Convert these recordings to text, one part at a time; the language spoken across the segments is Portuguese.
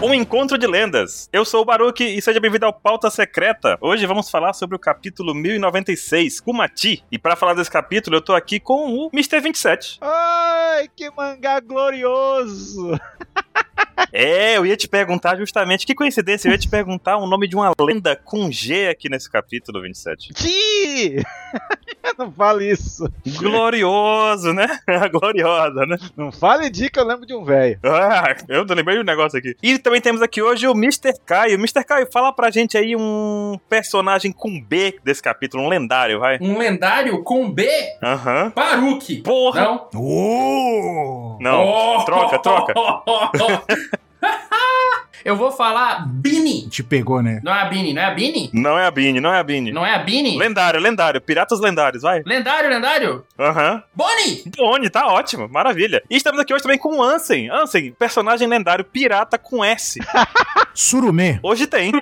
Um encontro de lendas. Eu sou o Baruque e seja bem-vindo ao Pauta Secreta. Hoje vamos falar sobre o capítulo 1096, Kumati. E para falar desse capítulo, eu tô aqui com o Mr. 27. Ai, que mangá glorioso! É, eu ia te perguntar justamente, que coincidência, eu ia te perguntar o nome de uma lenda com G aqui nesse capítulo 27. Ti! Não fale isso. Glorioso, né? Gloriosa, né? Não fale dica, eu lembro de um velho. Ah, eu lembrei de um negócio aqui. E também temos aqui hoje o Mr. Caio. Mr. Caio, fala pra gente aí um personagem com B desse capítulo, um lendário, vai. Um lendário com B? Aham. Baruque. Porra! Não? Uh! Não, Oh! troca, troca. Eu vou falar Bini. Te pegou, né? Não é a Bini, não é a Bini? Não é a Bini, não é a Bini. Não é a Bini? Lendário, lendário. Piratas lendários, vai. Lendário, lendário. Aham. Bonnie! Boni, tá ótimo, maravilha. E estamos aqui hoje também com o Ansem. Ansem, personagem lendário pirata com S. Surumê, Hoje tem.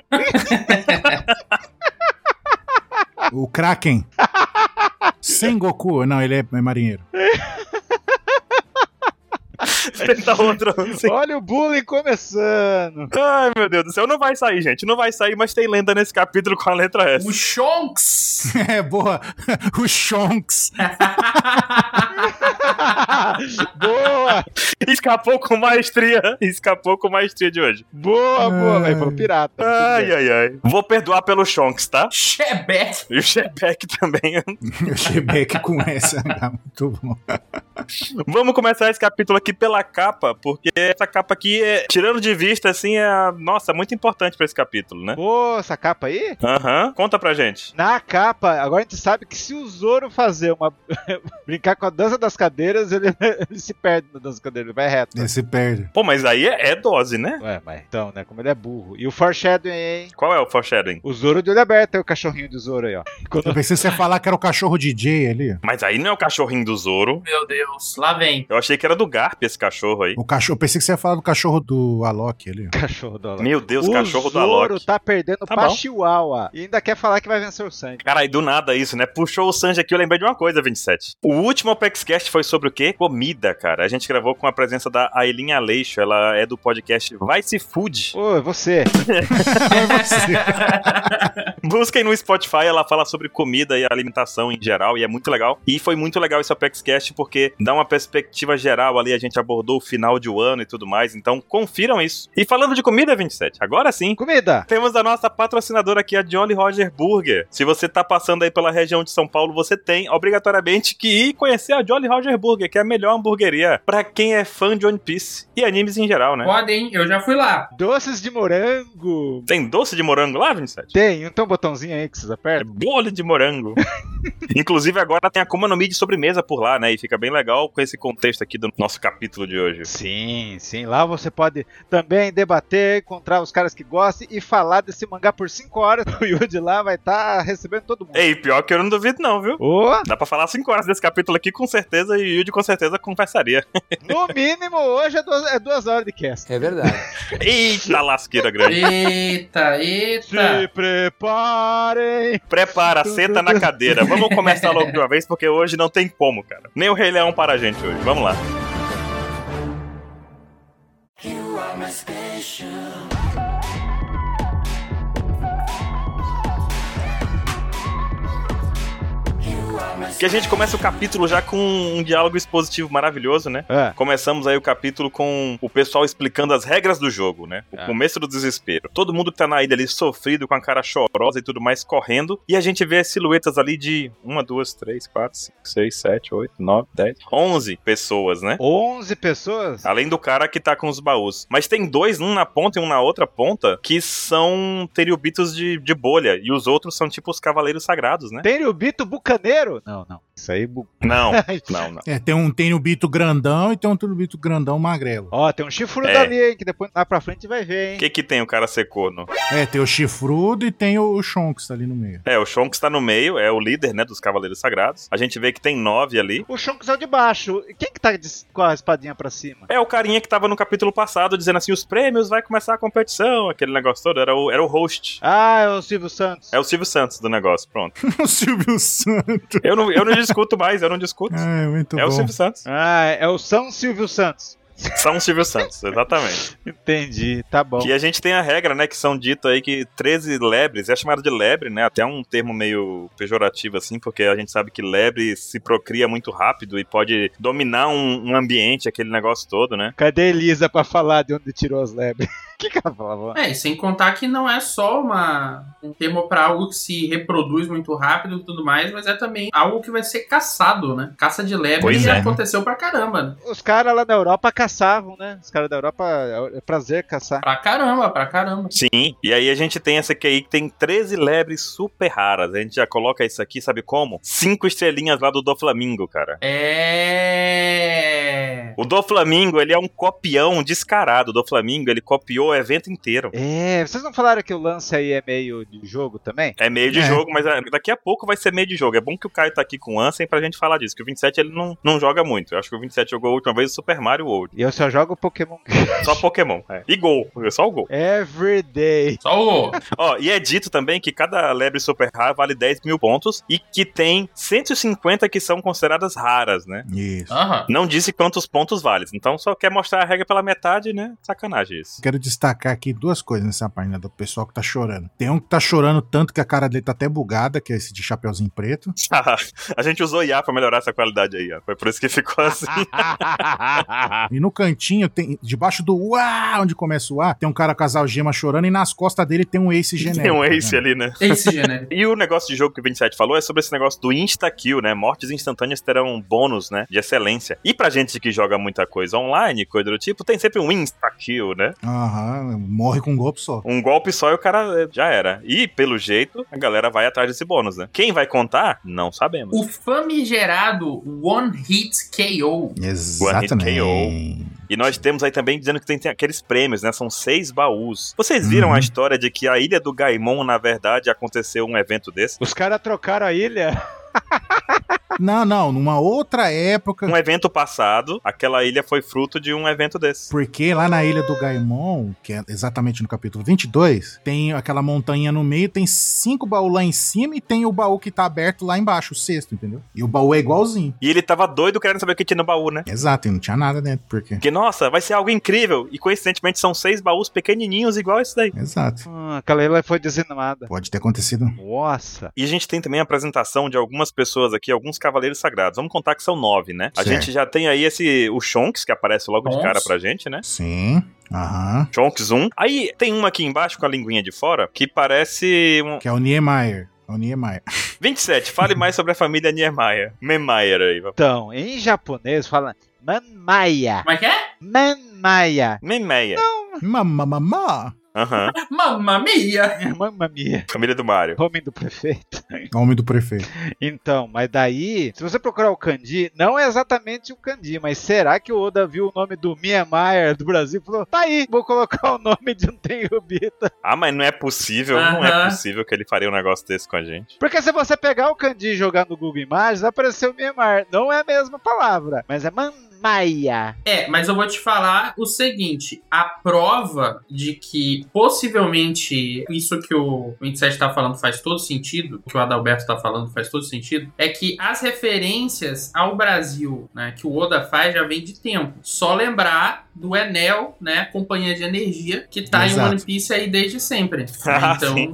o Kraken. Sengoku, não, ele é é marinheiro. Enfrenta outro Ansem. Olha o bullying começando. Ai, meu Deus do céu. Não vai sair, gente. Não vai sair, mas tem lenda nesse capítulo com a letra S. O Shonks. É, boa. O Shonks. boa, Escapou com maestria. Escapou com maestria de hoje. boa, boa. Aí falou pirata. tudo Ai, bem. ai, ai. Vou perdoar pelo Shonks, tá? Shebeck. E o Shebeck também. O Shebeck com essa. Tá muito bom. Vamos começar esse capítulo aqui pela capa, porque essa capa aqui, é, tirando de vista, assim, é, nossa, muito importante pra esse capítulo, né? Pô, essa capa aí? Aham, conta pra gente. Na capa, agora a gente sabe que se o Zoro fazer uma. brincar com a dança das cadeiras, ele, ele se perde na dança das cadeiras, ele vai reto. Ele se perde. Pô, mas aí é, é dose, né? Ué, mas então, né? Como ele é burro. E o foreshadowing, hein? Qual é o foreshadowing? O Zoro de olho aberto, é o cachorrinho do Zoro aí, ó. Eu pensei que você ia falar que era o cachorro DJ ali. Mas aí não é o cachorrinho do Zoro. Meu Deus, lá vem. Eu achei que era do Garp esse cachorro aí. O cachorro, eu pensei que você ia falar do cachorro do Alok ali. Cachorro do Alok. Meu Deus, o cachorro do Zoro Alok. tá perdendo Tá pra bom. Chihuahua. E ainda quer falar que vai vencer o sangue. Caralho, do nada isso, né? Puxou o Sanji aqui, eu lembrei de uma coisa, 27. O último Apexcast foi sobre o quê? Comida, cara. A gente gravou com a presença da Aileen Aleixo, ela é do podcast Vai Se Food. Ô, você. É você. Busquem no Spotify, ela fala sobre comida e alimentação em geral, e é muito legal. E foi muito legal esse ApexCast, porque dá uma perspectiva geral ali, a gente abordou o final de um ano e tudo mais, então confiram isso. E falando de comida, 27, agora sim, Comida! temos a nossa patrocinadora aqui, a Jolly Roger Burger. Se você tá passando aí pela região de São Paulo, você tem obrigatoriamente que ir conhecer a Jolly Roger Burger, que é a melhor hamburgueria pra quem é fã de One Piece e animes em geral, né? Podem, eu já fui lá. Doces de morango. Tem doce de morango lá, 27? Tem, então um botãozinho aí que vocês É apertam. bolha de morango. Inclusive, agora tem a Kuma no Mi de sobremesa por lá, né? E fica bem legal com esse contexto aqui do nosso capítulo de hoje. Sim, sim. Lá você pode também debater, encontrar os caras que gostem e falar desse mangá por 5 horas. O Yuji lá vai estar recebendo todo mundo. Ei, pior que eu não duvido, não, viu? Ô, Dá pra falar cinco horas desse capítulo aqui, com certeza, e o Yuji com certeza conversaria. no mínimo, hoje é duas, é duas horas de cast. É verdade. Eita, lasqueira grande. Eita, eita. Se preparem! Prepara, senta na cadeira. Vamos começar logo de uma vez, porque hoje não tem como, cara. Nem o Rei Leão para a gente hoje. Vamos lá. Que a gente começa o capítulo já com um diálogo expositivo maravilhoso, né? É. Começamos aí o capítulo com o pessoal explicando as regras do jogo, né? O Ah. começo do desespero. Todo mundo que tá na ilha ali sofrido, com a cara chorosa e tudo mais, correndo. E a gente vê as silhuetas ali de uma, duas, três, quatro, cinco, seis, sete, oito, nove, dez, onze pessoas, né? 11 pessoas? Além do cara que tá com os baús. Mas tem dois, um na ponta e um na outra ponta, que são teriubitos de, de bolha. E os outros são tipo os cavaleiros sagrados, né? Tem o Bito Bucaneiro? Não, não. Isso aí. bu- Não, não, não. É, tem um tenubito grandão e tem um tenubito grandão magrelo. Ó, tem um chifrudo É. ali, hein? Que depois lá pra frente vai ver, hein? O que que tem o cara ser corno? É, tem o chifrudo e tem o Shonks ali no meio. É, o Shonks tá no meio, é o líder, né, dos Cavaleiros Sagrados. A gente vê que tem nove ali. O Shonks é o de baixo. E Quem que tá de- com a espadinha pra cima? É o carinha que tava no capítulo passado dizendo assim: os prêmios vai começar a competição, aquele negócio todo. Era o, era o host. Ah, é o Silvio Santos. É o Silvio Santos do negócio, pronto. O Silvio Santo. Eu não, eu não discuto mais, eu não discuto. É, muito É o bom. Silvio Santos. Ah, é o São Silvio Santos. São Silvio Santos, exatamente. Entendi, tá bom. E a gente tem a regra, né, que são dito aí que 13 lebres, é chamado de lebre, né, até um termo meio pejorativo assim, porque a gente sabe que lebre se procria muito rápido e pode dominar um, um ambiente, aquele negócio todo, né. Cadê a Elisa pra falar de onde tirou as lebres? O que, que ela falava? É, e sem contar que não é só uma, um termo para algo que se reproduz muito rápido e tudo mais, mas é também algo que vai ser caçado, né? Caça de lebre Pois e é. aconteceu pra caramba. né? Os caras lá da Europa caçavam, né? Os caras da Europa é prazer caçar. Pra caramba, pra caramba. Sim, e aí a gente tem essa QI que tem 13 lebres super raras. A gente já coloca isso aqui, sabe como? Cinco estrelinhas lá do Do Flamingo, cara. É. O Do Flamingo, ele é um copião descarado. O Do Flamingo, ele copiou o evento inteiro. É, vocês não falaram que o lance aí é meio de jogo também? É meio de É. jogo, mas é, daqui a pouco vai ser meio de jogo. É bom que o Caio tá aqui com o Ansem pra gente falar disso, que o 27 ele não, não joga muito. Eu acho que o 27 jogou a última vez o Super Mario World. E eu só jogo Pokémon Só Pokémon. é. E gol. Só o gol. Every day. Só o. Ó, e é dito também que cada lebre super rara vale 10 mil pontos e que tem 150 que são consideradas raras, né? Isso. Aham. Não disse quantos pontos vale, então só quer mostrar a regra pela metade, né? Sacanagem isso. Quero destacar aqui duas coisas nessa página do pessoal que tá chorando. Tem um que tá chorando tanto que a cara dele tá até bugada, que é esse de chapeuzinho preto. a gente usou IA pra melhorar essa qualidade aí, ó. Foi por isso que ficou Ah, assim. E no cantinho, tem, debaixo do uá, onde começa o A, tem um cara com as algemas chorando e nas costas dele tem um ace genérico. Tem um ace né? ali, né? Tem esse gênero. E o negócio de jogo que o 27 falou é sobre esse negócio do insta-kill, né? Mortes instantâneas terão um bônus, né? De excelência. E pra gente que joga muita coisa online, coisa do tipo, tem sempre um insta-kill, né? Aham, morre com um golpe só. Um golpe só e o cara eh, já era. E, pelo jeito, a galera vai atrás desse bônus, né? Quem vai contar, não sabemos. O famigerado One Hit KO. Exatamente. E nós temos aí também dizendo que tem, tem aqueles prêmios, né? São seis baús. Vocês viram Uhum. a história de que a ilha do Gaimon, na verdade, aconteceu um evento desse? Os caras trocaram a ilha. Não, não, numa outra época. Um evento passado, aquela ilha foi fruto de um evento desse. Porque lá na Ilha do Gaimon, que é exatamente no capítulo 22, tem aquela montanha no meio, tem cinco baús lá em cima e tem o baú que tá aberto lá embaixo, o sexto, entendeu? E o baú é igualzinho. E ele tava doido querendo saber o que tinha no baú, né? Exato, e não tinha nada dentro, porque... Porque, nossa, vai ser algo incrível. E coincidentemente são seis baús pequenininhos, igual esse daí. Exato. Hum, aquela ilha foi dizimada. Pode ter acontecido. Nossa. E a gente tem também a apresentação de algumas pessoas aqui, alguns cavaleiros sagrados. Vamos contar que são nove, né? A Certo. gente já tem aí esse o Shonks, que aparece logo de Nossa. cara pra gente, né? Sim. Aham. Chonks 1. Aí tem uma aqui embaixo com a linguinha de fora que parece um. Que é o Niemeyer. É o Niemeyer. 27. Fale mais sobre a família Niemeyer. Memeyer aí. vai. Então, em japonês fala manmaya. Como é que é? Manmaya. Memeyer. Mamá, mamá. Aham. Mamma mia! Mamma mia. Família do Mario. Homem do prefeito. É Homem do prefeito. Então, mas daí, se você procurar o Kandi, não é exatamente o Kandi, mas será que o Oda viu o nome do Miemeyer do Brasil e falou: tá aí, vou colocar o nome de um Tenryubito. Ah, mas não é possível. Não é Aham. possível que ele faria um negócio desse com a gente. Porque se você pegar o Kandi e jogar no Google Imagens, vai aparecer o Miemeyer. Não é a mesma palavra, mas é Manmaya. É, mas eu vou te falar o seguinte: a prova de que possivelmente isso que o 27 tá falando faz todo sentido, que o Adalberto tá falando faz todo sentido, é que as referências ao Brasil, né, que o Oda faz já vem de tempo. Só lembrar do Enel, né, companhia de energia, que tá Exato. em One Piece aí desde sempre. Ah, Então, sim.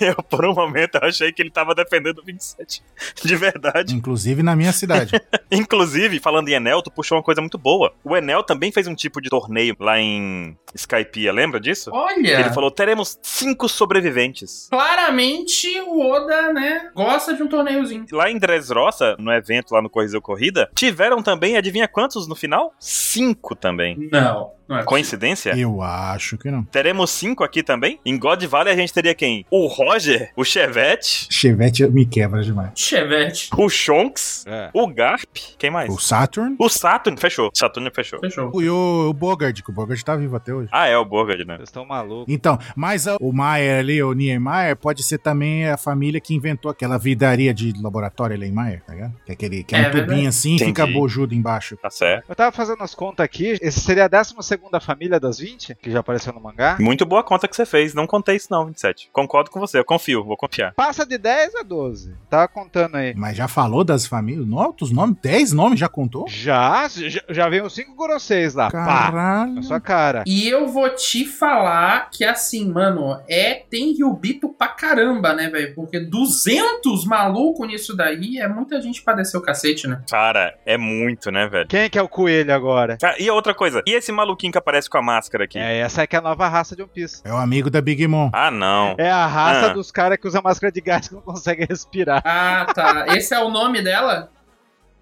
Eu, por um momento, eu achei que ele tava defendendo o 27. De Hum. verdade. Inclusive na minha cidade. Inclusive, falando em Enel, tu puxou uma coisa muito boa. O Enel também fez um tipo de torneio lá em Skypiea, lembra disso? olha. Ele falou: teremos cinco sobreviventes. Claramente o Oda, né, gosta de um torneiozinho. lá em Dressrosa, no evento lá no Corriseu Corrida, tiveram também, adivinha quantos no final? Cinco também. Não, não é possível. Coincidência? Eu acho que não. Teremos cinco aqui também? Em God Valley a gente teria quem? O Roger, o Chevette, Chevette me quebra demais. Chevette. o Shonks, o Garp, quem mais? O Saturn O Saturn, fechou. Saturn fechou. Fechou. e o, o Bogard, que o Bogard tá vivo até hoje. Ah, é, o Bogard, né? Vocês estão malucos. Então, mas a- o Maier ali, o Niemeyer, pode ser também a família que inventou aquela vidaria de laboratório ali em Maier, tá ligado? Que é, aquele, que é, É um tubinho verdade. assim e fica Entendi. bojudo embaixo. Tá certo. Eu tava fazendo as contas aqui, esse seria a 12 segunda família das 20, que já apareceu no mangá. Muito boa conta que você fez. Não contei isso, não, 27. Concordo com você, eu confio, vou confiar. Passa de 10 a 12. Tá contando aí. Mas já falou das famílias? Não, Outros nomes? 10 nomes já contou? Já, já, já vem os 5 Goroseis lá. Pá! Na Caralho. sua cara. E eu vou te falar que assim, mano, é tem Ryubito pra caramba, né, velho? Porque 200 maluco nisso daí é muita gente pra descer o cacete, né? Cara, é muito, né, velho? Quem que é o coelho agora? Cara, e outra coisa, e esse maluquinho que aparece com a máscara aqui? É, essa é que é a nova raça de One Piece. É o amigo da Big Mom. Ah, não. É a raça Ah. dos caras que usa máscara de gás que não consegue respirar. Ah, tá. Esse é o nome dela?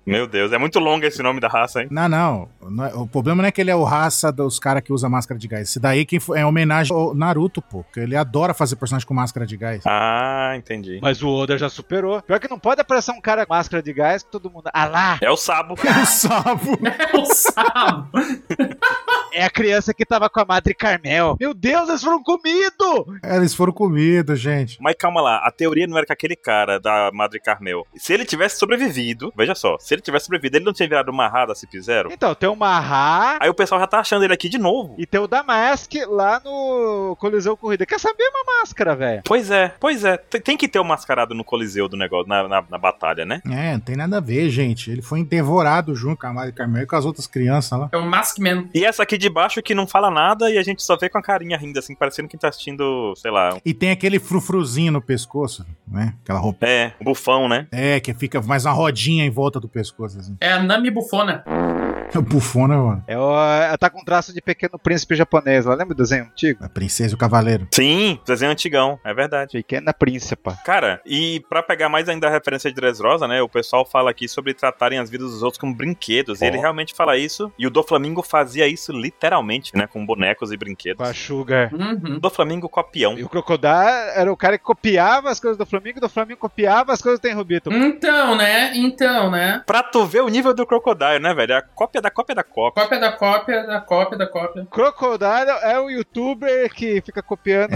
Meu Deus, é muito longo esse nome da raça, hein? Não, não. Não é- O problema não é que ele é o raça dos caras que usa máscara de gás. Esse daí que é homenagem ao Naruto, pô. Porque ele adora fazer personagem com máscara de gás. Ah, entendi. Mas o Oda já superou. Pior que não pode aparecer um cara com máscara de gás que todo mundo. Ah lá! É o Sabo. O sapo. É o Sabo. É a criança que tava com a Madre Carmel. Meu Deus, eles foram comidos! Eles foram comidos, gente. Mas calma lá, a teoria não era que aquele cara da Madre Carmel. Se ele tivesse sobrevivido, veja só, se ele tivesse sobrevivido, ele não tinha virado uma rada cip zero. Então, tem o Marra Aí o pessoal já tá achando ele aqui de novo. e tem o Damask lá no Coliseu Corrida. Quer saber É uma máscara, velho? Pois é, pois é. Tem tem que ter o mascarado no Coliseu do negócio, na, na, na batalha, né? É, não tem nada a ver, gente. Ele foi devorado junto com a Mari Carmel e com as outras crianças lá. É o Maskman. E essa aqui de baixo que não fala nada e a gente só vê com a carinha rindo, assim, parecendo que tá assistindo, sei lá. um, E tem aquele frufruzinho no pescoço, né? Aquela roupa. É, um bufão, né? É, que fica mais uma rodinha em volta do pescoço, assim. É a Nami Bufona. Bufona, né, mano. É o... Ela tá com traço de pequeno príncipe japonês lá. Lembra o desenho antigo? A princesa e o cavaleiro. Sim, desenho antigão, é verdade. Pequena príncipa. Cara, e pra pegar mais ainda a referência de Dressrosa, né? O pessoal fala aqui sobre tratarem as vidas dos outros como brinquedos. E ele realmente fala isso. E o Doflamingo fazia isso literalmente, né? Com bonecos e Com a brinquedos. Sugar. O Uhum. Doflamingo copião. E o Crocodile era o cara que copiava as coisas do Flamengo, e do Flamengo copiava as coisas do Tenrubito. Então, né? Então, né? Pra tu ver o nível do Crocodile, né, velho? É A cópia da cópia da cópia. Cópia da cópia, da cópia, da cópia. Crocodile é o youtuber que fica copiando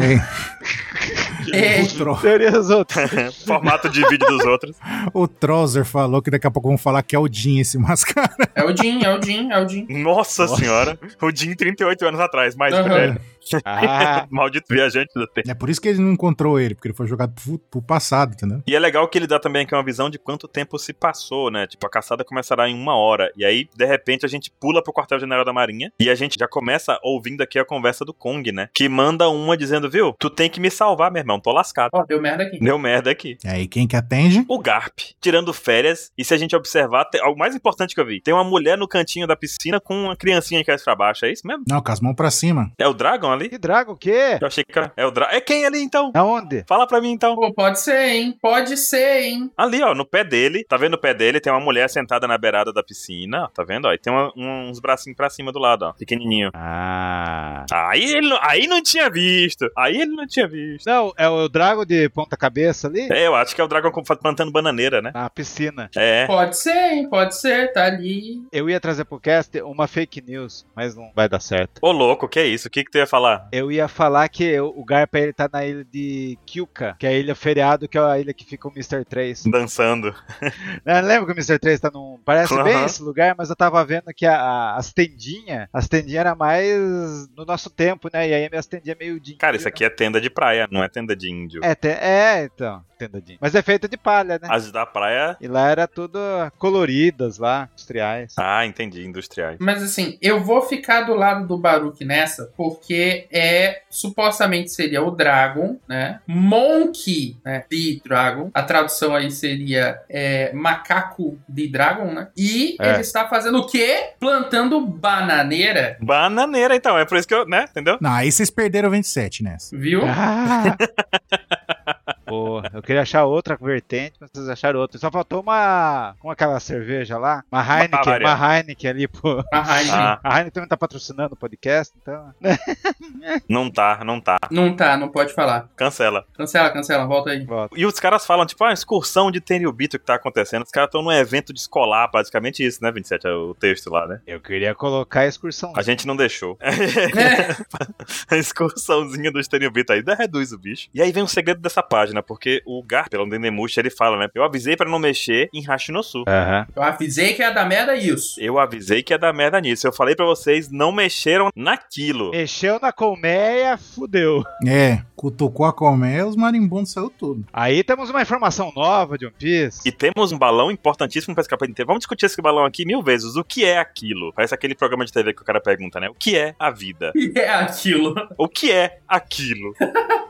É, É, o, tro... teorias dos outros. Formato de vídeo dos outros. o Trouser falou que daqui a pouco vão falar que é o Jim esse mascarado. é o Jim, é o Jim, é o Jim. Nossa, Nossa. senhora. O Jim, 38 anos atrás, mais Aham. velho. Ah, Maldito viajante do tempo. É por isso que ele não encontrou ele, porque ele foi jogado pro, pro passado, entendeu? E é legal que ele dá também aqui uma visão de quanto tempo se passou, né? Tipo, a caçada começará em uma hora. E aí, de repente, a gente pula pro quartel-general da Marinha e a gente já começa ouvindo aqui a conversa do Kong, né? Que manda uma dizendo, viu, tu tem que me salvar, meu irmão, tô lascado. Ó, deu merda aqui. Deu merda aqui. E aí quem que atende? O Garp, tirando férias, e se a gente observar, tem- o mais importante que eu vi, tem uma mulher no cantinho da piscina com uma criancinha que é pra baixo, é isso mesmo? Não, com as mãos pra cima. É o Dragon ali? que drago o quê? Eu achei que era... É o Dragon. É quem ali, então? Aonde? Fala pra mim, então. Pô, pode ser, hein? Pode ser, hein? Ali, ó, no pé dele, tá vendo o pé dele? Tem uma mulher sentada na beirada da piscina, ó, tá vendo? Ó, e tem uma- um- uns bracinhos pra cima do lado, ó, pequenininho. Ah. Aí ele, não- aí não tinha visto, aí ele não tinha visto. Não, é o drago de ponta cabeça ali? É, eu acho que é o Dragon com- plantando bananeira, né? Na piscina. É. Pode ser, hein? Pode ser, tá ali. Eu ia trazer pro cast uma fake news, mas não vai dar certo. Ô, louco, que é isso? O que que tu ia falar? Eu ia falar que o o Garpa ele tá na ilha de Kyuka, que é a ilha feriado, que é a ilha que fica o Mr. 3. Hum. Dançando. É, Lembra que o Mr. 3 tá num. Parece Aham. bem esse lugar, mas eu tava vendo que a- a- as tendinhas. As tendinhas era mais no nosso tempo, né? E aí minhas tendinhas meio de. Cara, isso aqui é tenda de praia, não é tenda de índio. É, te- é, então, tendadinha. Mas é feita de palha, né? As da praia... E lá era tudo coloridas lá, industriais. Ah, entendi, industriais. Mas assim, eu vou ficar do lado do Baruch nessa, porque é supostamente seria o Dragon, né? Monkey, né? The Dragon. A tradução aí seria é, macaco de Dragon, né? E É. ele está fazendo o quê? Plantando bananeira, Bananeira, então, é por isso que eu, né, entendeu? Não, aí vocês perderam 27 nessa. viu? Ah! Pô, eu queria achar outra vertente, mas vocês acharam outra. Só faltou uma. Como é aquela cerveja lá? Uma Heineken, Bavaria. uma Heineken ali, pô. A Heineken. Ah, A Heineken também tá patrocinando o podcast, então. não tá, não tá. Não tá, não pode falar. Cancela. Cancela, cancela, volta aí. Volta. E os caras falam, tipo, ah, a excursão de Tenryubito que tá acontecendo. Os caras estão num evento de escolar, basicamente isso, né, 27? É o texto lá, né? Eu queria colocar a excursão. A gente não deixou. É. a excursãozinha dos Tenryubito aí, ainda reduz o bicho. E aí vem o um segredo dessa página, porque porque o Gar, pelo Dendemushi, ele fala, né? Eu avisei pra não mexer em Hashinosu. Aham. Eu avisei que ia dar merda isso. Eu avisei que ia dar merda nisso. Eu falei pra vocês, não mexeram naquilo. Mexeu na colmeia, fudeu. É, cutucou a colmeia, os marimbondos saiu tudo. Aí temos uma informação nova de One Piece. E temos um balão importantíssimo pra escapar inteiro. Vamos discutir esse balão aqui mil vezes. O que é aquilo? Parece aquele programa de TV que o cara pergunta, né? O que é a vida? E é aquilo. O que é aquilo?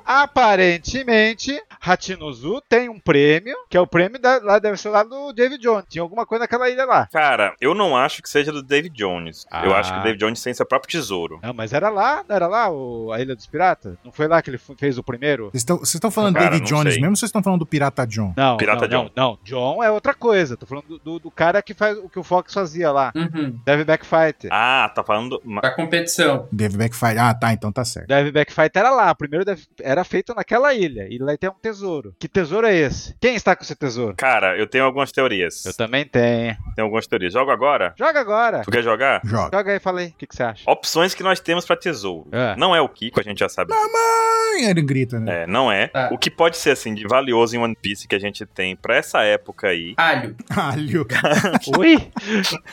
Aparentemente, Hatinuzu tem um prêmio, que é o prêmio da, lá, deve ser lá do David Jones. Tinha alguma coisa naquela ilha lá. Cara, eu não acho que seja do David Jones. Eu Ah. acho que o David Jones tem seu próprio tesouro. Não, mas era lá, não era lá o- a Ilha dos Piratas? Não foi lá que ele fu- fez o primeiro? Vocês estão- Vocês estão falando Cara, David não Jones sei. mesmo ou vocês estão falando do Pirata John? Não, Pirata não, John. não, não. John é outra coisa. Tô falando do, do- do cara que faz o que o Fox fazia lá. Uhum. Devil Backfight. Ah, tá falando. Da competição. David Backfire. Ah, tá, então tá certo. Devil Backfight era lá. O primeiro Dev- era feito naquela ilha. E lá tem um tesouro. Que tesouro é esse? Quem está com esse tesouro? Cara, eu tenho algumas teorias. Eu também tenho. Tenho algumas teorias. Jogo agora? Joga agora. Tu quer jogar? Joga. Joga aí, fala aí. O que, que você acha? Opções que nós temos pra tesouro. É. Não é o Kiko, a gente já sabe. Ai, ele grita, né? É, não é. É. O que pode ser, assim, de valioso em One Piece que a gente tem pra essa época aí. Alho. Alho. Ui,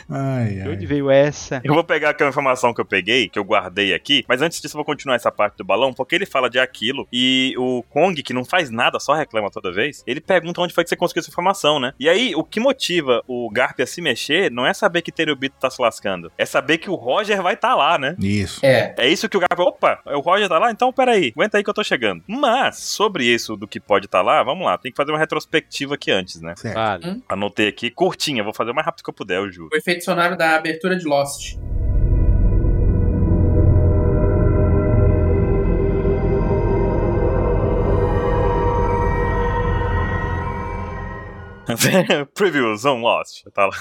Ai, de ai. onde veio essa? Eu vou pegar aqui uma informação que eu peguei, que eu guardei aqui, mas antes disso eu vou continuar essa parte do balão, porque ele fala de aquilo e o Kong, que não faz nada, só reclama toda vez, ele pergunta onde foi que você conseguiu essa informação, né? E aí, o que motiva o Garp a se mexer não é saber que Terubito tá se lascando, é saber que o Roger vai estar tá lá, né? Isso. É. É isso que o Garp. Opa, o Roger tá lá, então peraí, aguenta aí que eu tô chegando. Mas, sobre isso do que pode tá lá, vamos lá, tem que fazer uma retrospectiva aqui antes, né? Certo. Vale. Anotei aqui, curtinha, vou fazer o mais rápido que eu puder, eu juro. O efeito sonoro da abertura de Lost. Previews on Lost. Tá lá.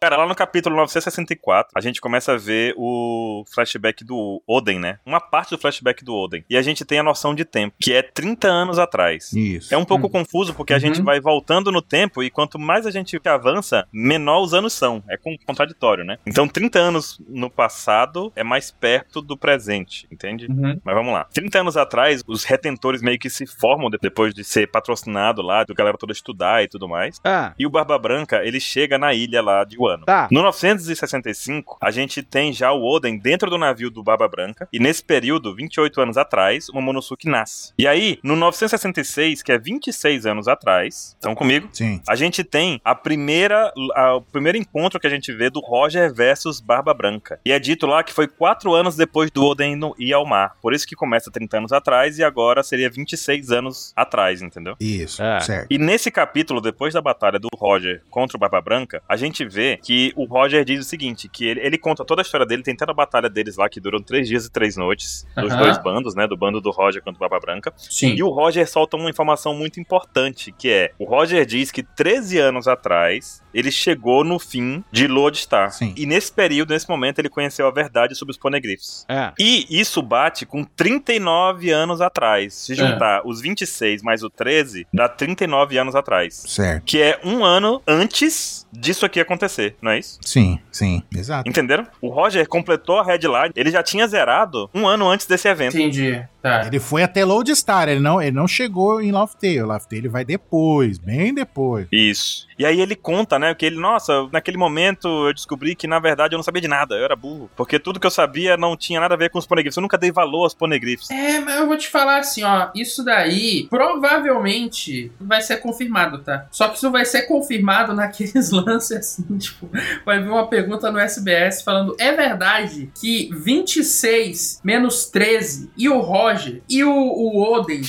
Cara, lá no capítulo 964, a gente começa a ver o flashback do Oden, né? Uma parte do flashback do Oden. E a gente tem a noção de tempo, que é 30 anos atrás. Isso. É um pouco confuso porque a gente Uhum. vai voltando no tempo e quanto mais a gente avança, menor os anos são. É con- contraditório, né? Então 30 anos no passado é mais perto do presente, entende? Uhum. Mas vamos lá. 30 anos atrás, os retentores meio que se formam de- depois de ser patrocinado lá, do galera toda estudar e tudo mais. Ah, E o Barba Branca, ele chega na ilha lá de Wano. tá. No 965, a gente tem já o Oden dentro do navio do Barba Branca, e nesse período, 28 anos atrás, o Momonosuke nasce. E aí, no 966, que é 26 anos atrás, estão comigo? Sim. A gente tem a primeira, a- o primeiro encontro que a gente vê do Roger versus Barba Branca. E é dito lá que foi quatro anos depois do Oden no- ir ao mar. Por isso que começa 30 anos atrás e agora seria 26 anos atrás, entendeu? Isso. É. Certo. E nesse capítulo, depois da batalha do Roger contra o Barba Branca, a gente vê que o Roger diz o seguinte: que ele, ele conta toda a história dele, tentando a batalha deles lá, que durou três dias e três noites, dos Aham. dois bandos, né? Do bando do Roger contra o Barba Branca. Sim. E o Roger solta uma informação muito importante, que é: o Roger diz que 13 anos atrás ele chegou no fim de Lodestar. Sim. E nesse período, nesse momento, ele conheceu a verdade sobre os poneglyphs. Ah, E isso bate com 39 anos atrás. Se juntar os 26 mais o 13, dá 39 anos atrás. Certo. Que é um ano antes disso aqui acontecer, não é isso? Sim, sim. Exato. Entenderam? O Roger completou a headline, ele já tinha zerado um ano antes desse evento. Entendi. Tá. Ele foi até Lodestar, ele não, ele não chegou em Love Tale. Love Tale ele vai depois, bem depois. Isso. E aí ele conta, né, que ele, nossa, naquele momento eu descobri que na verdade eu não sabia de nada, eu era burro. Porque tudo que eu sabia não tinha nada a ver com os ponegrifos. Eu nunca dei valor aos ponegrifos. É, mas eu vou te falar assim, ó. Isso daí provavelmente vai ser confirmado, tá? Só que isso vai ser confirmado naqueles lances assim, tipo, vai vir uma pergunta no SBS falando: é verdade que 26 menos 13 e o Roger e o, o Oden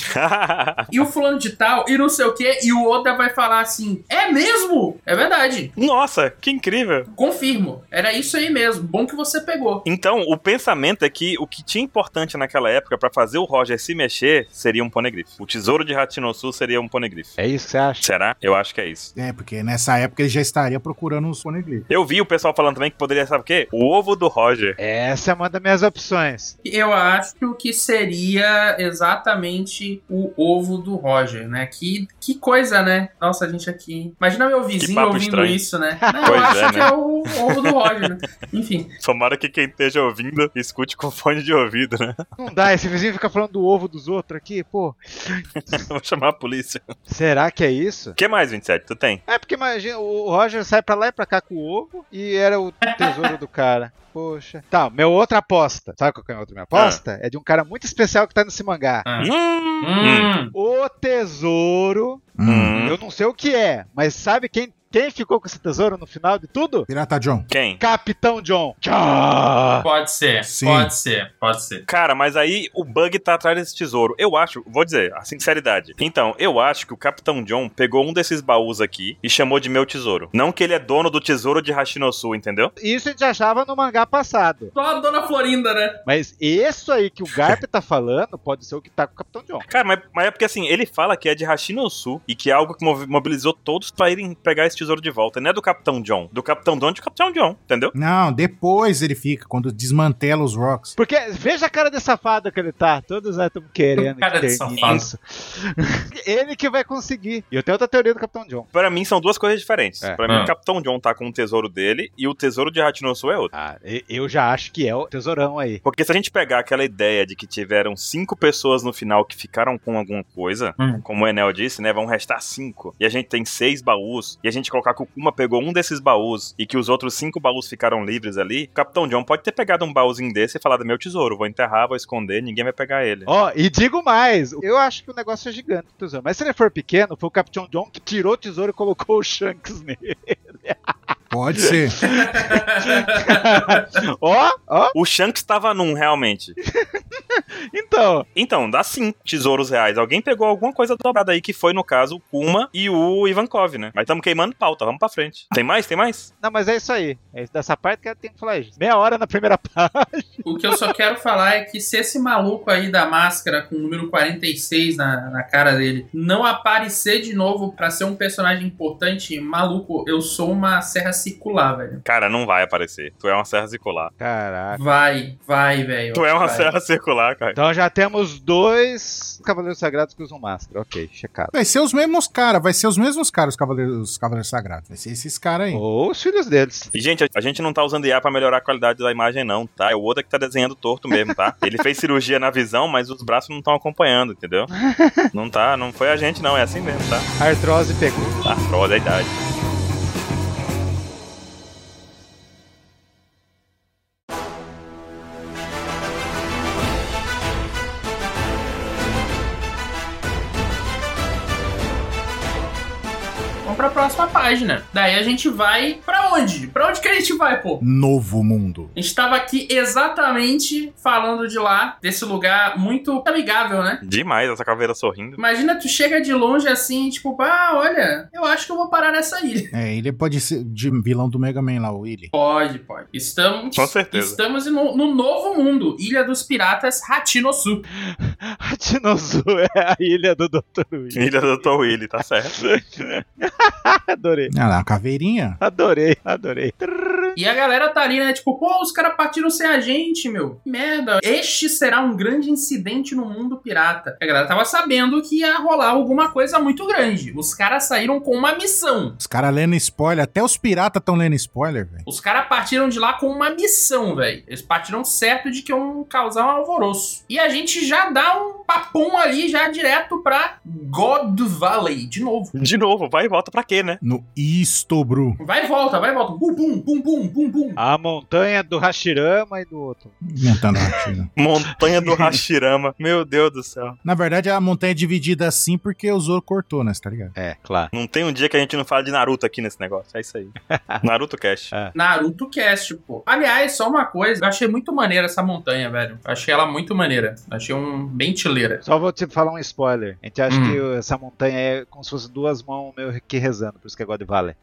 e o fulano de tal e não sei o que, e o Oda vai falar assim: é mesmo? É verdade, nossa, que incrível. confirmo. Era isso aí mesmo. Bom que você pegou. Então, o pensamento é que o que tinha importante naquela época pra fazer o Roger se mexer seria um poneglyph. O tesouro de Hatinossu seria um poneglyph. é isso que você acha? Será? Eu acho que é isso. É, porque nessa época ele já estaria procurando os Poneglyphs. Eu vi o pessoal falando também que poderia, sabe o quê? O ovo do Roger. Essa é uma das minhas opções. Eu acho que seria exatamente o ovo do Roger, né? Que, que coisa, né? Nossa, a gente aqui. hein? Imagina meu vizinho papo ouvindo estranho. isso, né? Não, eu Pois acho é, que né? é o ovo do Roger, né? Enfim. Tomara que quem esteja ouvindo escute com fone de ouvido, né? Não dá, esse vizinho fica falando do ovo dos outros aqui, pô. Vou chamar a polícia. Será que é isso? O que mais, 27? Tu tem? É porque imagina, o Roger sai pra lá e pra cá com o ovo e era o tesouro do cara. Poxa. Tá, meu outra aposta. Sabe qual que é a outra minha aposta? É de um cara muito especial que tá nesse mangá. Ah. Hum. Hum. O tesouro. Hum. Hum. Eu não sei o que é, mas sabe quem, quem ficou com esse tesouro no final de tudo? Pirata John. Quem? Capitão John. Tchá! Pode ser, Sim. pode ser, pode ser. Cara, mas aí o bug tá atrás desse tesouro. Eu acho, vou dizer, a sinceridade. Então, eu acho que o Capitão John pegou um desses baús aqui e chamou de meu tesouro. Não que ele é dono do tesouro de Hashinosu, entendeu? Isso a gente achava no mangá passado. Só a Dona Florinda, né? Mas isso aí que o Garp tá falando pode ser o que tá com o Capitão John. Cara, mas, mas é porque assim, ele fala que é de Hashinosu e que é algo que mov- mobilizou todos pra irem pegar esse tesouro de volta. Não é do Capitão John. Do Capitão John de Capitão John, entendeu? Não, depois ele fica, quando desmantela os rocks. Porque veja a cara de safado que ele tá. Todos nós estamos querendo Cara que de termine safado. isso. ele que vai conseguir. E eu tenho outra teoria do Capitão John. Pra mim são duas coisas diferentes. É. Pra mim, Ah. o Capitão John tá com o tesouro dele e o tesouro de Hashinosu é outro. Ah, e- eu já acho que é o tesourão aí. Porque se a gente pegar aquela ideia de que tiveram cinco pessoas no final que ficaram com alguma coisa, Hum. como o Enel disse, né? Vão restar cinco. E a gente tem seis baús. E a gente colocar que o Kuma pegou um desses baús e que os outros cinco baús ficaram livres ali. O Capitão John pode ter pegado um baúzinho desse e falado: meu tesouro, vou enterrar, vou esconder, ninguém vai pegar ele. Ó, e digo mais, eu acho que o negócio é gigante, o tesouro. Mas se ele for pequeno, foi o Capitão John que tirou o tesouro e colocou o Shanks nele. Pode ser. Ó, ó, O Shanks estava num, realmente. então. Então, dá sim tesouros reais. Alguém pegou alguma coisa dobrada aí, que foi, no caso, o Kuma e o Ivankov, né? Mas estamos queimando pauta, vamos pra frente. Tem mais? Tem mais? Não, mas é isso aí. É isso dessa parte que eu tenho que falar. gente. Meia hora na primeira parte. O que eu só quero falar é que se esse maluco aí da máscara com o número 46 na, na cara dele não aparecer de novo pra ser um personagem importante, maluco, eu sou uma serra circular, velho. Cara, não vai aparecer. Tu é uma serra circular. Caraca. Vai, vai, velho. Tu é uma vai. serra circular, cara. Então já temos dois Cavaleiros Sagrados que usam máscara. Ok, checado. Vai ser os mesmos caras, vai ser os mesmos caras, os Cavaleiros, os Cavaleiros Sagrados. Vai ser esses caras aí. Ou os filhos deles. E, gente, a gente não tá usando IA pra melhorar a qualidade da imagem, não, tá? É o Oda que tá desenhando torto mesmo, tá? Ele fez cirurgia na visão, mas os braços não estão acompanhando, entendeu? Não tá, não foi a gente, não. É assim mesmo, tá? Artrose pegou. Tá, prova da idade. Vamos pra próxima página. Daí a gente vai pra onde? Pra onde que a gente vai, pô? Novo mundo. A gente tava aqui exatamente falando de lá, desse lugar muito amigável, né? Demais essa caveira sorrindo. Imagina, tu chega de longe assim, tipo, ah, olha, eu acho que eu vou parar nessa ilha. É, ele pode ser de vilão do Mega Man lá, o Willy. Pode, pode. Estamos. Com certeza. Estamos no, no novo mundo, Ilha dos Piratas Hatinosu. A Dinosu é a ilha do Dr. Will. Filha do Dr. Willy, tá certo. adorei, Olha Ah lá, a caveirinha. adorei, adorei. E a galera tá ali, né? Tipo, pô, os caras partiram sem a gente, meu. Que Merda. Este será um grande incidente no mundo pirata. A galera tava sabendo que ia rolar alguma coisa muito grande. Os caras saíram com uma missão. Os caras lendo spoiler, até os piratas estão lendo spoiler, velho. Os caras partiram de lá com uma missão, velho. Eles partiram certo de que iam causar um alvoroço. E a gente já dá um papum ali, já direto pra God Valley, de novo. De novo, vai e volta pra quê, né? No Istobru. Vai e volta, vai e volta. Bum, bum, bum, bum, bum, bum. A montanha do Hashirama e do outro. Montando rápido. Montanha do Hashirama. Meu Deus do céu. Na verdade, a montanha é dividida assim porque o Zoro cortou, né? cê Tá ligado? É, claro. Não tem um dia que a gente não fala de Naruto aqui nesse negócio. É isso aí. Naruto Cash. Naruto Cast, pô. Aliás, só uma coisa, eu achei muito maneira essa montanha, velho. Eu achei ela muito maneira. Eu Achei um bem tileira. Só vou te falar um spoiler. A gente acha Hum. que essa montanha é como se fosse duas mãos meio que rezando, por isso que é God Valley.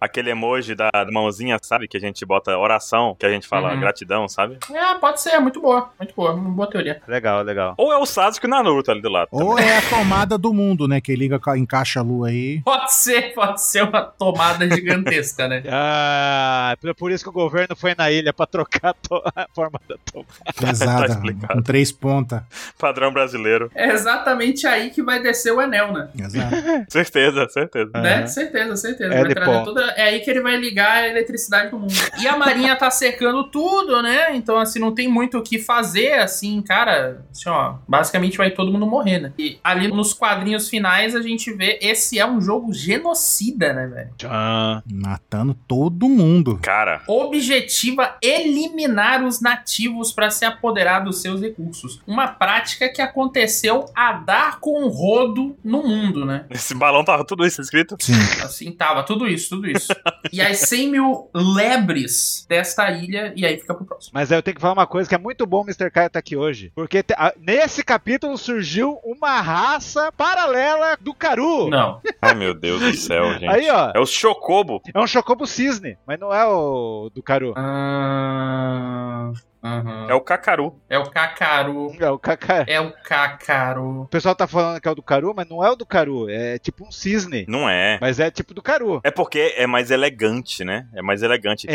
aquele emoji da mãozinha, sabe? Que a gente bota oração, que a gente fala Uhum. gratidão, sabe? É, pode ser, muito boa. Muito boa, uma boa teoria. Legal, legal. Ou é o Sasuke na Naruto ali do lado. Ou é a tomada do mundo, né? Que liga, com a- encaixa a lua aí. Pode ser, pode ser uma tomada gigantesca, né? Ah, é por isso que o governo foi na ilha pra trocar a, to- a forma da topa. Tá Pesada. explicado. com três pontas. Padrão brasileiro. É exatamente aí que vai descer o anel, né? Exato. Certeza, certeza. Né? Aham. Certeza, certeza. É Vai de trazer pó. toda- É aí que ele vai ligar a eletricidade do mundo. E a Marinha tá cercando tudo, né? Então, assim, não tem muito o que fazer, assim, cara. Assim, ó, basicamente vai todo mundo morrer, né? E ali nos quadrinhos finais a gente vê esse é um jogo genocida, né, velho? Tchan. Matando todo mundo. Cara, objetiva eliminar os nativos para se apoderar dos seus recursos. Uma prática que aconteceu a dar com o rodo no mundo, né? esse balão tava tudo isso escrito. Sim. Assim, tava tudo isso, tudo isso. E as 100 mil lebres desta ilha, e aí fica pro próximo. Mas aí eu tenho que falar uma coisa que é muito bom o Mr. Caio tá aqui hoje. Porque te- a- nesse capítulo surgiu uma raça paralela do Caru. Não. Ai, meu Deus do céu, gente. Aí, ó, É o Chocobo. é um chocobo cisne, mas não é o do Caru. Ah, aham. É o Cacaru. É o Cacaru. É o Kaká. É o Cacaru. O pessoal tá falando que é o do Caru, mas não é o do Caru. É tipo um cisne. Não é. Mas é tipo do Caru. É porque é mais elegante, né? É mais elegante.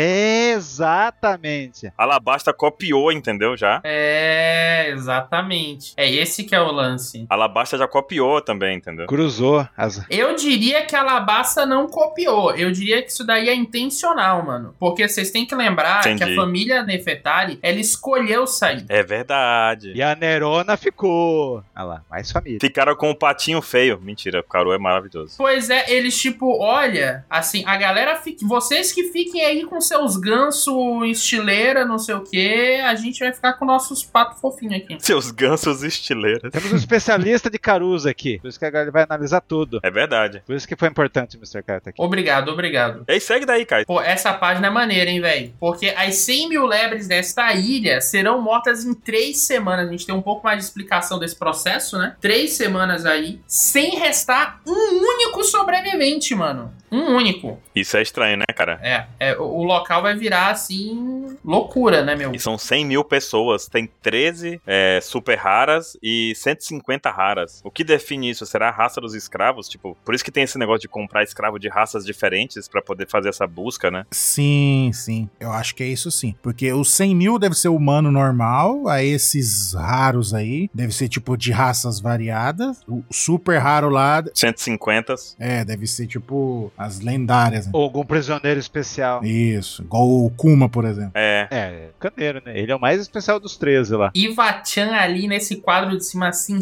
Exatamente. Alabasta copiou, entendeu? Já. É, exatamente. É esse que é o lance. Alabasta já copiou também, entendeu? Cruzou as. Eu diria que a Alabasta não copiou. Eu diria que isso daí é intencional, mano. Porque vocês têm que lembrar que Entendi. a família Nefertari, ela escolheu sair. É verdade. E a Nerona ficou. Olha lá, mais família. Ficaram com o patinho feio. Mentira, o Caru é maravilhoso. Pois é, eles tipo, olha, assim, a galera, fica- vocês que fiquem aí com seus ganso estileira, não sei o que, a gente vai ficar com nossos patos fofinhos aqui. Seus gansos estileiros. Temos um especialista de Carus aqui. Por isso que agora ele vai analisar tudo. É verdade. Por isso que foi importante o Mr. Caio tá aqui. Obrigado, obrigado. E aí, segue daí, Caio. Pô, essa página é maneira, hein, velho? Porque as 100 mil lebres desta ilha serão mortas em três semanas. A gente tem um pouco mais de explicação desse processo, né? Três semanas aí, sem restar um único sobrevivente, mano. Um único. Isso é estranho, né, cara? É, é, o, o local vai virar, assim, loucura, né, meu? E são 100 mil pessoas, tem 13 é, super raras e 150 raras. O que define isso? Será a raça dos escravos? Tipo, por isso que tem esse negócio de comprar escravo de raças diferentes pra poder fazer essa busca, né? Sim, sim. Eu acho que é isso sim. Porque os 100 mil deve ser humano normal, aí esses raros aí deve ser tipo de raças variadas. O super raro lá 150. é, deve ser tipo as lendárias. né? Ou algum prisioneiro especial. Isso, igual o Kuma, por exemplo. É. É, Caneiro, né? Ele é o mais especial dos 13 lá. Ivachan ali nesse quadro de cima, assim,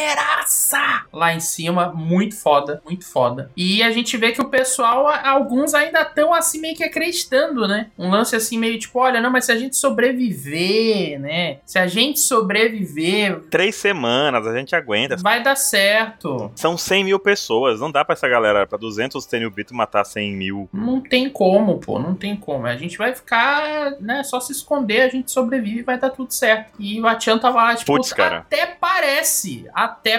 estileiraça! Lá em cima, muito foda, muito foda. E a gente vê que o pessoal, a- alguns ainda estão assim meio que acreditando, né? Um lance assim meio tipo, olha, não, mas se a gente sobreviver, né? Se a gente sobreviver, Três semanas, a gente aguenta. vai dar certo. São 100 mil pessoas. Não dá pra essa galera, pra 200 terem o bito e matar 100 mil. Não tem como, pô, não tem como. A gente vai ficar, né? Só se esconder, a gente sobrevive e vai dar tudo certo. E Ivachan tava lá, tipo, Putz, cara. até parece, até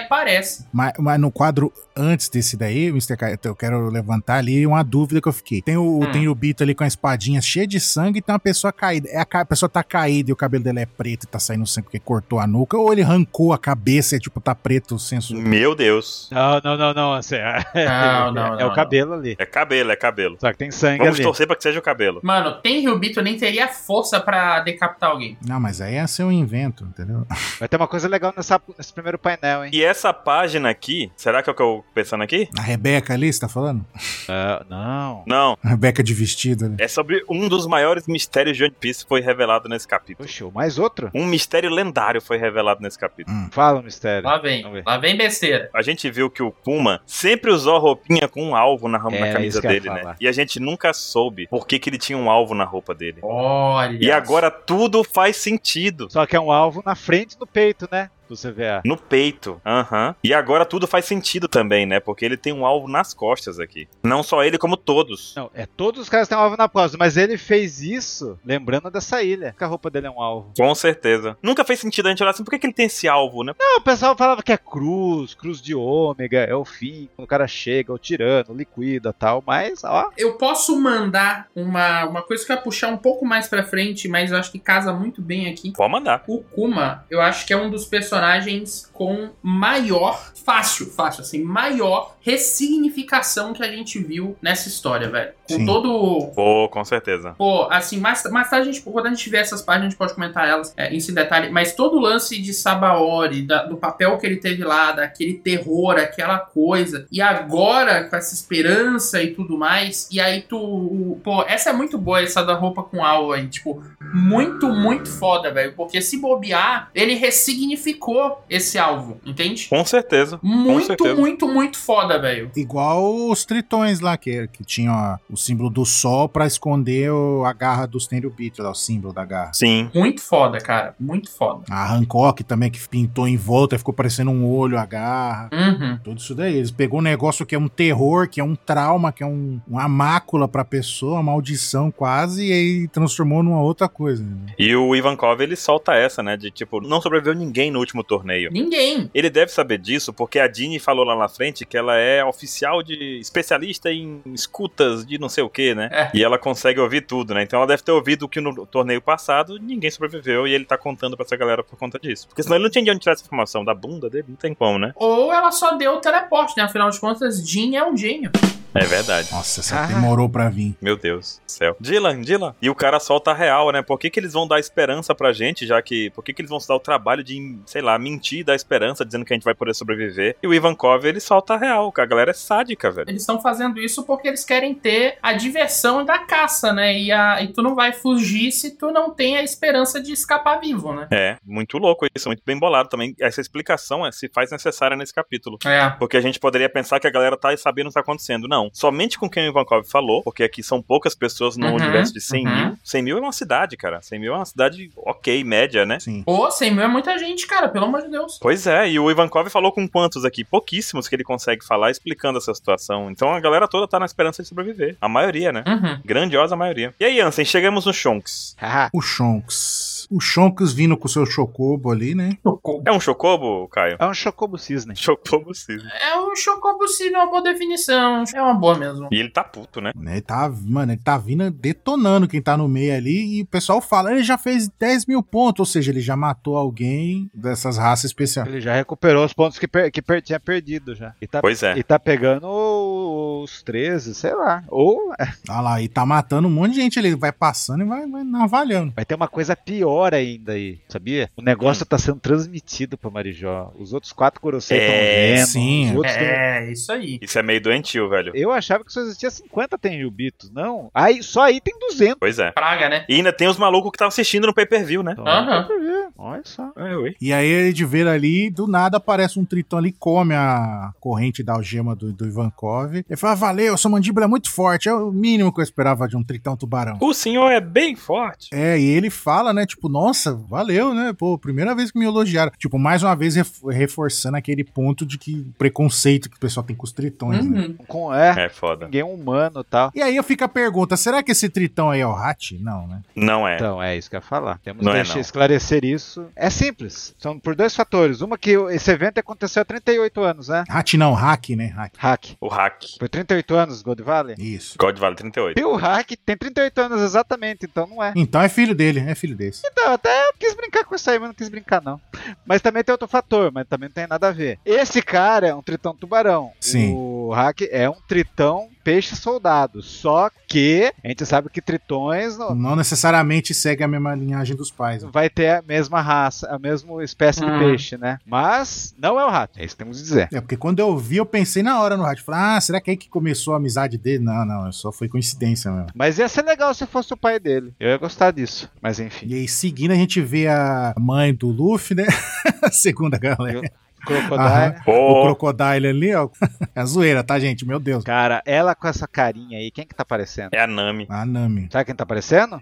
parece. Mas, mas no quadro antes desse daí, Mr. Kai, eu quero levantar ali uma dúvida que eu fiquei. Tem o, Hum. tem o Bito ali com a espadinha cheia de sangue e tem uma pessoa caída. É a, ca- a pessoa tá caída e o cabelo dela é preto e tá saindo sangue porque cortou a nuca, ou ele arrancou a cabeça e tipo tá preto o senso. Meu Deus. Não, não, não, não. Assim, é, Não, não, é não, o cabelo ali. É cabelo, é cabelo. Só que tem sangue Vamos ali. torcer pra que seja o cabelo. Mano, tem Ryubito, eu nem teria força pra decapitar alguém. Não, mas aí é seu invento, entendeu? Vai ter uma coisa legal nessa- nesse primeiro painel, hein? E essa página aqui, será que é o que eu tô pensando aqui? A Rebeca ali, você tá falando? Ah, não. Não. A Rebeca de vestido ali. É sobre um dos maiores mistérios de One Piece foi revelado nesse capítulo. Poxa, mais outro? Um mistério lendário foi revelado nesse capítulo. Fala, mistério. Lá vem, Vamos ver. lá vem besteira. A gente viu que o Puma sempre usou a roupinha com um alvo na, na Era camisa isso que eu ia dele, né? falar. E a gente nunca soube por que, que ele tinha um alvo na roupa dele. Olha. E agora tudo faz sentido. Só que é um alvo na frente do peito, né? do CVA. No peito. Aham. E agora tudo faz sentido também, né? Porque ele tem um alvo nas costas aqui. Não só ele, como todos. Não, é todos os caras têm um alvo na costa, mas ele fez isso lembrando dessa ilha. Que a roupa dele é um alvo. Com certeza. Nunca fez sentido a gente olhar assim, por que, que ele tem esse alvo, né? Não, o pessoal falava que é cruz, cruz de ômega, é o fim, quando o cara chega, é o tirano, liquida tal, mas ó, Eu posso mandar uma, uma coisa que eu ia puxar um pouco mais pra frente, mas eu acho que casa muito bem aqui. Pode mandar. O Kuma, eu acho que é um dos personagens com maior, fácil, fácil, assim, maior ressignificação que a gente viu nessa história, velho. Com Sim. todo. Pô, com certeza. Pô, assim, mais, mais tarde, a gente, quando a gente tiver essas páginas, a gente pode comentar elas é, em esse detalhe, mas todo o lance de Sabaori, da- do papel que ele teve lá, daquele terror, aquela coisa, e agora com essa esperança e tudo mais, e aí tu. o- Pô, essa é muito boa, essa da roupa com aula aí, tipo, muito, muito foda, velho. Porque se bobear, ele ressignificou esse alvo, entende? Com certeza. Muito, certeza. muito, muito foda, velho. Igual os tritões lá, que, que tinham ó, o símbolo do sol pra esconder o- a garra dos Tenryubito, lá, o símbolo da garra. Sim. Muito foda, cara. Muito foda. A Hancock também, que pintou em volta, ficou parecendo um olho, a garra. Uhum. Tudo isso daí. Eles pegou um negócio que é um terror, que é um trauma, que é um, uma mácula pra pessoa, uma maldição quase, e aí transformou numa outra coisa. né? E o Ivankov, ele solta essa, né? De tipo, não sobreviveu ninguém no último torneio. Ninguém. Ele deve saber disso, porque a Dini falou lá na frente que ela é oficial de. especialista em escutas de não sei o que, né? É. E ela consegue ouvir tudo, né? Então ela deve ter ouvido que no torneio passado ninguém sobreviveu e ele tá contando pra essa galera por conta disso. Porque senão ele não tinha de onde tirar essa informação da bunda dele, não tem como, né? Ou ela só deu o teleporte, né? Afinal de contas, Jin é um gênio. É verdade. Nossa, essa Ah. demorou pra vir. Meu Deus do céu. Dylan, Dylan. E o cara solta a real, né? Por que, que eles vão dar esperança pra gente, já que. Por que, que eles vão se dar o trabalho de, sei lá, mentir e dar esperança, dizendo que a gente vai poder sobreviver? E o Ivankov, ele solta a real. A galera é sádica, velho. Eles estão fazendo isso porque eles querem ter a diversão da caça, né? E, a, e tu não vai fugir se tu não tem a esperança de escapar vivo, né? É, muito louco isso, muito bem bolado também. Essa explicação é, se faz necessária nesse capítulo. É. Porque a gente poderia pensar que a galera tá sabendo o que tá acontecendo. Não. Somente com quem o Ivankov falou, porque aqui são poucas pessoas no Uhum, universo de 100 uhum. mil. 100 mil é uma cidade, cara. 100 mil é uma cidade ok, média, né? Sim. Pô, 100 mil é muita gente, cara. Pelo amor de Deus. Pois é, e o Ivankov falou com quantos aqui? Pouquíssimos que ele consegue falar explicando essa situação. Então a galera toda tá na esperança de sobreviver. A maioria, né? Uhum. Grandiosa maioria. E aí, Ansem, chegamos no Shonks. haha, O Shonks. O Shonks vindo com o seu Chocobo ali, né? É um Chocobo, Caio? é um chocobo cisne. Chocobo sim. É um chocobo sim, é uma boa definição. É uma boa mesmo. E ele tá puto, né? Ele tá, mano, ele tá vindo detonando quem tá no meio ali e o pessoal fala, ele já fez 10 mil pontos, ou seja, ele já matou alguém dessas raças especiais. Ele já recuperou os pontos que, per- que per- tinha perdido já. E tá, Pois é. e tá pegando os 13, sei lá. Ou Olha lá, e tá matando um monte de gente ali, vai passando e vai, vai navalhando. vai ter uma coisa pior ainda aí, sabia? O negócio Hum. tá sendo transmitido pra Marijó. Os outros quatro Corosei estão É, vendo. sim. Os outros tão- É, isso aí. Isso é meio doentio, velho. Eu achava que só existia 50 Tenryubitos, não? Aí, só aí tem 200. Pois é. Praga, né? E ainda tem os malucos que estavam assistindo no pay-per-view, né? Então, Aham. pra ver. Olha só. É, ui. E aí ele de ver ali, do nada aparece um tritão ali, come a corrente da algema do, do Ivankov. Ele fala, valeu, sua mandíbula é muito forte, é o mínimo que eu esperava de um tritão tubarão. O senhor é bem forte. É, e ele fala, né? Tipo, nossa, valeu, né? Pô, primeira vez que me elogiaram. Tipo, mais uma vez ref- reforçando aquele ponto de que preconceito que o pessoal tem com os tritões, né? Uhum. Com, é, É foda. ninguém é humano e tal. E aí eu fico a pergunta, será que esse tritão aí é o Hat? Não, né? Não é. Então, é isso que eu ia falar. Temos que Não é, deixar- não. esclarecer isso. É simples. São por dois fatores. Uma que esse evento aconteceu há 38 anos, né? Hat não, hack, né? Hack. Hack. O hack. Foi 38 anos, Gold Valley? Isso. God vale 38. Bill Hack tem 38 anos exatamente, então não é. Então é filho dele, é filho desse. Então, até eu quis brincar com isso aí, mas não quis brincar, não. Mas também tem outro fator, mas também não tem nada a ver. Esse cara é um tritão tubarão. Sim. O hack é um tritão peixe soldado. Só que a gente sabe que tritões não- Não necessariamente segue a mesma linhagem dos pais. né? vai ter a mesma raça, a mesma espécie de Uhum. Hum. peixe, né? Mas não é o rato. É isso que temos que dizer. É, porque quando eu vi, eu pensei na hora no Hat. Falei, ah, será que é aí que começou a amizade dele? Não, não, é só foi coincidência mesmo. Mas ia ser legal se fosse o pai dele. Eu ia gostar disso. Mas enfim. E aí, seguindo, a gente vê a mãe do Luffy, né? a segunda galera. Crocodile. O Pô, Crocodile ali, ó. É zoeira, tá, gente? Meu Deus. Cara, ela com essa carinha aí, quem que tá aparecendo? Ah, é a Nami. A Nami. Sabe quem tá aparecendo?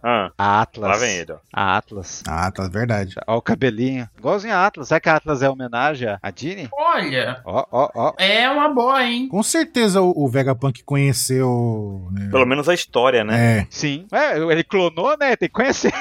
Ah, A Atlas. lá vem ele, ó. A Atlas. Ah, tá, verdade. Olha o cabelinho. Igualzinho a Atlas. Será que a Atlas é homenagem à Dini? Olha, Ó, ó, ó. é uma boa, hein? Com certeza o, o Vegapunk conheceu. né? Pelo menos a história, né? É, Sim. É, ele clonou, né? Tem que conhecer.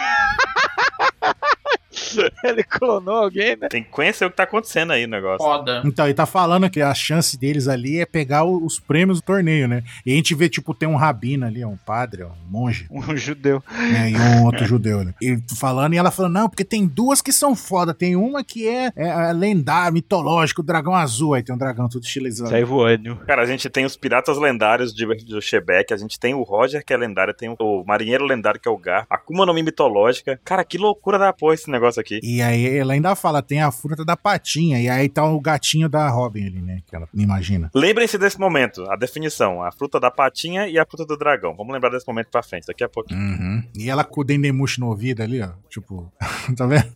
ele clonou alguém, né? Tem que conhecer o que tá acontecendo aí, o negócio. Foda. Então, ele tá falando que a chance deles ali é pegar o- os prêmios do torneio, né? E a gente vê, tipo, tem um rabino ali, um padre, um monge, Um judeu. né? E um outro judeu, né? E falando, e ela falando, não, porque tem duas que são foda. Tem uma que é, é, é lendária, mitológica, o dragão azul. Aí tem um dragão todo estilizado. Sai voando. Cara, a gente tem os piratas lendários de, do Shebeck, a gente tem o Roger, que é lendário, tem o marinheiro lendário, que é o Gar, a Kuma no Mi mitológica. Cara, que loucura da porra esse negócio aqui. E aí ela ainda fala, tem a fruta da patinha. E aí tá o gatinho da Robin ali, né? Que ela imagina. Lembrem-se desse momento, a definição, a fruta da patinha e a fruta do dragão. Vamos lembrar desse momento pra frente, daqui a pouco. Uhum. E ela com o Dendemushi no ouvido ali, ó. Tipo, tá vendo?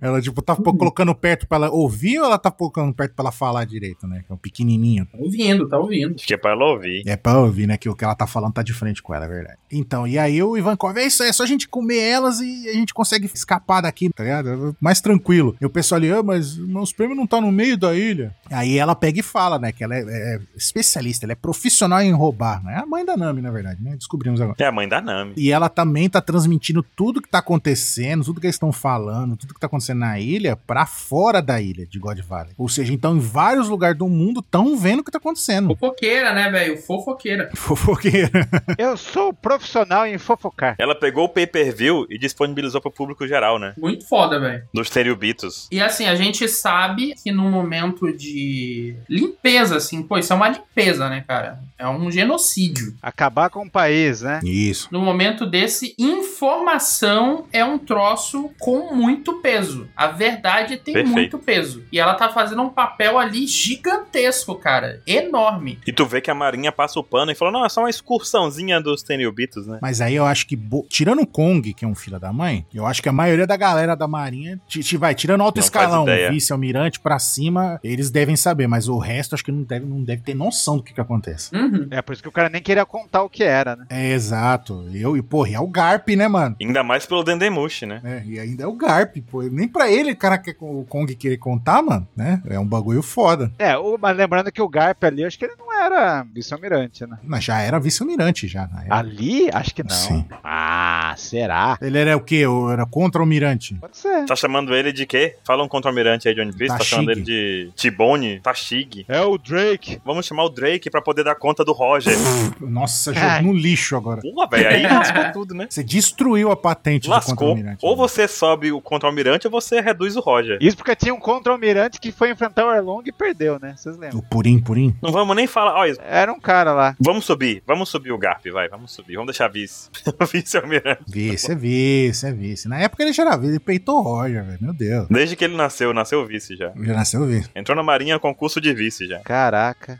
ela, tipo, tá pô- colocando perto pra ela ouvir ou ela tá colocando perto pra ela falar direito, né? Que é um pequenininho. Tá ouvindo, tá ouvindo. Acho que é pra ela ouvir. É pra ouvir, né? Que o que ela tá falando tá de frente com ela, é verdade. Então, e aí o Ivankov, é isso aí, é só a gente comer elas e a gente consegue escapar daqui, tá ligado? Mais tranquilo. E o pessoal ali, ah, mas meus prêmios não tá no meio da ilha. Aí ela pega e fala, né? Que ela é, é especialista, ela é profissional em roubar, né? É a mãe da Nami, na verdade, né? Descobrimos agora. É a mãe da Nami. E ela também tá transmitindo tudo que tá acontecendo, tudo que eles estão falando, tudo que tá acontecendo na ilha, pra fora da ilha de God Valley. Ou seja, então em vários lugares do mundo estão vendo o que tá acontecendo. Fofoqueira, né, velho? Fofoqueira. Fofoqueira. Eu sou profissional em fofocar. Ela pegou o pay-per-view e disponibilizou pro público geral, né? Muito foda, velho. Dos Terribitos. E assim, a gente sabe que num momento de limpeza, assim, pô, isso é uma limpeza, né, cara? É um genocídio. Acabar com o país, né? Isso. No momento desse, informação é um troço com muito peso. A verdade tem Perfeito. muito peso. E ela tá fazendo um papel ali gigantesco, cara. Enorme. E tu vê que a Marinha passa o pano e fala, não, é só uma excursãozinha dos Terribitos, né? Mas aí eu acho que, bo- tirando o Kong, que é um filho da mãe, eu acho que a maioria da galera da Marinha, ti- ti- vai, tirando alto Não escalão, faz ideia. vice-almirante pra cima, eles devem saber, mas o resto acho que não deve, não deve ter noção do que, que acontece. Uhum. É por isso que o cara nem queria contar o que era, né? É, exato. Eu, e porra, e é o Garp, né, mano? Ainda mais pelo Dendemushi, né? É, e ainda é o Garp, pô. Nem pra ele, cara, que o Kong querer contar, mano, né? É um bagulho foda. É, o- mas lembrando que o Garp ali, eu acho que ele não era vice-almirante, né? Mas já era vice-almirante, já, na época. Ali? Acho que não. Sim. Ah, será? Ele era o quê? Eu era contra-almirante? Pode ser. Tá chamando ele de quê? Fala um contra-almirante aí de One Piece. Tá, Tashig. chamando ele de Tibone, Tashig. É o Drake. Vamos chamar o Drake pra poder dar conta do Roger. Nossa, jogo no lixo agora. Pô, velho, aí lascou tudo, né? Você destruiu a patente do Lascou. contra-almirante. Ou você sobe o contra-almirante ou você reduz o Roger. Isso porque tinha um contra-almirante que foi enfrentar o Erlong e perdeu, né? Vocês lembram? O Purim Purim? Não vamos nem falar. Olha, Era um cara lá. vamos subir. Vamos subir o Garp, vai. Vamos subir. Vamos deixar vice. Vice-almirante. Vice, é vice, é vice. Na época ele já era vice, ele peitou o Roger, velho. Meu Deus. Desde que ele nasceu, nasceu vice já. Já nasceu vice. Entrou na marinha concurso de vice já. Caraca.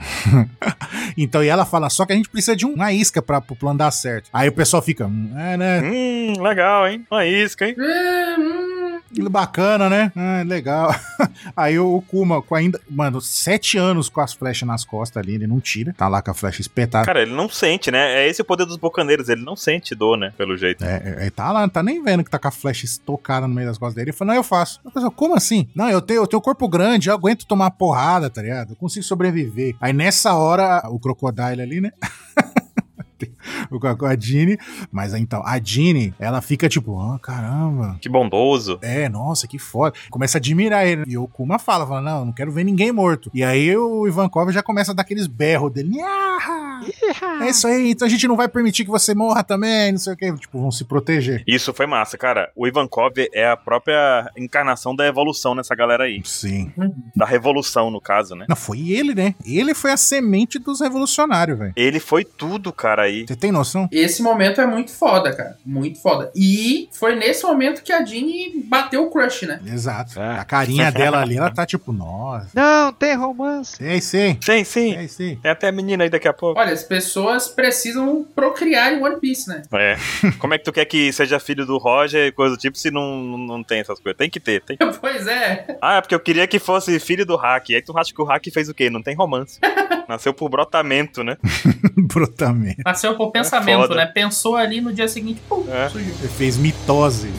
Então, e ela fala, só que a gente precisa de uma isca pra pro plano dar certo. Aí o pessoal fica, "Hum, é, né? Hum, legal, hein? Uma isca, hein? É, hum. Aquilo bacana, né? Ah, legal. Aí o o Kuma, com ainda, mano, sete anos com as flechas nas costas ali, ele não tira. Tá lá com a flecha espetada. Cara, ele não sente, né? É esse o poder dos bocaneiros. Ele não sente dor, né? Pelo jeito. É, é, é, tá lá, não tá nem vendo que tá com a flecha estocada no meio das costas dele. Ele falou, não, eu faço. Eu falei, como assim? Não, eu tenho, eu tenho corpo grande, eu aguento tomar porrada, tá ligado? Eu consigo sobreviver. Aí nessa hora, o crocodile ali, né? O com a com a Jeanne, mas aí, então, a Jeanne, ela fica tipo, ah, caramba, Que bondoso. é, nossa, que foda. Começa a admirar ele. né? E o Kuma fala, fala, não, não quero ver ninguém morto. E aí o Ivankov já começa a dar aqueles berros dele. "Nhaha! É isso aí, então a gente não vai permitir que você morra também, não sei o quê. Tipo, vão se proteger. Isso foi massa, cara. O Ivankov é a própria encarnação da evolução nessa galera aí. Sim. Da revolução, no caso, né? Não, foi ele, né? Ele foi a semente dos revolucionários, velho. Ele foi tudo, cara, aí. Você tem noção? Esse momento é muito foda, cara. Muito foda. E foi nesse momento que a Jeanne bateu o crush, né? Exato. É. A carinha dela ali, ela tá tipo, nossa. Não, tem romance. É isso aí. Sim, sim. É isso aí. Tem até a menina aí daqui a pouco. Olha, as pessoas precisam procriar em One Piece, né? É. Como é que tu quer que seja filho do Roger e coisa do tipo se não, não tem essas coisas? Tem que ter, tem. Pois é. Ah, é porque eu queria que fosse filho do Hack. Aí tu acha que o Hack fez o quê? Não tem romance. Nasceu por brotamento, né? Brotamento. Nasceu por pensamento, É foda. né? Pensou ali no dia seguinte, pum, É. surgiu. Ele fez mitose.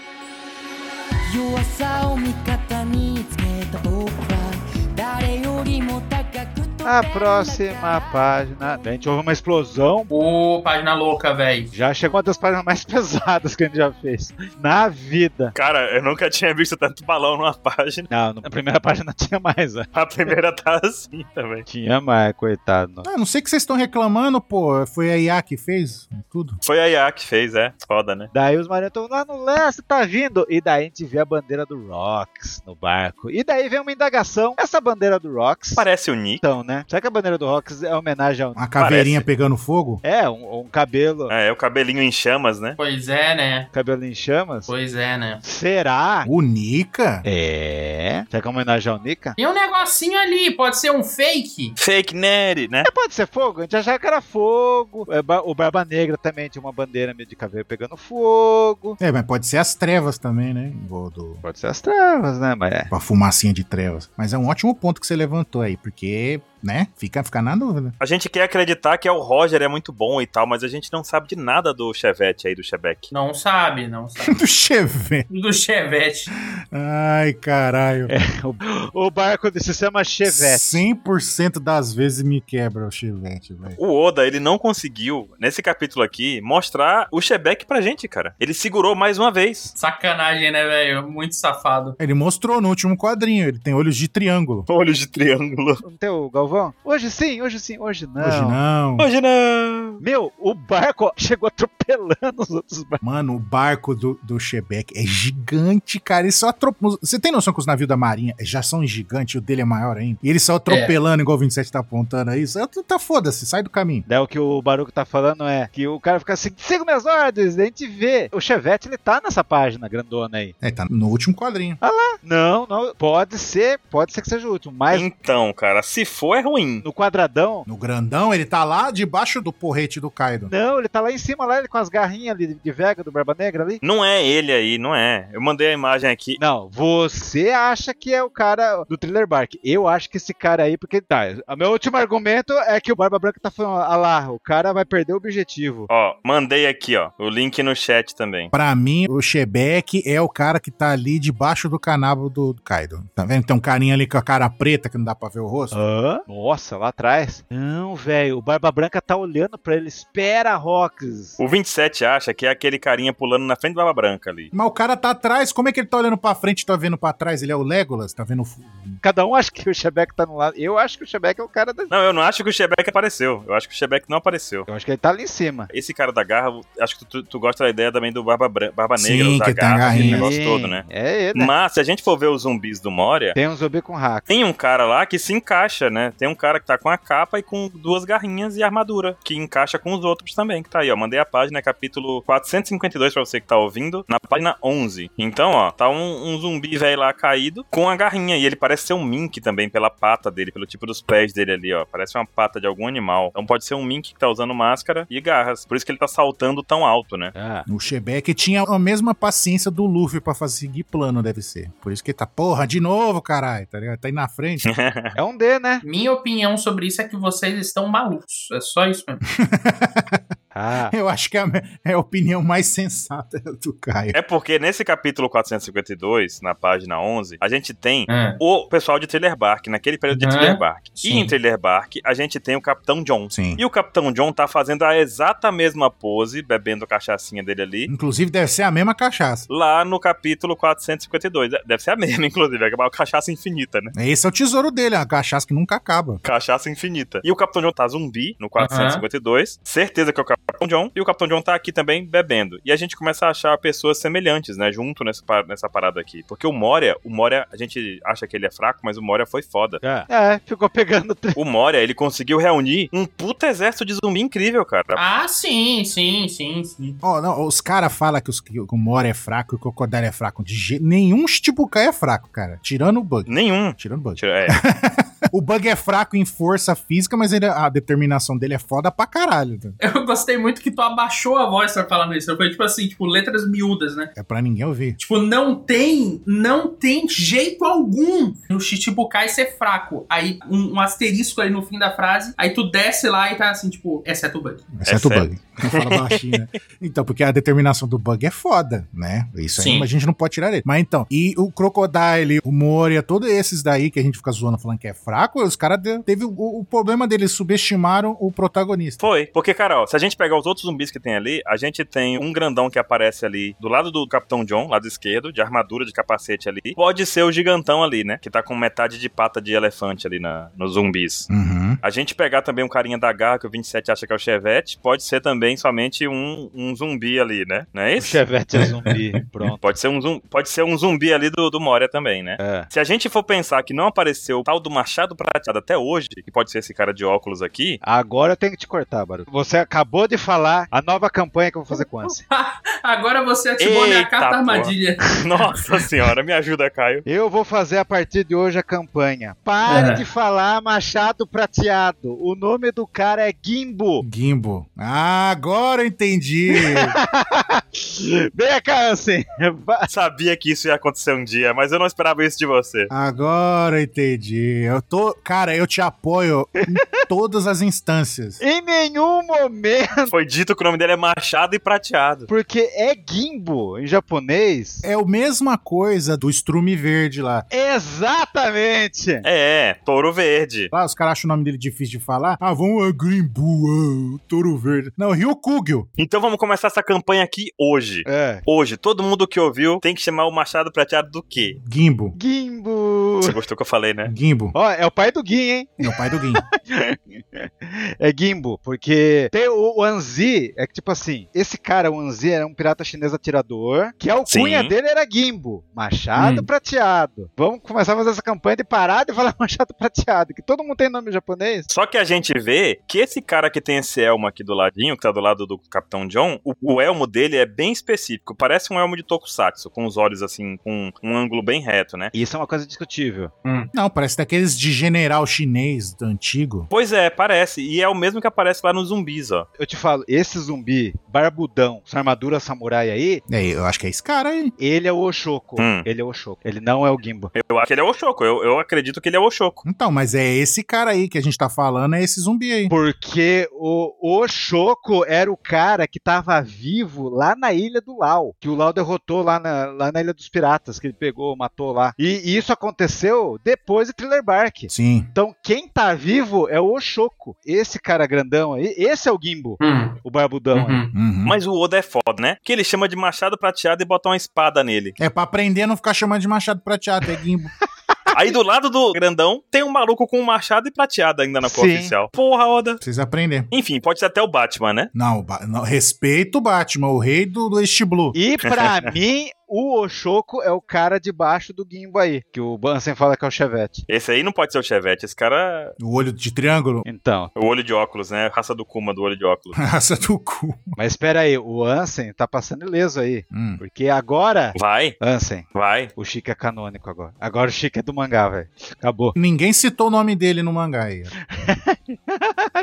「弱さを味方につけた僕は誰よりも高く飛べるんだから」 A próxima página. A gente ouve uma explosão. Ô, página louca, velho. Já chegou uma das páginas mais pesadas que a gente já fez. Na vida. Cara, eu nunca tinha visto tanto balão numa página. Não, na primeira página tinha mais. né? A primeira tá assim também. Tinha mais, coitado. Ah, não sei o que vocês estão reclamando, pô. Foi a IA que fez tudo. Foi a IA que fez, é. Foda, né? Daí os marinheiros estão lá no leste, tá vindo. E daí a gente vê a bandeira do Rox no barco. E daí vem uma indagação. Essa bandeira do Rox. Parece o Nick. Então, né? Será que a bandeira do Rox é homenagem ao. Uma caveirinha Parece. pegando fogo. É, um, um cabelo. É, é o cabelinho em chamas, né? Pois é, né? Cabelo em chamas? Pois é, né? Será? O Nika? É. Será que é uma homenagem ao Nika? Tem um negocinho ali, pode ser um fake. Fake Nerd, né? É, pode ser fogo? A gente achava que era fogo. É, ba- O Barba Negra também tinha uma bandeira meio de caveira pegando fogo. É, mas pode ser as trevas também, né? Igual do. Pode ser as trevas, né? Mas é. Com a fumacinha de trevas. Mas é um ótimo ponto que você levantou aí, porque, né? Fica, fica na dúvida. A gente quer acreditar que é o Roger, é muito bom e tal, mas a gente não sabe de nada do Chevette aí, do Chebec. Não sabe, não sabe. Do Chevette. Do Chevette. Ai, caralho. O barco se chama Chevette. 100% das vezes me quebra o Chevette, velho. O Oda, ele não conseguiu, nesse capítulo aqui, mostrar o Chebec pra gente, cara. Ele segurou mais uma vez. Sacanagem, né, velho? Muito safado. Ele mostrou no último quadrinho, ele tem olhos de triângulo. Olhos de triângulo. Não tem o Galvão? Hoje sim, hoje sim, hoje não. Hoje não. Hoje não. Meu, o barco chegou atropelando os outros barcos. Mano, o barco do, do Chebec é gigante, cara. Ele só atropelando. Você tem noção que os navios da Marinha já são gigantes, o dele é maior ainda? E ele só atropelando, igual o 27 tá apontando aí. Só- Tá foda-se, sai do caminho. Daí É o que o Baruco tá falando é que o cara fica assim, siga minhas ordens, daí a gente vê. O Chevette, ele tá nessa página grandona aí. É, tá no último quadrinho. Não, não, pode ser, pode ser que seja o último, mas Então, cara, se for, é ruim. no quadradão, No grandão, ele tá lá debaixo do porrete do Kaido. não, ele tá lá em cima, lá ele com as garrinhas ali de Vega, do Barba Negra ali. Não é ele aí, não é. Eu mandei a imagem aqui. Não, você acha que é o cara do Thriller Bark. Eu acho que esse cara aí, porque tá. O meu último argumento é que o Barba Branca tá falando, ah lá, o cara vai perder o objetivo. Ó, mandei aqui, ó. O link no chat também. Pra mim, o Chebec é o cara que tá ali debaixo do canabo do do Kaido. Tá vendo? Tem um carinha ali com a cara preta que não dá pra ver o rosto. Hã? Nossa, lá atrás. Não, velho, o Barba Branca tá olhando pra ele. Espera, Rox. O 27 acha que é aquele carinha pulando na frente da Barba Branca ali. Mas o cara tá atrás, como é que ele tá olhando pra frente e tá vendo pra trás? Ele é o Legolas? Tá vendo o fu- Cada um acha que o Shebeck tá no lado. Eu acho que o Shebeck é o cara da. Não, eu não acho que o Chebec apareceu. Eu acho que o Chebec não apareceu. Eu acho que ele tá ali em cima. Esse cara da garra, acho que tu, tu gosta da ideia também do Barba, Bran- barba Sim, Negra, usar que tem a garra, aquele garrinha. negócio todo, né? É ele, né? Mas se a gente for ver os zumbis do Moria, Tem um zumbi com hack. tem um cara lá que se encaixa, né? Tem um cara que tá com a capa e com duas garrinhas e armadura, que encaixa com os outros também, que tá aí, ó. Mandei a página, capítulo 452 pra você que tá ouvindo, na página 11. Então, ó, tá um, um zumbi velho lá caído com a garrinha, e ele parece ser um mink também, pela pata dele, pelo tipo dos pés dele ali, ó. Parece uma pata de algum animal. Então pode ser um mink que tá usando máscara e garras. Por isso que ele tá saltando tão alto, né? Ah. O Chebec tinha a mesma paciência do Luffy pra fa- seguir plano, deve ser. Por isso que ele tá, porra, de novo, caralho, tá ligado? Tá aí na frente. É um D, né? Minha opinião sobre isso é que vocês estão malucos. É só isso mesmo. Ah. Eu acho que é a, me- é a opinião mais sensata do Caio. É porque nesse capítulo 452, na página 11, a gente tem É. o pessoal de Thriller Bark, naquele período de Uhum. Thriller Bark. E Sim. em Thriller Bark, a gente tem o Capitão John. Sim. E o Capitão John tá fazendo a exata mesma pose, bebendo a cachaçinha dele ali, Inclusive, deve ser a mesma cachaça. lá no capítulo 452. Deve ser a mesma, inclusive, é uma cachaça infinita, né? Esse é o tesouro dele, a cachaça que nunca acaba. Cachaça infinita. E o Capitão John tá zumbi no 452. Certeza que é o Capitão John. E o Capitão John tá aqui também bebendo. E a gente começa a achar pessoas semelhantes, né? Junto nessa, pa- nessa parada aqui. Porque o Moria, o Moria, a gente acha que ele é fraco, mas o Moria foi foda. É, ficou pegando. tre- O Moria, ele conseguiu reunir um puta exército de zumbi incrível, cara. Ah, sim, sim, sim, sim. Ó, não, os caras falam que, os- que o Mora é fraco e o Crocodile é fraco. De jeito nenhum Shichibukai é fraco, cara. Tirando o bug. Nenhum. Tirando o bug. Tira- É. O Bug é fraco em força física, mas ele- a determinação dele é foda pra caralho. tá? Eu gostei muito que tu abaixou a voz pra falar isso. Foi tipo assim, tipo, letras miúdas, né? É pra ninguém ouvir. Tipo, não tem, não tem jeito algum no Shichibukai ser fraco. Aí um, um asterisco ali no fim da frase, aí tu desce lá e tá assim, tipo, exceto o bug. Exceto o sério? bug. Não fala baixinho, né? Então, porque a determinação do bug é foda, né? Isso aí Sim. a gente não pode tirar ele. Mas então, e o Crocodile, o Moria, todos esses daí que a gente fica zoando falando que é fraco, os caras de- teve o, o problema deles, subestimaram o protagonista. Foi, porque, cara, ó, se a gente pegar os outros zumbis que tem ali, a gente tem um grandão que aparece ali do lado do Capitão John, lado esquerdo, de armadura, de capacete ali. Pode ser o gigantão ali, né? Que tá com metade de pata de elefante ali na, nos zumbis. Uhum. A gente pegar também um carinha da garra que o 27 acha que é o Chevette, pode ser também somente um, um zumbi ali, né? Não é O isso? Chevette é zumbi, pronto. Pode ser um zumbi, pode ser um zumbi ali do, do Moria também, né? É. Se a gente for pensar que não apareceu o tal do Machado Prateado até hoje, que pode ser esse cara de óculos aqui, Agora eu tenho que te cortar, Baru. Você acabou de falar a nova campanha que eu vou fazer com o Ansem. Agora você ativou minha Eita, carta porra. armadilha. nossa senhora, me ajuda, Caio. Eu vou fazer a partir de hoje a campanha. Pare É. de falar Machado Prateado. O nome do cara é Gimbo. Gimbo. Ah, agora eu entendi. Vem cá, Ansem. Vai- Sabia que isso ia acontecer um dia, mas eu não esperava isso de você. agora eu entendi. Eu tô. Cara, eu te apoio em todas as instâncias. Em nenhum momento. Foi dito que o nome dele é Machado e Prateado. Porque é Gimbo em japonês. É a mesma coisa do estrume verde lá. Exatamente. É, touro verde. Lá, Ah, os caras acham o nome dele difícil de falar. Ah, vamos a Grimbu, ah, Touro Verde. Não, Ryokugyo. Então vamos começar essa campanha aqui hoje. É. Hoje, todo mundo que ouviu tem que chamar o Machado Prateado do quê? Gimbo. Gimbo. Você gostou que eu falei, né? Gimbo. Ó, é o pai do Gin, hein? É o pai do Gim. É Gimbo, porque tem o, o Anzi, é que tipo assim, esse cara, o Anzi, era um pirata chinês atirador, que a alcunha Sim. dele era Gimbo, Machado Hum. Prateado. Vamos começar a fazer essa campanha de parar de falar Machado Prateado, que todo mundo tem nome japonês. Só que a gente vê que esse cara que tem esse elmo aqui do ladinho, que tá do lado do Capitão John, o, o elmo dele é bem específico. Parece um elmo de tokusatsu, com os olhos assim, com um ângulo bem reto, né? Isso é uma coisa discutível. Não, parece daqueles de general chinês do antigo. Pois é, parece. E é o mesmo que aparece lá nos zumbis, ó. Eu te falo, esse zumbi barbudão, essa armadura samurai aí, É, eu acho que é esse cara aí. ele é o Oshoko. Hum. Ele é o Oshoko. Ele não é o Gimbo. Eu acho que ele é o Oshoko. Eu, eu acredito que ele é o Oshoko. Então, mas é esse cara aí que a gente tá falando, é esse zumbi aí. Porque o Oshoko era o cara que tava vivo lá na ilha do Lau. Que o Lau derrotou lá na, lá na Ilha dos Piratas, que ele pegou, matou lá. E, e isso aconteceu depois de Thriller Bark. Sim. Então quem tá vivo é o Oshoko. Esse cara grandão aí, esse é o Gimbo, Hum, o barbudão aí. uhum. Uhum. Mas o Oda Então é foda, né? Que ele chama de machado prateado e bota uma espada nele. É pra aprender a não ficar chamando de machado prateado, é Gimbo. Aí do lado do grandão tem um maluco com um machado e prateado ainda na cor Sim. oficial. Porra, Oda. Precisa aprender. Enfim, pode ser até o Batman, né? Não, o Ba- não, respeita o Batman, o rei do, do East Blue. E pra mim, o Oshoko é o cara debaixo do Gimbo aí. Que o Bansen fala que é o Chevette. Esse aí não pode ser o Chevette. Esse cara. O olho de triângulo, Então, O olho de óculos, né? Raça do Kuma do olho de óculos. raça do cu. mas espera aí, o Ansem tá passando ileso aí. Hum. Porque agora. Vai, Ansem, vai. O Chico é canônico agora. Agora o Chico é do mangá, velho. Acabou. Ninguém citou o nome dele no mangá aí.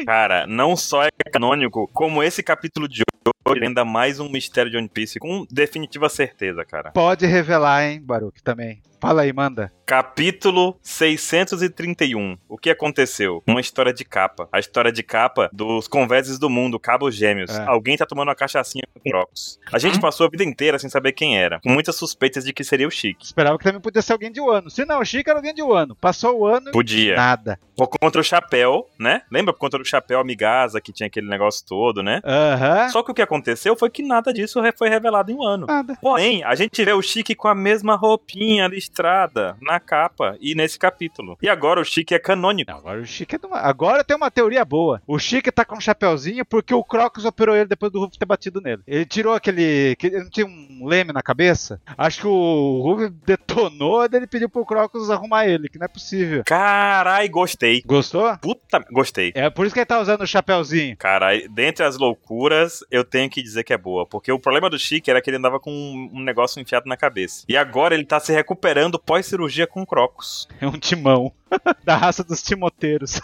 Cara, não só é canônico, como esse capítulo de hoje é ainda mais um mistério de One Piece com definitiva certeza, cara. Pode revelar, hein, Baruque, também. Fala aí, manda. Capítulo 631. O que aconteceu? Uma história de capa. A história de capa dos converses do mundo, Cabo Gêmeos. É. Alguém tá tomando uma cachaçinha com Crocos. A gente passou a vida inteira sem saber quem era, com muitas suspeitas de que seria o Chique. Esperava que também pudesse ser alguém de Wano. Se não, o Chico era alguém de Wano. Passou o ano e Podia. nada. Ou contra o chapéu, né? Lembra contra o chapéu Amigaza que tinha aquele negócio todo, né? Aham. Só que o que aconteceu foi que nada disso re- foi revelado em um ano. Nada. Porém, a gente vê o Chique com a mesma roupinha listrada na capa e nesse capítulo. E agora o Chique é canônico. Não, agora o Chico é do... ma- Agora tem uma teoria boa. O Chico tá com um chapéuzinho porque o Crocus operou ele depois do Ruff ter batido nele. Ele tirou aquele... que- Ele não tinha um leme na cabeça? Acho que o Ruff detonou, daí ele pediu pro Crocus arrumar ele, que não é possível. Carai, gostei. Gostou? Puta, gostei. É por isso que ele tá usando o chapéuzinho. Cara, dentre as loucuras, eu tenho que dizer que é boa. Porque o problema do Chique era que ele andava com um um negócio enfiado na cabeça. E agora ele tá se operando pós-cirurgia com Crocos. É um timão. da raça dos timoteiros.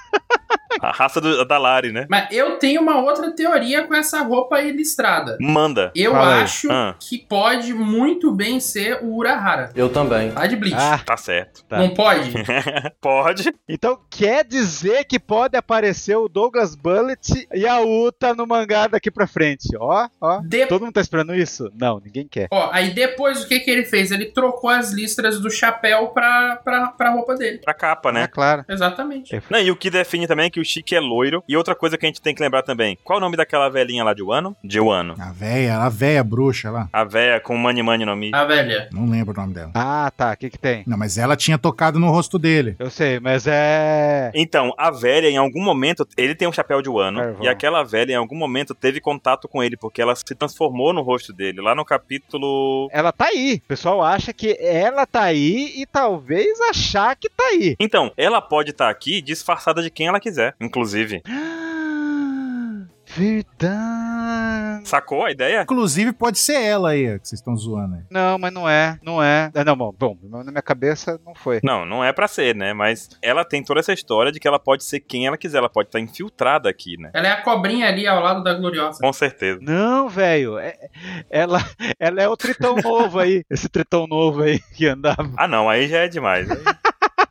A raça do- da Lari, né? Mas eu tenho uma outra teoria com essa roupa aí listrada. Manda. Eu Fala aí. acho Ah. que pode muito bem ser o Urahara. Eu também. Lá de Bleach. Ah, Tá certo. tá. Não pode? Pode. Então quer dizer que pode aparecer o Douglas Bullet e a Uta no mangá daqui pra frente. Ó, ó. De- Todo mundo tá esperando isso? Não, ninguém quer. Ó, aí depois o que que ele fez? Ele trocou as listras do chapéu pra, pra, pra roupa dele. Pra capa, né? Ah, claro. Exatamente. É. Não, e o que define também é que o Chique é loiro. E outra coisa que a gente tem que lembrar também: qual o nome daquela velhinha lá de Wano? De Wano. A véia, a véia bruxa lá. A véia com Mani Mani no Mi. A velha. Não lembro o nome dela. Ah, tá. O que que tem? Não, mas ela tinha tocado no rosto dele. Eu sei, mas é. Então, a velha, em algum momento, ele tem um chapéu de Wano. Carvão. E aquela velha, em algum momento, teve contato com ele, porque ela se transformou no rosto dele. Lá no capítulo. Ela tá aí. O pessoal acha que ela tá aí e talvez achar que tá aí. Então, ela pode estar aqui disfarçada de quem ela quiser, inclusive. Verdade. Sacou a ideia? Inclusive, pode ser ela aí, que vocês estão zoando aí. Não, mas não é, não é. Ah, Não, bom, bom, na minha cabeça não foi. Não, não é pra ser, né? Mas ela tem toda essa história de que ela pode ser quem ela quiser. Ela pode estar infiltrada aqui, né? Ela é a cobrinha ali ao lado da Gloriosa. Com certeza. Não, velho. é- ela, ela é o tritão novo aí. Esse tritão novo aí que andava. Ah, não, aí já é demais. Aí,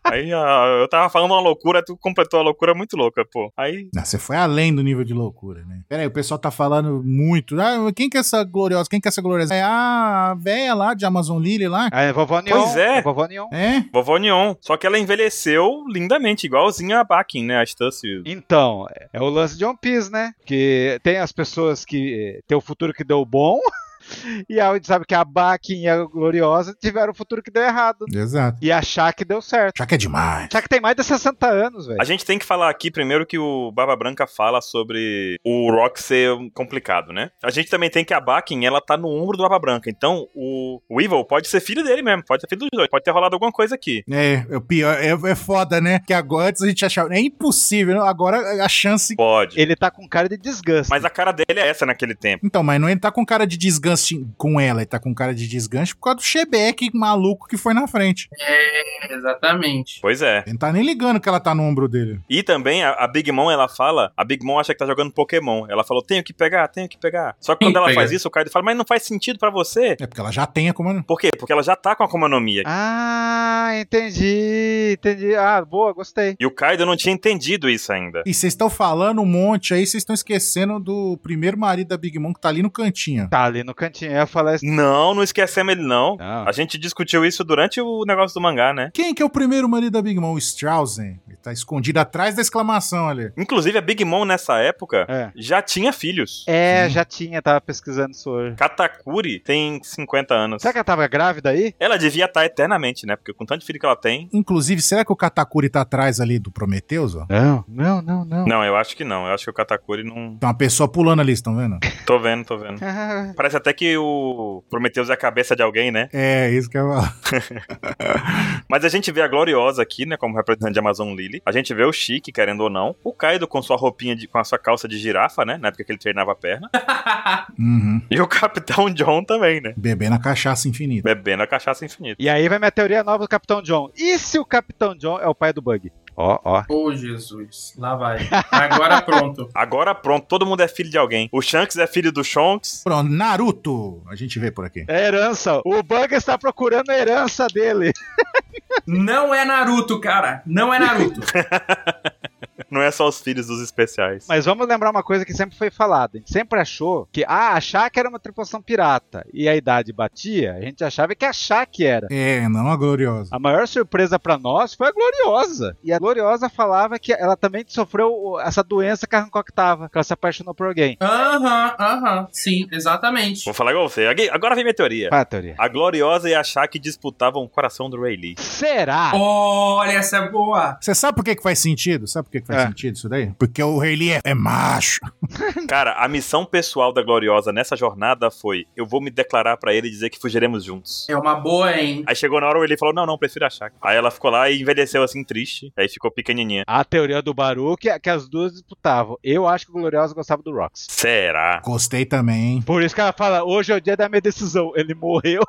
aí já- eu tava falando uma loucura, tu completou a loucura muito louca, pô. Aí. Não, você foi além do nível de loucura, né? Pera aí, o pessoal tá falando muito. Ah, mas quem que é essa gloriosa? Quem que é essa gloriosa? É a véia lá de Amazon Lily lá? Ah, é vovó Neon. Pois é. vovó Neon. É? Vovó Neon. Só que ela envelheceu lindamente, igualzinha a Bakin, né? A Stussy. Então, é o lance de One Piece, né? Que tem as pessoas que eh, tem o futuro que deu bom. E a gente sabe que a Baquin e a Gloriosa tiveram o futuro que deu errado. Exato. E achar que deu certo. Já que é demais. Achar que tem mais de 60 anos, velho. A gente tem que falar aqui primeiro que o Barba Branca fala sobre o Rock ser complicado, né? A gente também tem que a Bakin, ela tá no ombro do Barba Branca. Então, o, o Evil pode ser filho dele mesmo, pode ser filho dos dois, pode ter rolado alguma coisa aqui. É, é o pior, é, é foda, né? Que agora antes a gente achava. É impossível, né? agora a chance. Pode. Ele tá com cara de desgaste. Mas a cara dele é essa naquele tempo. Então, mas não ele tá com cara de desganche com ela, ele tá com cara de desganche por causa do Chebeck maluco que foi na frente. Exatamente. Pois é. Ele não tá nem ligando que ela tá no ombro dele. E também a, a Big Mom, ela fala, a Big Mom acha que tá jogando Pokémon. Ela falou, tenho que pegar, tenho que pegar. Só que quando Sim, ela pega. faz isso, o Kaido fala, mas não faz sentido pra você. É porque ela já tem a comando. Por quê? Porque ela já tá com a Komanomia. Ah, entendi, entendi. Ah, boa, gostei. E o Kaido não tinha entendido isso ainda. E vocês estão falando um monte aí, vocês estão esquecendo do primeiro marido da Big Mom que tá ali no cantinho. Tá ali no cantinho. Eu ia falar isso. Não, não esquecemos ele não. Não. A gente discutiu isso durante o negócio do mangá, né? Quem que é o primeiro marido da Big Mom? O Strausen. Ele tá escondido atrás da exclamação ali. Inclusive, a Big Mom, nessa época, É, já tinha filhos. É, Sim. já tinha, tava pesquisando isso hoje. Katakuri tem 50 anos. Será que ela tava grávida aí? Ela devia estar eternamente, né? Porque com tanto filho que ela tem... Inclusive, será que o Katakuri tá atrás ali do Prometheus, ó? Não, não, não, não. Não, eu acho que não. Eu acho que o Katakuri não... Tem uma pessoa pulando ali, estão vendo? Tô vendo, tô vendo. Ah, Parece até que o Prometheus é a cabeça de alguém, né? É, isso que eu ia falar. Mas a gente vê a Gloriosa aqui, né, como representante de Amazon Lily. A gente vê o Chique, querendo ou não. O Kaido com sua roupinha, de, com a sua calça de girafa, né, na época que ele treinava a perna. Uhum. E o Capitão John também, né, Bebendo a cachaça infinita. bebendo a cachaça infinita. E aí vai minha teoria nova do Capitão John. E se o Capitão John é o pai do Bug? Ó, ó. Ô, Jesus. Lá vai. Agora pronto. Agora pronto, todo mundo é filho de alguém. O Shanks é filho do Shonks. Pronto, Naruto. A gente vê por aqui. É herança. O Bug está procurando a herança dele. Não é Naruto, cara. Não é Naruto. Não é só os filhos dos especiais. Mas vamos lembrar uma coisa que sempre foi falada. A gente sempre achou que, ah, achar que era uma tripulação pirata e a idade batia, a gente achava que achar que era. É, não a gloriosa. A maior surpresa pra nós foi a Gloriosa. E a Gloriosa falava que ela também sofreu o- essa doença que arrancou a octava, que ela se apaixonou por alguém. Aham, aham. Sim, exatamente. Vou falar igual você. Aqui, Agora vem minha teoria. Qual é a teoria? A Gloriosa e a Shaq disputavam o coração do Ray Lee. Será? Olha, essa é boa. Você sabe por que, que faz sentido? Sabe por que, que faz É. sentido isso daí? Porque o Rei Lee é, é macho. Cara, a missão pessoal da Gloriosa nessa jornada foi: eu vou me declarar pra ele e dizer que fugiremos juntos. É uma boa, hein? Aí chegou na hora, ele falou: Não, não, prefiro a Shaq. Aí ela ficou lá e envelheceu assim, triste. Aí ficou pequenininha. A teoria do Baruch é que as duas disputavam. Eu acho que a Gloriosa gostava do Rox. Será? Gostei também, hein? Por isso que ela fala, hoje é o dia da minha decisão. Ele morreu.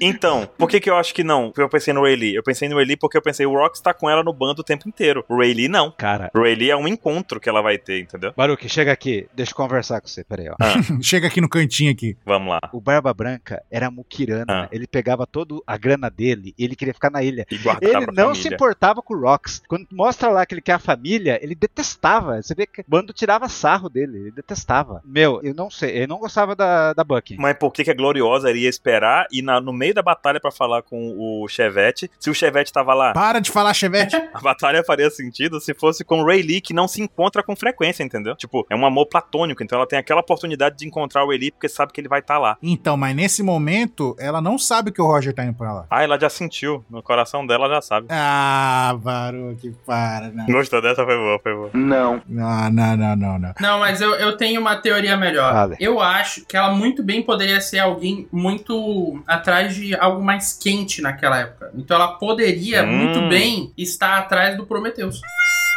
Então, por que que eu acho que não? Eu pensei no Rayleigh. Eu pensei no Rayleigh porque eu pensei, o Rox tá com ela no bando o tempo inteiro. O Rayleigh não. Cara, O Rayleigh é um encontro que ela vai ter, entendeu? Baruque, chega aqui, deixa eu conversar com você, peraí, ó. Chega aqui no cantinho aqui. Vamos lá. O Barba Branca era muquirana, Ah. ele pegava toda a grana dele e ele queria ficar na ilha. E guardar Ele pra não se família. importava com o Rox. Quando mostra lá que ele quer a família, ele detestava. Você vê que o bando tirava sarro dele, ele detestava. Meu, eu não sei, ele não gostava da, da Bucky. Mas por que, que a Gloriosa iria esperar e na- no meio da batalha pra falar com o Chevette? Se o Chevette tava lá, Para de falar, Chevette. a batalha faria sentido se fosse com o Rayleigh, que não se encontra com frequência, entendeu? Tipo, é um amor platônico, então ela tem aquela oportunidade de encontrar o Rayleigh porque sabe que ele vai estar lá. Então, mas nesse momento, ela não sabe que o Roger tá indo pra lá. Ah, ela já sentiu. No coração dela, ela já sabe. Ah, Baruque, para. Não, Gostou dessa? Foi boa, foi boa. Não. não, não, não, não. não. Não, mas eu, eu tenho uma teoria melhor. Fale. Eu acho que ela muito bem poderia ser alguém muito atrás de algo mais quente naquela época. Então ela poderia Hum. muito bem estar atrás do Prometheus.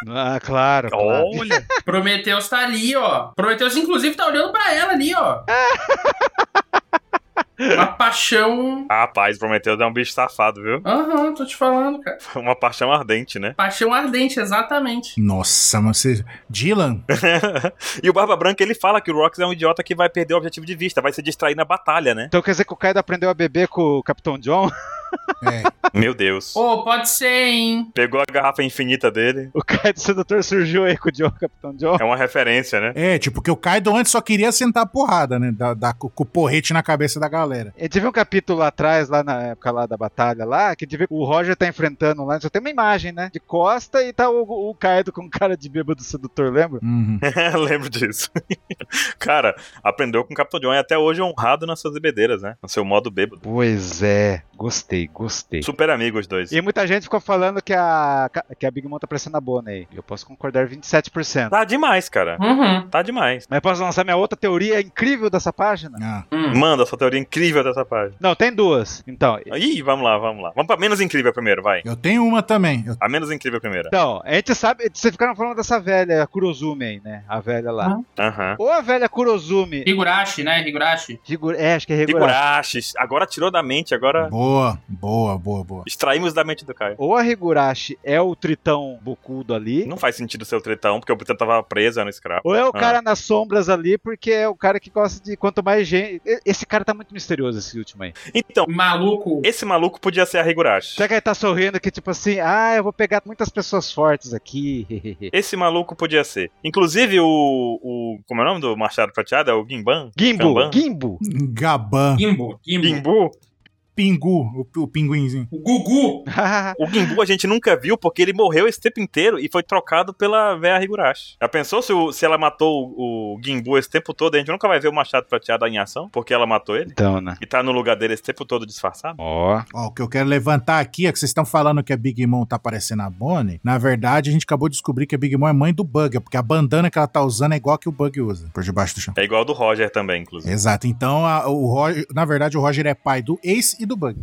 Ah, claro. claro. Olha! Prometheus tá ali, ó. Prometheus, inclusive, tá olhando pra ela ali, ó. Uma paixão. Rapaz, Prometheus é um bicho safado, viu? Aham, tô te falando, cara. Uma paixão ardente, né? Paixão ardente, exatamente. Nossa, mas você. Dylan? e o Barba Branca, ele fala que o Rox é um idiota que vai perder o objetivo de vista, vai se distrair na batalha, né? Então quer dizer que o Kaido aprendeu a beber com o Capitão John? É. Meu Deus. Ô, pode ser, hein? Pegou a garrafa infinita dele. O Kaido Sedutor surgiu aí com o John, Capitão John. É uma referência, né? É, tipo, porque o Kaido antes só queria sentar a porrada, né? Da, da- com o porrete na cabeça da galera. Eu tive um capítulo lá atrás, lá na época lá da batalha lá, que tive, o Roger tá enfrentando lá, só tem uma imagem, né? De costa e tá o, o Kaido com cara de bêbado sedutor, lembra? Uhum. Lembro disso. Cara, aprendeu com o Capitão John e até hoje é honrado nas suas bebedeiras, né? No seu modo bêbado. Pois é, gostei, gostei. Super amigos os dois. E muita gente ficou falando que a, que a Big Mom tá parecendo a Bonnie aí. Eu posso concordar 27%. Tá demais, cara. Uhum. Tá demais. Mas posso lançar minha outra teoria incrível dessa página? Ah. Hum. Manda sua teoria incrível dessa página. Não, tem duas. Então, Ih, vamos lá, vamos lá. Vamos pra menos incrível primeiro, vai. Eu tenho uma também. Eu- A menos incrível primeiro. então, a gente sabe, vocês ficaram falando dessa velha Kurozume aí, né? A velha lá. Aham. Ou a velha Kurozume. Higurashi, né? Higurashi. Higu- É, acho que é Higurashi. Higurashi, agora tirou da mente, agora Boa, boa, boa, boa. extraímos da mente do Caio. Ou a Higurashi é o tritão bocudo ali. Não faz sentido ser o tretão, porque o tretão tava preso, era um escravo. Ou é o Ah. cara nas sombras ali, porque é o cara que gosta de quanto mais gente. E- Esse cara tá muito misterioso, esse último aí. Então, Maluco. esse maluco podia ser a Higurashi. Será que ele tá sorrindo que, tipo assim, ah, eu vou pegar muitas pessoas fortes aqui? Esse maluco podia ser. Inclusive, o. o como é o nome do Machado Prateado? É o Gimban? Gimbo, Kanban? Gimbo. Gaban, Gimbo. Gimbo. Gimbu? Pingu, o, o pinguinzinho. O Gugu. O Gimbu a gente nunca viu porque ele morreu esse tempo inteiro e foi trocado pela Véia Higurashi. Já pensou se, o- se ela matou o, o Gimbu esse tempo todo? A gente nunca vai ver o Machado Prateado em ação porque ela matou ele então, né? e tá no lugar dele esse tempo todo disfarçado? Ó. Ó, o que eu quero levantar aqui é que vocês estão falando que a Big Mom tá parecendo a Bonnie. Na verdade, a gente acabou de descobrir que a Big Mom é mãe do Bug, é porque a bandana que ela tá usando é igual a que o Bug usa, por debaixo do chão. É igual do Roger também, inclusive. Exato. Então, a- o Roger, na verdade, o Roger é pai do Ace e do Bug.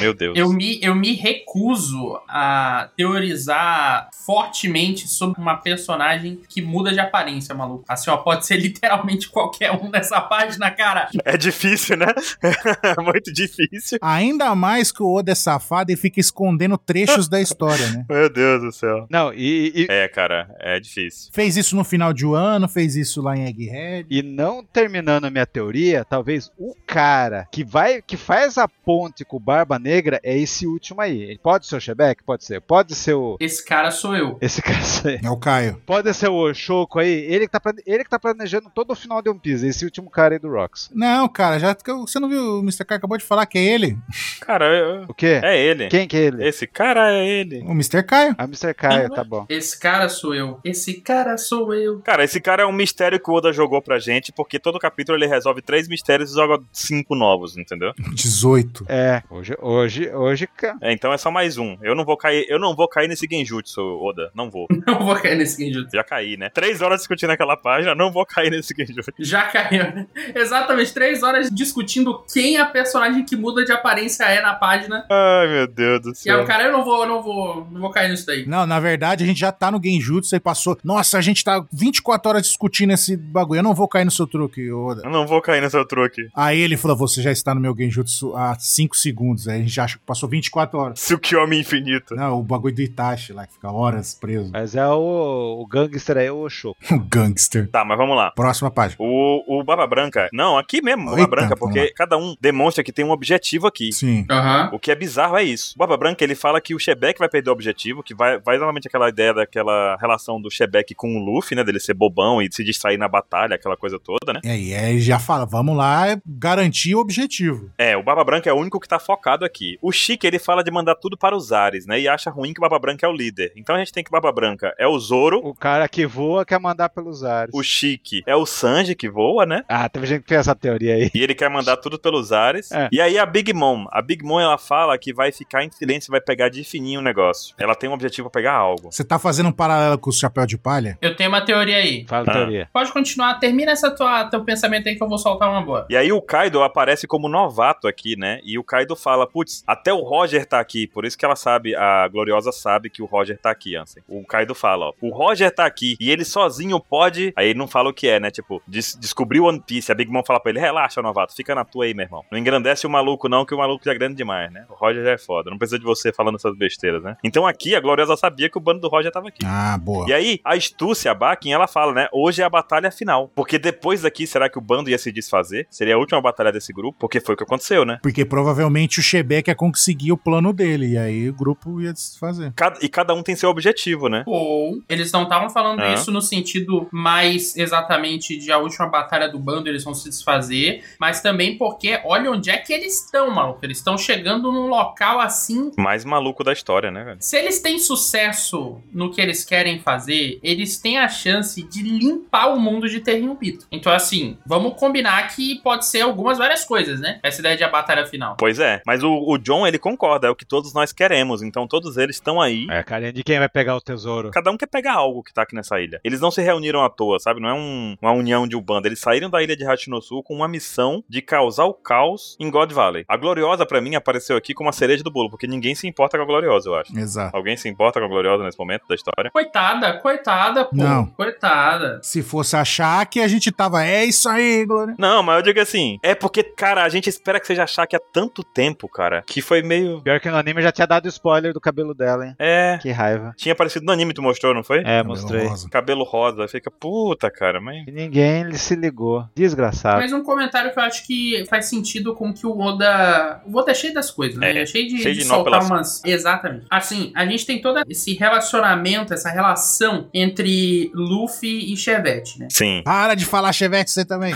Meu Deus. Eu me, eu me recuso a teorizar fortemente sobre uma personagem que muda de aparência, maluco. Assim, ó, pode ser literalmente qualquer um nessa página, cara. É difícil, né? Muito difícil. Ainda mais que o Oda é safado e fica escondendo trechos da história, né? Meu Deus do céu. Não, e, e, É, cara, é difícil. Fez isso no final de um ano, fez isso lá em Egghead. e não terminando a minha teoria, talvez o cara que vai que faz a ponte com o Barba Negra é esse último aí. Ele pode ser o Shebeck? Pode ser. Pode ser o. Esse cara sou eu. Esse cara aí. É o Caio. Pode ser o Oshoko aí. Ele que, tá plane- ele que tá planejando todo o final de One Piece. Esse último cara aí do Rocks. Não, cara, já que eu- você não viu, o Mr. K acabou de falar que é ele? Cara, eu- O quê? é ele. Quem que é ele? Esse cara é ele. O Mr. Caio. Ah, Mr. Uhum. Caio, tá bom. Esse cara sou eu. Esse cara sou eu. Cara, esse cara é um mistério que o Oda jogou pra gente, porque todo capítulo ele resolve três mistérios e joga cinco novos, entendeu? 18. É, hoje, Hoje, hoje, ca- É, então é só mais um. Eu não vou cair, eu não vou cair nesse genjutsu, Oda. Não vou. Não vou cair nesse Genjutsu. Já caí, né? Três horas discutindo aquela página, não vou cair nesse genjutsu. Já caiu. Exatamente, três horas discutindo quem a personagem que muda de aparência é na página. Ai, meu Deus do E é um aí céu. o cara, eu não vou, não vou, não vou cair nisso daí. Não, na verdade, a gente já tá no Genjutsu, você passou. Nossa, a gente tá 24 horas discutindo esse bagulho. Eu não vou cair no seu truque, Oda. Eu não vou cair nesse truque. Aí ele falou: você já está no meu Genjutsu há 5 segundos. Aí a gente já acha que passou 24 horas. Tsukiyomi infinito. Não, o bagulho do Itachi lá, que fica horas preso. Mas é o, o gangster aí, o Osho. O gangster. Tá, mas vamos lá. Próxima página. O, o Baba Branca. Não, aqui mesmo, Baba Eita, Branca, vamos porque cada um demonstra que tem um objetivo aqui. Sim. Aham. O que é bizarro é isso. O Barba Branca, ele fala que o Shebeck vai perder o objetivo, que vai, vai novamente aquela ideia daquela relação do Shebeck com o Luffy, né? Dele ser bobão e se distrair na batalha, aquela coisa toda, né? É, e aí já fala, vamos lá garantir o objetivo. É, o Barba Branca é o único que tá focado aqui. O Chique, ele fala de mandar tudo para os ares, né? E acha ruim que o Barba Branca é o líder. Então a gente tem que o Barba Branca é o Zoro, O cara que voa quer mandar pelos ares. o Chique é o Sanji que voa, né? Ah, teve gente que fez essa teoria aí. E ele quer mandar tudo pelos ares. É. E aí a Big Mom, a Big Mom ela fala que vai ficar em silêncio, vai pegar de fininho o negócio. Ela tem um objetivo pra pegar algo. Você tá fazendo um paralelo com o chapéu de palha? Eu tenho uma teoria aí. Fala Ah. teoria. Pode continuar, termina essa tua teu pensamento aí que eu vou soltar uma boa. E aí o Kaido aparece como novato aqui, né? E o Kaido fala, putz, até o Roger tá aqui. Por isso que ela sabe, a Gloriosa sabe que o Roger tá aqui, Ansem. O Kaido fala, ó, o Roger tá aqui e ele sozinho pode... Aí ele não fala o que é, né? Tipo, des descobriu One Piece. A Big Mom fala pra ele, relaxa, novato, fica na tua aí, meu irmão. Não engrandece o maluco não, que o maluco já é grande demais, né? O Roger já é foda. Não precisa de você falando essas besteiras, né? Então aqui a Gloriosa sabia que o bando do Roger tava aqui. Ah, boa. E aí, a astúcia, a Bakken, ela fala, né? Hoje é a batalha final. Porque depois daqui, será que o bando ia se desfazer? Seria a última batalha desse grupo? Porque foi o que aconteceu, né? Porque provavelmente o Shebeck ia conseguir o plano dele, e aí o grupo ia desfazer. Cada- e cada um tem seu objetivo, né? Ou eles não estavam falando Ah. isso no sentido mais exatamente de a última batalha do bando, eles vão se desfazer, mas também porque olha onde é que eles estão, maluco. Eles estão chegando num local assim. Mais maluco da história, né, velho? Se eles têm sucesso no que eles querem fazer, eles têm a chance de limpar o mundo de Terriumbito. Então, assim, vamos combinar que pode ser algumas várias coisas, né? Essa ideia de a batalha final. Pois é. Mas o, o John, ele concorda, é o que todos nós queremos. Então todos eles estão aí. É, carinha de quem vai pegar o tesouro? Cada um quer pegar algo que tá aqui nessa ilha. Eles não se reuniram à toa, sabe? Não é um- uma união de Ubanda. Eles saíram da ilha de Hachinosu com uma missão de causar o caos em God Valley. A Gloriosa, pra mim, apareceu aqui como a cereja do bolo, porque ninguém se importa com a Gloriosa, eu acho. Exato. Alguém se importa com a Gloriosa nesse momento da história? Coitada, coitada, pô. Não. Coitada. Se fosse achar que a gente tava, é isso aí, Glória. Não, mas eu digo assim, é porque, cara, a gente espera que seja achar que há tanto tempo, cara, que foi meio. Pior que no anime já tinha dado spoiler do cabelo dela, hein? É. Que raiva. Tinha aparecido no anime, tu mostrou, não foi? É, Cabelo mostrei. rosa. Cabelo rosa, fica, puta, cara, mas. E ninguém se ligou. Desgraçado. Mas um comentário que eu acho que faz sentido com que o Oda. O Oda é cheio das coisas, né? É, É, cheio de, cheio de de nó soltar pelas- umas. Exatamente. Assim, a gente tem todo esse relacionamento, essa relação entre Luffy e Chevette, né? Sim. Para de falar Chevette você também.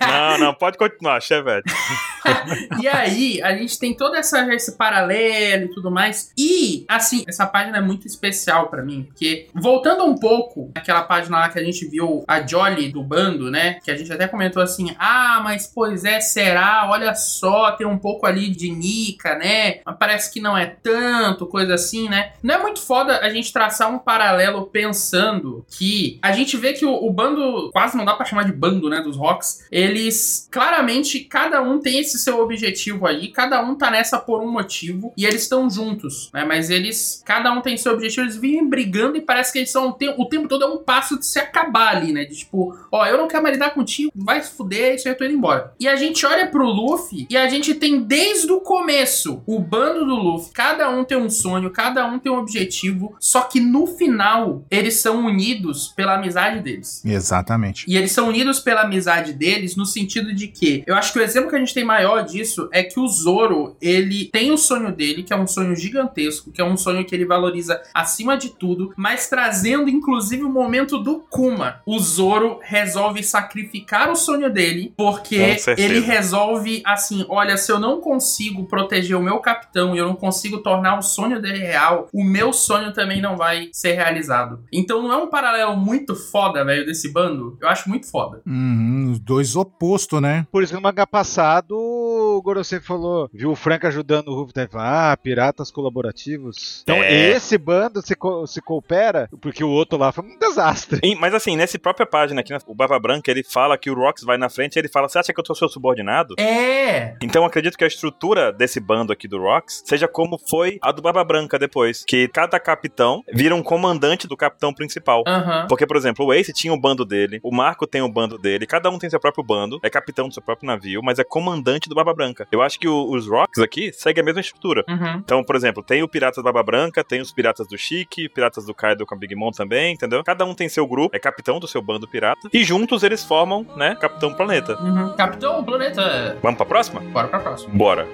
Não, não, pode continuar, Chevette. E aí, a gente tem todo essa, esse paralelo e tudo mais. E, assim, essa página é muito especial pra mim, porque voltando um pouco aquela página lá que a gente viu a Jolly do bando, né? Que a gente até comentou assim: ah, mas pois é, será? Olha só, tem um pouco ali de Nika, né? Mas parece que não é tanto, coisa assim, né? Não é muito foda a gente traçar um paralelo pensando que a gente vê que o, o bando, quase não dá pra chamar de bando, né, dos Rocks, eles claramente, cada um tem esse seu objetivo aí, cada um tá nessa por um motivo e eles estão juntos, né, mas eles, cada um tem seu objetivo, eles vivem brigando e parece que eles são, o tempo, o tempo todo é um passo de se acabar ali, né, de tipo, ó, eu não quero mais lidar contigo, vai se fuder, isso aí eu tô indo embora. E a gente olha pro Luffy e a gente tem desde o começo o bando do Luffy, cada um tem um sonho, cada um tem um objetivo, só que no final eles são unidos pela amizade deles. Exatamente. E eles são unidos pela amizade deles no sentido de que eu acho que o exemplo que a gente tem maior disso é que o Zoro, ele tem o sonho dele, que é um sonho gigantesco, que é um sonho que ele valoriza acima de tudo, mas trazendo inclusive o momento do Kuma. O Zoro resolve sacrificar o sonho dele porque Com certeza. ele resolve assim, olha, se eu não consigo proteger o meu capitão e eu não consigo tornar o sonho dele real, o meu sonho também não vai ser realizado. Então não é um paralelo muito foda, velho, desse bando? Eu acho muito foda. Uhum, os dois opostos, né? Por isso que no manga passado o Goro sempre falou, viu o Frank ajudando o Ruff, ah, piratas colaborativos. Então É. esse bando se, co- se coopera, porque o outro lá foi um desastre. E- mas assim, nessa própria página aqui, né, o Barba Branca, ele fala que o Rox vai na frente e ele fala: Você acha que eu tô seu subordinado? É. Então eu acredito que a estrutura desse bando aqui do Rox seja como foi a do Barba Branca depois. Que cada capitão vira um comandante do capitão principal. Aham. Porque, por exemplo, o Ace tinha o bando dele, o Marco tem o bando dele, cada um tem seu próprio bando, é capitão do seu próprio navio, mas é comandante do Barba Branca. Eu acho que o- os Rocks aqui seguem a mesma estrutura. Uhum. Então, por exemplo, tem o Piratas da Barba Branca, tem os Piratas do Chique, Piratas do Kaido com a Big Mom também, entendeu? Cada um tem seu grupo, é capitão do seu bando pirata, e juntos eles formam, né, Capitão Planeta. Uhum. Capitão Planeta. Vamos pra próxima? Bora pra próxima. Bora.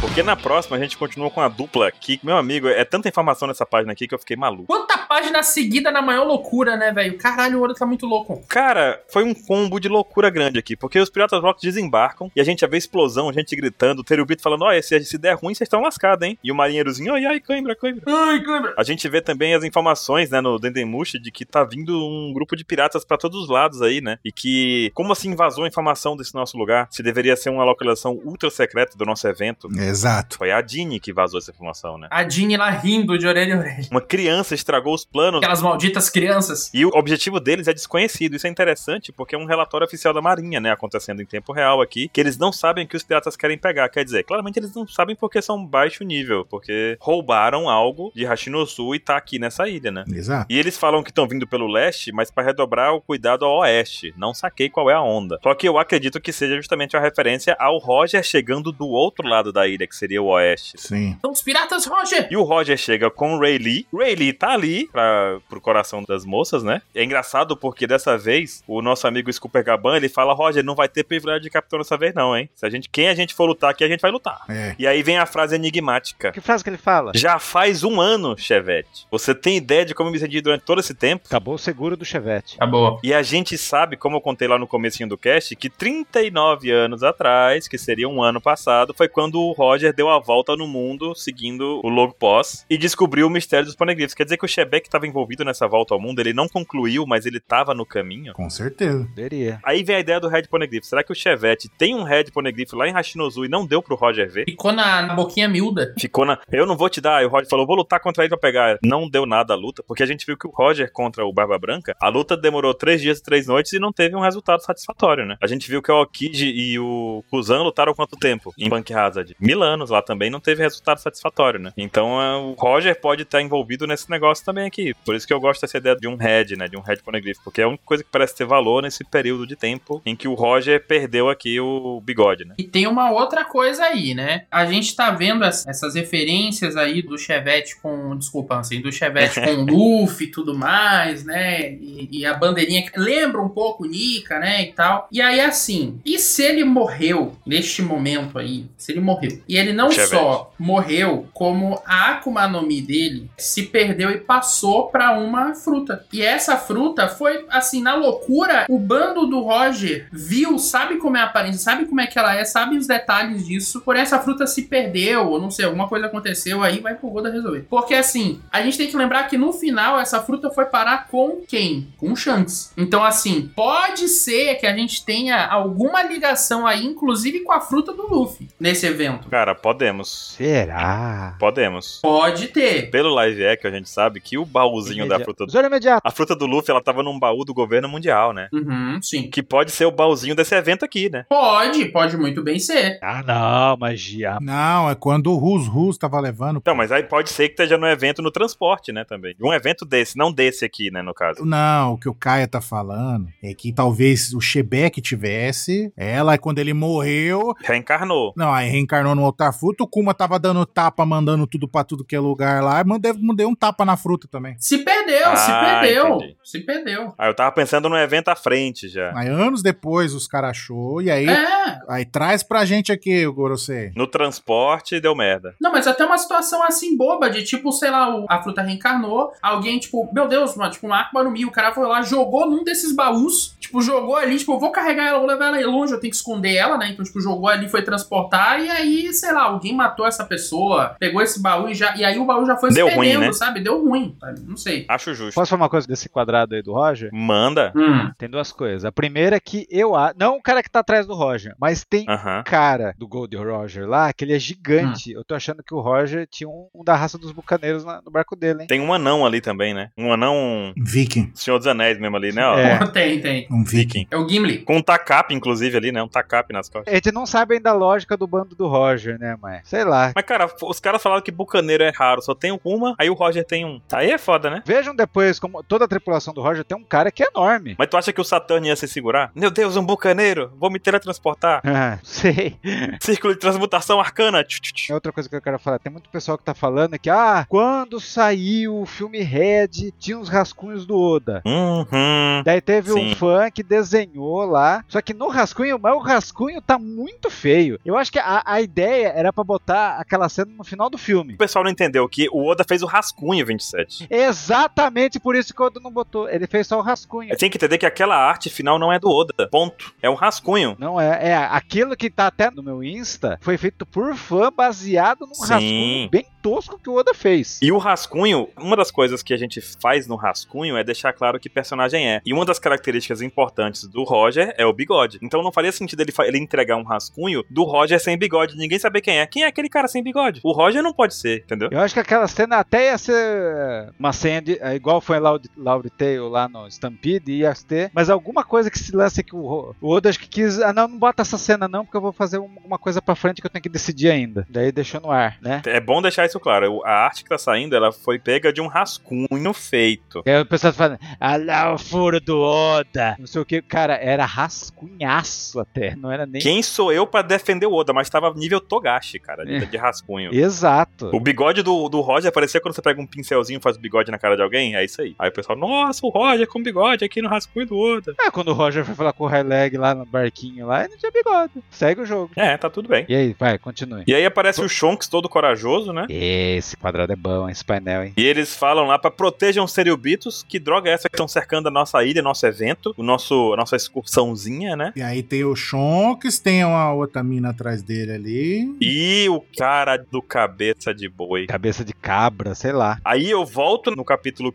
Porque na próxima a gente continua com a dupla aqui. Meu amigo, é tanta informação nessa página aqui que eu fiquei maluco. Quanta página seguida na maior loucura, né, velho? Caralho, o Oda tá muito louco. Cara, foi um combo de loucura grande aqui, porque os Piratas Rock desembarcam e a gente já vê explosão, gente gritando, o Terubito falando, olha, se, se der ruim, vocês estão lascados, hein? E o marinheirozinho, ai, ai, cãibra, cãibra. Ai, câmera. A gente vê também as informações, né, no Dendemushi de que tá vindo um grupo de piratas pra todos os lados aí, né? E que, como assim vazou a informação desse nosso lugar? Se deveria ser uma localização ultra secreta do nosso evento. Exato. Foi a Dini que vazou essa informação, né? A Jeannie lá rindo de orelha a orelha. Uma criança estragou os planos Aquelas malditas crianças. E o objetivo deles é desconhecido. Isso é interessante porque é um relatório oficial da Marinha, né? Acontecendo em tempo real aqui, que eles não sabem o que os piratas querem pegar. Quer dizer, claramente eles não sabem porque são baixo nível, porque roubaram algo de Hashinosu e tá aqui nessa ilha, né? Exato. E eles falam que estão vindo pelo leste, mas para redobrar o cuidado ao oeste. Não saquei qual é a onda. Só que eu acredito que seja justamente uma referência ao Roger chegando do outro lado da ilha, que seria o oeste. Sim. Então, os piratas, Roger! E o Roger chega com o Ray Lee. Ray Lee tá ali pra, pro coração das moças, né? É engraçado porque dessa vez o nosso amigo Scooper Gaban ele fala: Roger, não vai ter privilégio de capitão dessa vez, não, hein? Se a gente, quem a gente for lutar aqui, a gente vai lutar. É. E aí vem a frase enigmática. Que frase que ele fala? Já faz um ano, Chevette. Você tem ideia de como eu me senti durante todo esse tempo? Acabou o seguro do Chevette. Tá boa. E a gente sabe, como eu contei lá no comecinho do cast, que 39 anos atrás, que seria um ano passado, foi quando o Roger deu a volta no mundo seguindo o Log Pós e descobriu o mistério dos panegrifos. Quer dizer que o Shebeck estava envolvido nessa volta ao mundo, ele não concluiu, mas ele estava no caminho. Com certeza. Poderia. Aí vem a ideia do Red Poneglyph. Será que o Chevette tem um Red Poneglyph lá em Hashinozu e não deu pro Roger ver? Ficou na, na boquinha miúda. Ficou na. Eu não vou te dar. E o Roger falou: vou lutar contra ele pra pegar. Não deu nada a luta, porque a gente viu que o Roger contra o Barba Branca, a luta demorou três dias e três noites e não teve um resultado satisfatório, né? A gente viu que o Okiji e o Kuzan lutaram quanto tempo em Bank Hazard? Mil anos lá também não teve resultado satisfatório, né? Então é, o Roger pode estar envolvido nesse negócio também aqui. Por isso que eu gosto dessa ideia de um Red, né? De um Red Poneglyph, porque é a única coisa que parece ter valor nesse período de tempo em que o Roger perdeu aqui o bigode, né? E tem uma outra coisa aí, né? A gente tá vendo as- essas referências aí do Chevette com. Desculpa, assim, do Chevette com o Luffy e tudo mais, né? E, e a bandeirinha que lembra um pouco o Nika, né? E tal. E aí, assim, e se ele morreu neste momento aí? Se ele morreu. E ele não Chevette. só morreu, como a Akuma no Mi dele se perdeu e passou pra uma fruta. E essa fruta foi, assim, na loucura, o bando do Roger viu, sabe como é a aparência, sabe como é que ela é, sabe os detalhes disso. Por essa fruta se perdeu, ou não sei, alguma coisa aconteceu aí, vai pro Goda resolver. Porque, assim, a gente tem que lembrar que no final essa fruta foi parar com quem? Com o Shanks. Então, assim, pode ser que a gente tenha alguma ligação aí, inclusive com a fruta do Luffy, nesse evento. Cara, podemos. Será? Podemos. Pode ter. pelo live action, a gente sabe que o baúzinho da fruta. Zoro imediato. A fruta do Luffy, ela tava num baú do governo mundial, né? Uhum, sim. Que pode ser o baúzinho desse evento aqui, né? Pode, pode muito bem ser. Ah, não, magia. Não, é quando o Rus Rus tava levando. Então, mas aí pode ser que esteja no evento no transporte, né, também. Um evento desse, não desse aqui, né, no caso. Não, o que o Caia tá falando é que talvez o Shebeck tivesse. Ela, quando ele morreu, Reencarnou. Não, aí reencarnou no altar fruta, o Kuma tava dando tapa, mandando tudo pra tudo que é lugar lá, mandei, mandei um tapa na fruta também. Se perdeu, perdeu, se Ah, perdeu. entendi. Se perdeu. Ah, eu tava pensando num evento à frente já. Aí anos depois os caras achou e aí, É. aí traz pra gente aqui, o Gorosei. No transporte deu merda. Não, mas até uma situação assim boba de tipo, sei lá, o- a fruta reencarnou, alguém, tipo, meu Deus, mano, tipo, uma arma no meio, o cara foi lá, jogou num desses baús, tipo, jogou ali, tipo, eu vou carregar ela, vou levar ela aí longe, eu tenho que esconder ela, né? Então, tipo, jogou ali, foi transportar, e aí, sei lá, alguém matou essa pessoa, pegou esse baú e já. E aí o baú já foi Deu se ruim, perdendo, né? sabe? Deu ruim, sabe? Não sei. Acho justo. Posso falar uma coisa desse quadrado aí do Roger? Manda. Hum. Tem duas coisas. A primeira é que eu acho. Não o cara que tá atrás do Roger, mas tem um Aham. cara do Gold Roger lá, que ele é gigante. Eu tô achando que o Roger tinha um, um da raça dos bucaneiros na- no barco dele, hein? Tem um anão ali também, né? Um anão Viking. Senhor dos Anéis mesmo ali, né? Ó, É. Tem, tem. Um viking. É o Gimli. Com um tacap, inclusive, ali, né? Um tacap nas costas. A gente não sabe ainda a lógica do bando do Roger, né, mas sei lá. Mas, cara, f- os caras falaram que bucaneiro é raro, só tem uma, aí o Roger tem um. Aí é foda, né? Vejam depois como toda a tripulação do Roger tem um cara que é enorme. Mas tu acha que o Saturn ia se segurar? Meu Deus, um bucaneiro! Vou me teletransportar! Ah, sei. Círculo de transmutação arcana! Tch, tch, tch. É outra coisa que eu quero falar. Tem muito pessoal que tá falando que, ah, quando saiu o filme Red, tinha uns rascunhos do Oda. Uhum. Daí teve um Sim. fã que desenhou lá. Só que no rascunho, mas o rascunho tá muito feio. Eu acho que a, a ideia era pra botar aquela cena no final do filme. O pessoal não entendeu que o Oda fez o rascunho 27. Exatamente por isso que o Oda não botou. Ele fez só o rascunho. Tem que entender que aquela arte final não é do Oda. Ponto. É um rascunho. Não é, é aquilo que tá até no meu Insta foi feito por fã baseado num Sim. rascunho bem tosco que o Oda fez. E o rascunho, uma das coisas que a gente faz no rascunho é deixar claro que personagem é. E uma das características importantes do Roger é o bigode. Então não faria sentido ele, fa- ele entregar um rascunho do Roger sem bigode, ninguém saber quem é. Quem é aquele cara sem bigode? O Roger não pode ser, entendeu? Eu acho que aquela cena até ia ser uma cena de, é, igual foi Laud- Lauri Tale lá no Stampede, ia ter, mas alguma coisa que se lance que o, Ro- o Oda acho que quis, ah não, não bota essa cena não, porque eu vou fazer um- uma coisa pra frente que eu tenho que decidir ainda. Daí deixou no ar, né? É bom deixar isso claro. A arte que tá saindo, ela foi pega de um rascunho feito. Aí o pessoal falando, ah lá o furo do Oda, não sei o que, cara, era rascunhaço até, não era nem... Quem sou eu pra defender o Oda? Mas tava nível Togashi, cara, de, de rascunho. Exato. O bigode do, do Roger parecia quando você pega um pincelzinho e faz o bigode na cara de alguém, é isso aí. Aí o pessoal, nossa, o Roger com bigode aqui no rascunho do Oda. É, quando o Roger foi falar com o High Leg lá no barquinho lá, ele não tinha bigode. Segue o jogo. É, tá tudo bem. E aí, vai, continue. E aí aparece o Shonks todo corajoso, né? Esse quadrado é bom, esse painel, hein? E eles falam lá pra protejam os Cerebitos, que droga é essa que estão cercando a nossa ilha, nosso evento, o nosso, a nossa excursãozinha, né? E aí tem o Shonks, tem uma outra mina atrás dele ali. E o cara do cabeça de boi. Cabeça de cabra, sei lá. Aí eu volto no capítulo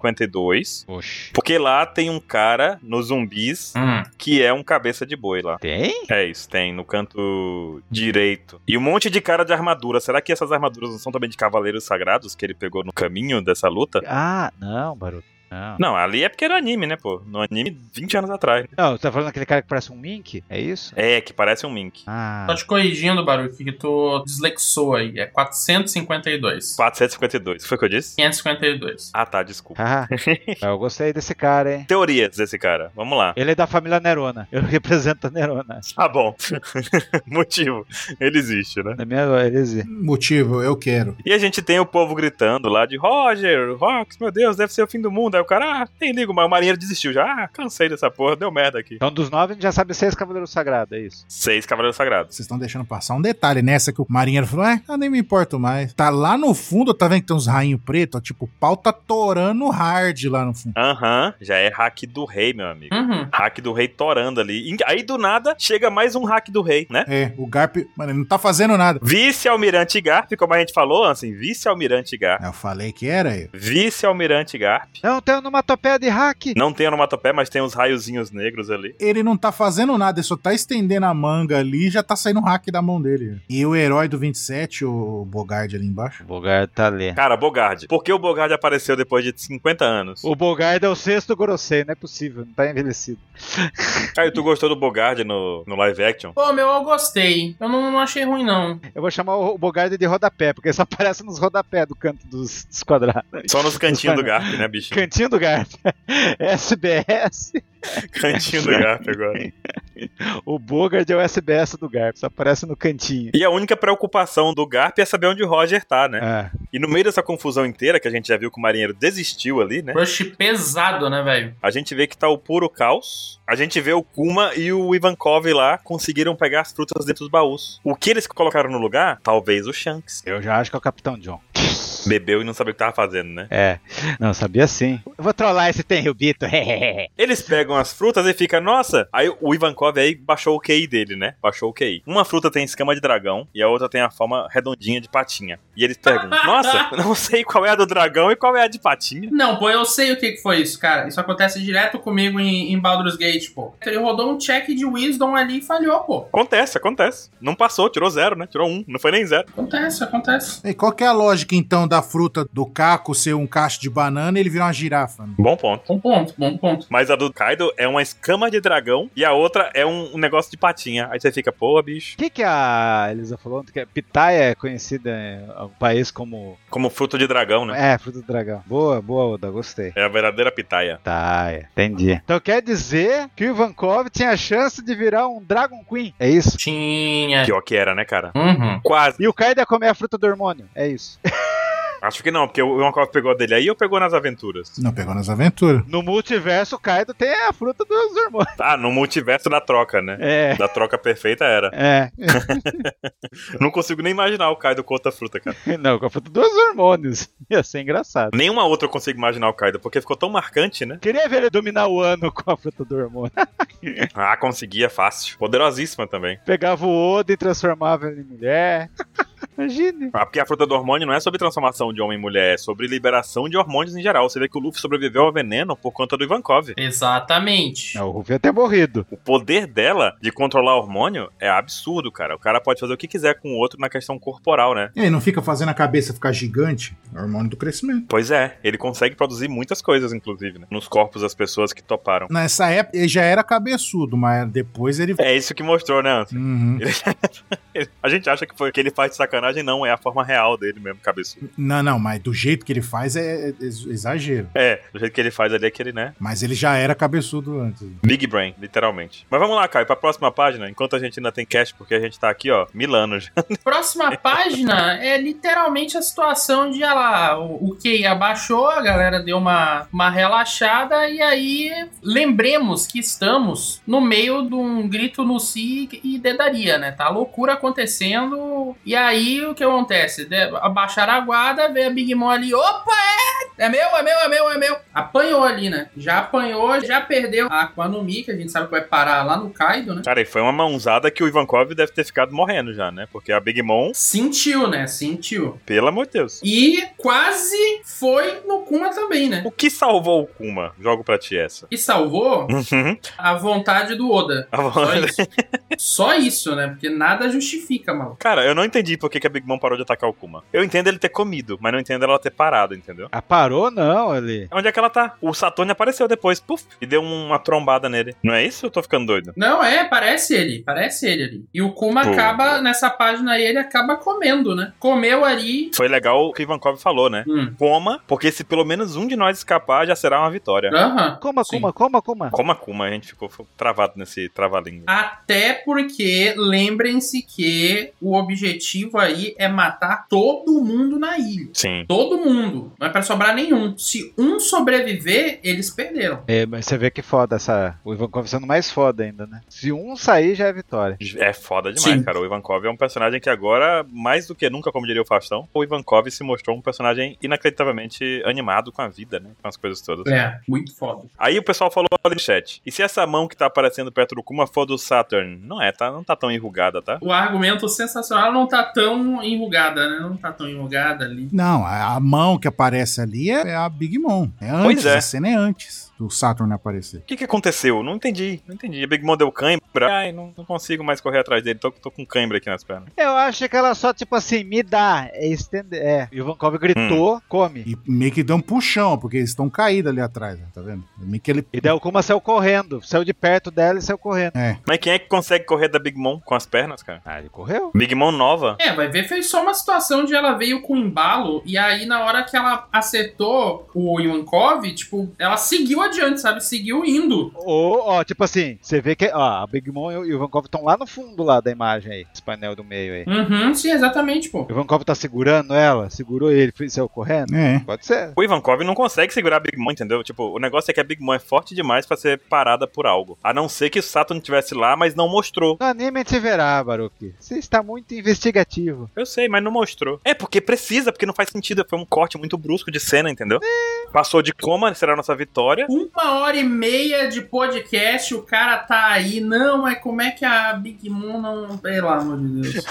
552, Oxi. porque lá tem um cara nos zumbis Hum. que é um cabeça de boi lá. Tem? É isso, tem no canto direito. E um monte de cara de armadura. Será que essas armaduras não são também de cavaleiros sagrados que ele pegou no caminho dessa luta? Ah, não, Baruto. Não. Não, ali é porque era anime, né, pô? No anime, 20 anos atrás. não, você tá falando aquele cara que parece um mink? É isso? É, que parece um Mink. Ah. Tô Tá te corrigindo, Baruch, que tu dislexou aí. É 452. 452, foi o que eu disse? 552. Ah, tá, desculpa. Ah, eu gostei desse cara, hein? Teorias desse cara, vamos lá. Ele é da família Nerona. Eu represento a Nerona. Ah, bom. Motivo, ele existe, né? Na minha eles... Motivo, eu quero. E a gente tem o povo gritando lá de Roger, Rox, meu Deus, deve ser o fim do mundo. Aí o cara, ah, nem ligo, mas o marinheiro desistiu já. Ah, cansei dessa porra, deu merda aqui. Então, dos nove, a gente já sabe seis Cavaleiros Sagrados, é isso? Seis Cavaleiros Sagrados. Vocês estão deixando passar um detalhe nessa que o marinheiro falou: ah, eu nem me importo mais. Tá lá no fundo, tá vendo que tem uns rainhos pretos? Ó, Tipo, o pau tá torando hard lá no fundo. Aham, já é hack do rei, meu amigo. Uhum. Hack do rei torando ali. E Aí do nada chega mais um hack do rei, né? É, o Garp, mano, ele não tá fazendo nada. Vice-almirante Garp, como a gente falou, assim, vice-almirante Garp. Eu falei que era eu. Vice-almirante Garp. Não, tem um onomatopeia de hack. Não tem onomatopé, mas tem uns raiozinhos negros ali. Ele não tá fazendo nada, ele só tá estendendo a manga ali e já tá saindo um hack da mão dele. E o herói do 27, o Bogard ali embaixo. O Bogard tá ali. Cara, Bogard. Por que o Bogard apareceu depois de 50 anos? O Bogard é o sexto Gorosei, não é possível, não tá envelhecido. Caio, tu gostou do Bogard no, no live action? Pô, meu, eu gostei. Eu não, não achei ruim, não. Eu vou chamar o Bogard de rodapé, porque ele só aparece nos rodapé do canto dos, dos quadrados. Só nos cantinhos do Garp, né, bicho? Cantinho Cantinho do Garfo. SBS. Cantinho do gato agora. O Bogard é o SBS do Garp, só aparece no cantinho. E a única preocupação do Garp é saber onde o Roger tá, né? É. E no meio dessa confusão inteira, que a gente já viu que o marinheiro desistiu ali, né? Crush pesado, né, velho? A gente vê que tá o puro caos. A gente vê o Kuma e o Ivankov lá conseguiram pegar as frutas dentro dos baús. O que eles colocaram no lugar? Talvez o Shanks. Eu já acho que é o Capitão John. Bebeu e não sabia o que tava fazendo, né? É, não, sabia sim. Eu vou trollar esse Tenryubito. Eles pegam as frutas e fica, nossa! Aí o Ivankov aí baixou o QI dele, né? Baixou o QI. Uma fruta tem escama de dragão e a outra tem a forma redondinha de patinha. E eles perguntam, nossa, não sei qual é a do dragão e qual é a de patinha. Não, pô, eu sei o que, que foi isso, cara. Isso acontece direto comigo em, em Baldur's Gate, pô. Ele rodou um check de Wisdom ali e falhou, pô. Acontece, acontece. Não passou, tirou zero, né? Tirou um, não foi nem zero. Acontece, acontece. E qual que é a lógica, então, da fruta do caco ser um cacho de banana e ele virar uma girafa? né? Bom ponto. Bom ponto, bom ponto. Mas a do Kaido é uma escama de dragão e a outra é um um negócio de patinha. Aí você fica, pô, bicho, O que, que a Elisa falou? Que a pitaia é conhecida no país como. como fruto de dragão, né? É, fruta do dragão. Boa, boa, Oda, gostei. É a verdadeira pitaia. Pitaia, entendi. Então quer dizer que o Ivankov tinha a chance de virar um Dragon Queen. É isso. Tinha. Pior que era, né, cara? Uhum. Quase. E o Kaido ia comer a fruta do hormônio. É isso. Acho que não, porque o Ivankov pegou a dele aí ou pegou nas aventuras? Não pegou nas aventuras. No multiverso, o Kaido tem a fruta dos hormônios. Ah, no multiverso da troca, né? É. Da troca perfeita era. É. Não consigo nem imaginar o Kaido com outra fruta, cara. Não, com a fruta dos hormônios. Ia ser engraçado. Nenhuma outra eu consigo imaginar o Kaido, porque ficou tão marcante, né? Queria ver ele dominar o ano com a fruta do hormônio. Ah, conseguia fácil. Poderosíssima também. Pegava o Oda e transformava ele em mulher. Imagine. Ah, porque a fruta do hormônio não é sobre transformação de homem em mulher, é sobre liberação de hormônios em geral. Você vê que o Luffy sobreviveu ao veneno por conta do Ivankov. Exatamente. Não, o Ruffy ia ter morrido. O poder dela de controlar hormônio é absurdo, cara. O cara pode fazer o que quiser com o outro na questão corporal, né? Ele não fica fazendo a cabeça ficar gigante? É o hormônio do crescimento. Pois é, ele consegue produzir muitas coisas, inclusive, né? nos corpos das pessoas que toparam. Nessa época, ele já era cabeçudo, mas depois ele. É isso que mostrou, né? Anson? Uhum. Ele- A gente acha que foi que ele faz de sacanagem, não, é a forma real dele mesmo, cabeçudo. Não, não, mas do jeito que ele faz é, é ex- exagero. É, do jeito que ele faz ali é que ele, né? Mas ele já era cabeçudo antes. Big Brain, literalmente. Mas vamos lá, Caio, pra próxima página, enquanto a gente ainda tem cash, porque a gente tá aqui, ó, mil anos. Próxima página é literalmente a situação de ela, o, o QI abaixou, a galera deu uma, uma relaxada e aí lembremos que estamos no meio de um grito no si e dedaria, né? Tá loucura acontecendo. E aí o que acontece? De, abaixaram a guarda, vê a Big Mom ali, opa, é! É meu, é meu, é meu, é meu. Apanhou ali, né? Já apanhou, já perdeu Ah, a Aquanumi, que a gente sabe que vai parar lá no Kaido, né? Cara, e foi uma mãozada que o Ivankov deve ter ficado morrendo já, né? Porque a Big Mom, Sentiu, né? Sentiu. pelo amor de Deus. E quase foi no Kuma também, né? O que salvou o Kuma? Jogo pra ti essa. E salvou Uhum. a vontade do Oda. A Só vontade- isso. Só isso, né? Porque nada justifica, mano. Cara, eu não entendi por que, que a Big Mom parou de atacar o Kuma. Eu entendo ele ter comido, mas não entendo ela ter parado, entendeu? Ah, parou não, ele. Onde é que ela tá? O Saturn apareceu depois, puf, e deu um- uma trombada nele. Não é isso? Eu tô ficando doido. Não, é, parece ele, parece ele ali. E o Kuma Pô. acaba, nessa página aí, ele acaba comendo, né? Comeu ali. Foi legal o que Ivankov falou, né? Hum. Coma, porque se pelo menos um de nós escapar, já será uma vitória. Aham. Coma, Sim. coma, coma, coma. Coma, Kuma, a gente ficou travado nesse trava-língua. Até porque lembrem-se que o objetivo aí é matar todo mundo na ilha. Sim. Todo mundo. Não é pra sobrar nenhum. Se um sobreviver, eles perderam. É, mas você vê que foda essa. O Ivankov sendo mais foda ainda, né? Se um sair, já é vitória. É foda demais, Sim. cara. O Ivankov é um personagem que agora, mais do que nunca, como diria o Faustão, o Ivankov se mostrou um personagem inacreditavelmente animado com a vida, né? Com as coisas todas. É, muito foda. Aí o pessoal falou ali no chat. E se essa mão que tá aparecendo perto do Kuma for do Saturn? Não é, tá? Não tá tão enrugada, tá? o argumento sensacional não tá tão enrugada, né? Não tá tão enrugada ali. Não, a, a mão que aparece ali é, é a Big Mom. É Pois antes, é. a cena é antes. do Saturn aparecer. O que, que aconteceu? Não entendi, não entendi. A Big Mom deu cãibra. Ai, não, não consigo mais correr atrás dele. Tô, tô com cãibra aqui nas pernas. Eu acho que ela só, tipo assim, me dá. É, estende... é. E o Vankov gritou, come. E meio que deu um puxão, porque eles estão caídos ali atrás, né? tá vendo? Meio que ele. E daí o Kuma saiu correndo. Saiu de perto dela e saiu correndo. É. Mas quem é que consegue correr da Big Mom com as pernas, cara? Ah, ele correu. Big Mom nova? É, vai ver, foi só uma situação de ela veio com embalo, e aí na hora que ela acertou o Iwankov, tipo, ela seguiu adiante, sabe? Seguiu indo. Ou, ó, tipo assim, você vê que ó, a Big Mom e o- e o Vankov estão lá no fundo lá da imagem aí, esse painel do meio aí. Uhum, sim, exatamente, pô. O Vankov tá segurando ela, segurou ele, fez- saiu correndo. É. Pode ser. O Ivankov não consegue segurar a Big Mom, entendeu? Tipo, o negócio é que a Big Mom é forte demais pra ser parada por algo. A não ser que o Saturn estivesse lá, mas não mostrou. No anime te verá, Baruki. Você está muito investigativo. Eu sei, mas não mostrou. É, porque precisa, porque não faz sentido. Foi um corte muito brusco de cena, entendeu? Passou de coma, será a nossa vitória. Uma hora e meia de podcast, o cara tá aí. Não, mas como é que a Big Mom não. Pelo amor de Deus.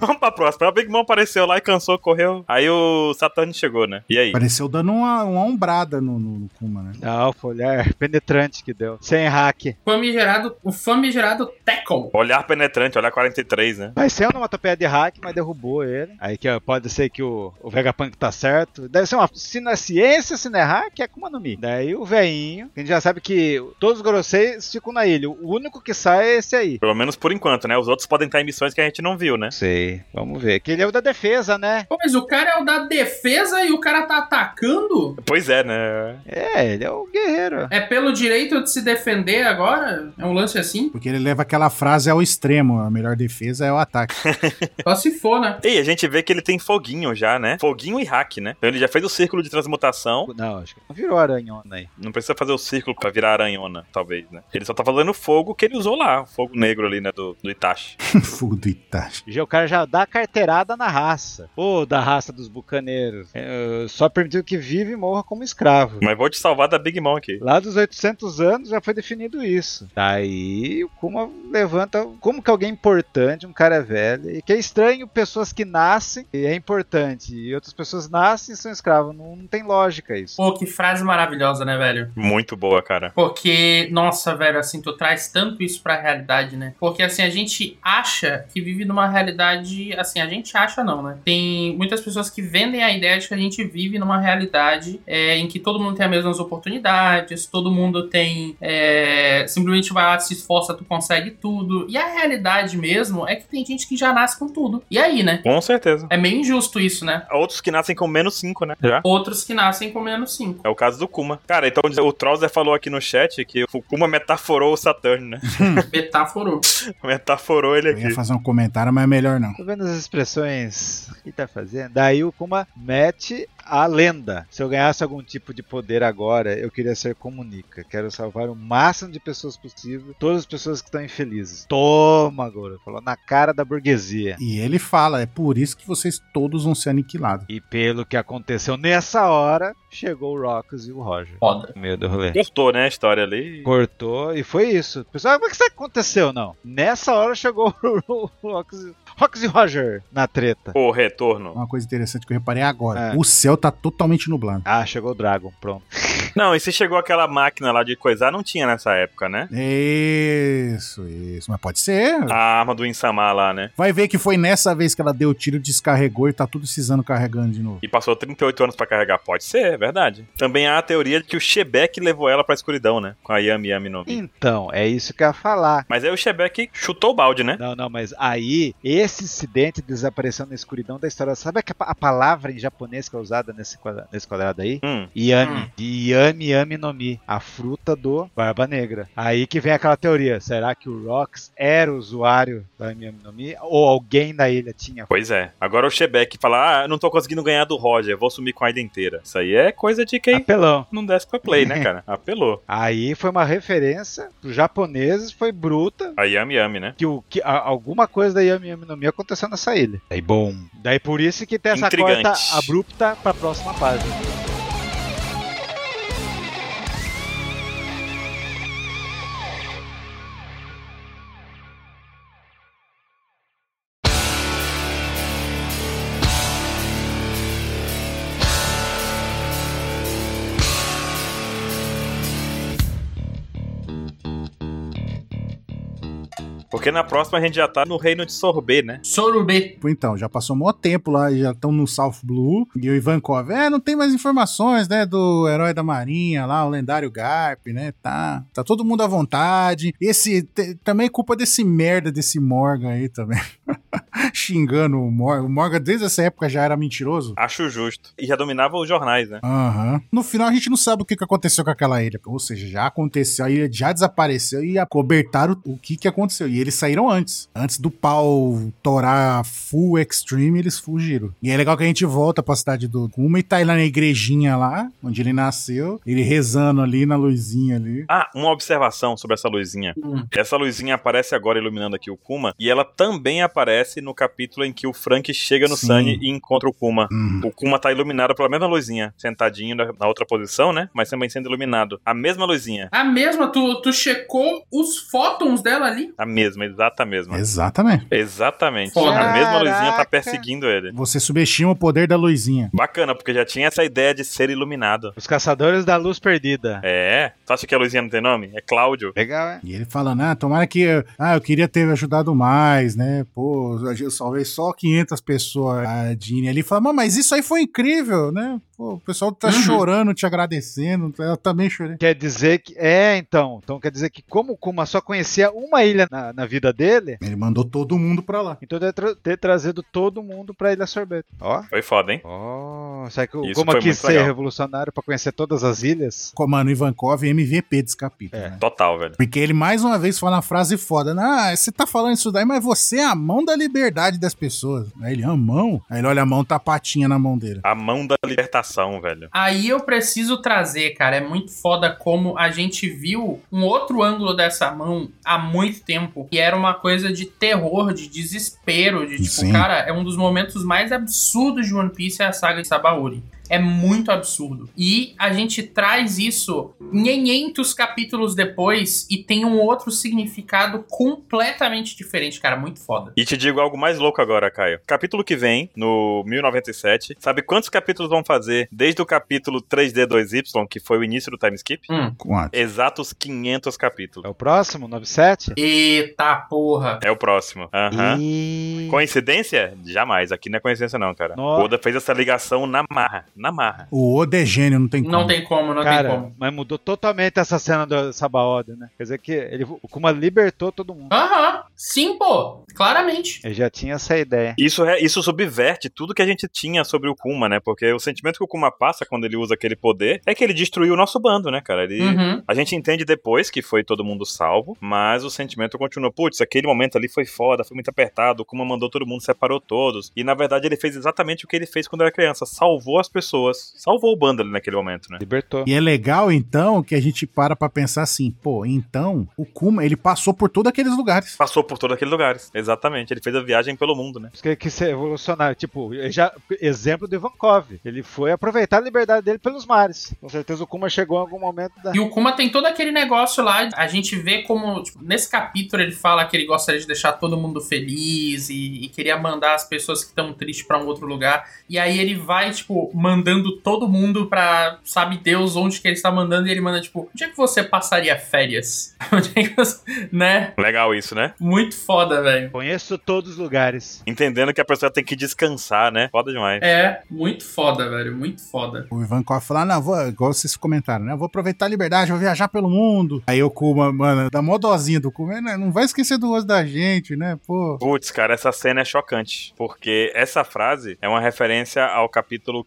Vamos pra próxima. A Big Mom apareceu lá e cansou, correu. Aí o Saturn chegou, né? E aí? Pareceu dando uma, uma ombrada no, no, no Kuma, né? Não, foi olhar penetrante que deu. Sem hack. Famigerado, o famigerado tackle. Olhar penetrante, olhar 43, né? Vai ser uma topé de hack, mas derrubou ele. Aí que ó, pode ser que o, o Vegapunk tá certo. Deve ser uma. Se não é ciência, se não é hack, é Kuma no Mi. Daí o veinho. A gente já sabe que todos os grosseis ficam na ilha. O único que sai é esse aí. Pelo menos por enquanto, né? Os outros podem estar em missões que a gente não viu, né? Sei. Vamos ver. Que ele é o da defesa, né? Pô, mas o cara é o da defesa e o cara tá atacando? Pois é, né? É, ele é o guerreiro. É pelo direito de se defender agora? É um lance assim? Porque ele leva aquela frase ao extremo: a melhor defesa é o ataque. Só se for, né? E a gente vê que ele tem foguinho já, né? Foguinho e hack, né? Então ele já fez o círculo de transmutação. Não, acho que não virou aranhona aí. Não precisa fazer o círculo pra virar aranhona, talvez, né? Ele só tá fazendo o fogo que ele usou lá, o fogo negro ali, né? Do, do Itachi. Fogo do Itachi. Já O cara já dá a carteirada na raça. Ô, da raça dos bucaneiros. É, só permitiu que vive e morra como escravo. Mas vou te salvar da Big Mom aqui. Lá dos 800 anos já foi definido isso. Daí o Kuma levanta. Como que alguém importante, um cara velho, e que é estranho pessoas que nascem e é importante, e outras pessoas nascem e são escravos. Não, não tem lógica isso. Pô, que frase maravilhosa, né, velho? Muito boa, cara. Porque, nossa, velho, assim, tu traz tanto isso pra realidade, né? Porque, assim, a gente acha que vive numa realidade. Assim, a gente acha não, né? Tem muitas pessoas que vendem a ideia de que a gente vive numa realidade é, em que todo mundo tem as mesmas oportunidades, todo mundo tem. é, simplesmente vai lá, se esforça, tu consegue tudo. E a realidade mesmo é que tem gente que já nasce com tudo. E aí, né? Com certeza. É meio injusto isso, né? Outros que nascem com menos 5, né? Já? Outros que nascem com menos 5. É o caso do Kuma. Cara, então o Trouser falou aqui no chat que o Kuma metaforou o Saturn, né? Metaforou. metaforou ele Eu ia aqui. fazer um comentário, mas é melhor não. Tô vendo as expressões que tá fazendo. Daí o Kuma mete a lenda. Se eu ganhasse algum tipo de poder agora, eu queria ser comunica. Quero salvar o máximo de pessoas possível, todas as pessoas que estão infelizes. Toma, Goro. Falou na cara da burguesia. E ele fala: é por isso que vocês todos vão ser aniquilados. E pelo que aconteceu nessa hora, chegou o Rockus e o Roger. Foda. No meio do rolê. Cortou, né, a história ali. Cortou e foi isso. Pessoal, como é que isso aconteceu? Não. Nessa hora chegou o Rockus e- Rockus e Roger na treta. O retorno. Uma coisa interessante que eu reparei agora: É. o céu tá totalmente nublado. Ah, chegou o Dragon. Pronto. Não, e se chegou aquela máquina lá de coisar, não tinha nessa época, né? Isso, isso. Mas pode ser. A arma do Insamar lá, né? Vai ver que foi nessa vez que ela deu o tiro, descarregou e tá tudo cisando carregando de novo. E passou 38 anos pra carregar. Pode ser, é verdade. Também há a teoria de que o Shebeck levou ela pra escuridão, né? Com a Yami Yami no. Então, é isso que eu ia falar. Mas aí o Shebeck chutou o balde, né? Não, não, mas aí, esse incidente desapareceu na escuridão da história. Sabe que a, pa- a palavra em japonês que é usada nesse quadra- nesse quadrado aí? Hum. Yami. De Yami Yami no Mi, a fruta do Barba Negra. Aí que vem aquela teoria: será que o Rox era usuário da Yami Yami no Mi? Ou alguém da ilha tinha? Pois é. Agora o Shebeck fala: Ah, não tô conseguindo ganhar do Roger, vou sumir com a ida inteira. Isso aí é coisa de quem Apelão. não desce pra play, né, cara? Apelou. Aí foi uma referência pros japoneses, foi bruta. A Yami Yami, né? Que, o, que a- alguma coisa da Yami Yami no Mi aconteceu nessa ilha. Daí bom. Daí por isso que tem essa Intrigante. corta abrupta pra próxima página. Porque na próxima a gente já tá no reino de sorbet, né? Sorubê. Então, já passou um maior tempo lá, já estão no South Blue. E o Ivankov, é, não tem mais informações, né, do herói da marinha lá, o lendário Garp, né, tá. Tá todo mundo à vontade. Esse, te- também é culpa desse merda, desse Morgan aí também. Xingando o Morgan. O Morgan desde essa época já era mentiroso. Acho justo. E já dominava os jornais, né? Aham. No final a gente não sabe o que que aconteceu com aquela ilha. Ou seja, já aconteceu, a ilha já desapareceu e acobertaram o que que aconteceu. E eles saíram antes. Antes do pau torar full extreme, eles fugiram. E é legal que a gente volta pra cidade do Kuma e tá lá na igrejinha lá, onde ele nasceu. Ele rezando ali na luzinha ali. Ah, uma observação sobre essa luzinha. Hum. Essa luzinha aparece agora iluminando aqui o Kuma, e ela também aparece no capítulo em que o Frank chega no Sim. Sunny e encontra o Kuma. Hum. O Kuma tá iluminado pela mesma luzinha, sentadinho na na outra posição, né? Mas também sendo iluminado. A mesma luzinha. A mesma, tu, tu checou os fótons dela ali? A mesma, exata mesma. Exatamente. Exatamente. Foda. A mesma luzinha tá Caraca. perseguindo ele. Você subestima o poder da luzinha. Bacana, porque já tinha essa ideia de ser iluminado. Os Caçadores da Luz Perdida. É. Tu acha que a luzinha não tem nome? É Cláudio. Legal, é? E ele falando, ah, tomara que. Ah, eu queria ter ajudado mais, né? Pô, eu salvei só 500 pessoas. A Dini ali fala, "Mas- mas isso aí foi incrível, né? Pô, o pessoal tá Uhum. chorando, te agradecendo. Eu também chorei. Quer dizer que. É, então. Então quer dizer que, como o Kuma só conhecia uma ilha na, na vida dele, Ele mandou todo mundo pra lá. então deve tra- ter trazido todo mundo pra Ilha Sorvete. Ó. Foi foda, hein? Ó. Será que o Isso Kuma foi quis muito ser legal. revolucionário pra conhecer todas as ilhas? Com, Mano, Ivankov MVP desse capítulo. É. né? Total, velho. Porque ele mais uma vez fala uma frase foda. né? Ah, você tá falando isso daí, mas você é a mão da liberdade das pessoas. Aí ele, a mão? Aí ele olha a mão, tá a patinha na mão dele. A mão da libertação, velho. Aí eu preciso trazer, cara. É muito foda como a gente viu um outro ângulo dessa mão há muito tempo. E era uma coisa de terror, de desespero. De tipo, Sim. cara, é um dos momentos mais absurdos de One Piece é a saga de Sabaori. É muito absurdo. E a gente traz isso 500 capítulos depois e tem um outro significado completamente diferente, cara. Muito foda. E te digo algo mais louco agora, Caio. Capítulo que vem, no 1097, sabe quantos capítulos vão fazer desde o capítulo 3D2Y, que foi o início do time skip? Hum. Quanto? Exatos 500 capítulos. É o próximo, 97? Eita porra. É o próximo. Aham. E... Coincidência? Jamais. Aqui não é coincidência, não, cara. Nossa. O Oda fez essa ligação na marra. Na marra. O Oda é gênio, não tem como. Não tem como, não tem Cara, como. mas mudou totalmente essa cena do Sabaody, né? Quer dizer que ele, o Kuma libertou todo mundo. Aham. Sim, pô. Claramente. Ele já tinha essa ideia. Isso, é, isso subverte tudo que a gente tinha sobre o Kuma, né? Porque o sentimento que o Kuma passa quando ele usa aquele poder é que ele destruiu o nosso bando, né, cara? Ele, Uhum. A gente entende depois que foi todo mundo salvo, mas o sentimento continua. Putz, aquele momento ali foi foda, foi muito apertado. O Kuma mandou todo mundo, separou todos. E na verdade ele fez exatamente o que ele fez quando era criança: salvou as pessoas, salvou o bando ali naquele momento, né? Libertou. E é legal, então, que a gente para pra pensar assim, pô, então, o Kuma, ele passou por todos aqueles lugares. Passou por todos aqueles lugares. Exatamente, ele fez a viagem pelo mundo, né? Isso que ele quis ser revolucionário. Tipo, ele já, exemplo do Ivankov. Ele foi aproveitar a liberdade dele pelos mares. Com certeza o Kuma chegou em algum momento da. E o Kuma tem todo aquele negócio lá. A gente vê como, tipo, nesse capítulo ele fala que ele gostaria de deixar todo mundo feliz e, e queria mandar as pessoas que estão tristes pra um outro lugar. E aí ele vai, tipo, mandando todo mundo pra sabe Deus onde que ele está mandando. E ele manda, tipo, onde é que você passaria férias? Onde é que você... Né? Legal isso, né? Muito foda, velho. Conheço todos os lugares. Entendendo que a pessoa tem que descansar, né? Foda demais. É, muito foda, velho. Muito foda. O Ivankov fala, "Ah, não, vou, igual vocês comentaram, né? Eu vou aproveitar a liberdade, vou viajar pelo mundo. Aí o Kuma, mano, dá mó dozinha do Kuma, né? Não vai esquecer do rosto da gente, né? Pô. Putz, cara, essa cena é chocante, porque essa frase é uma referência ao capítulo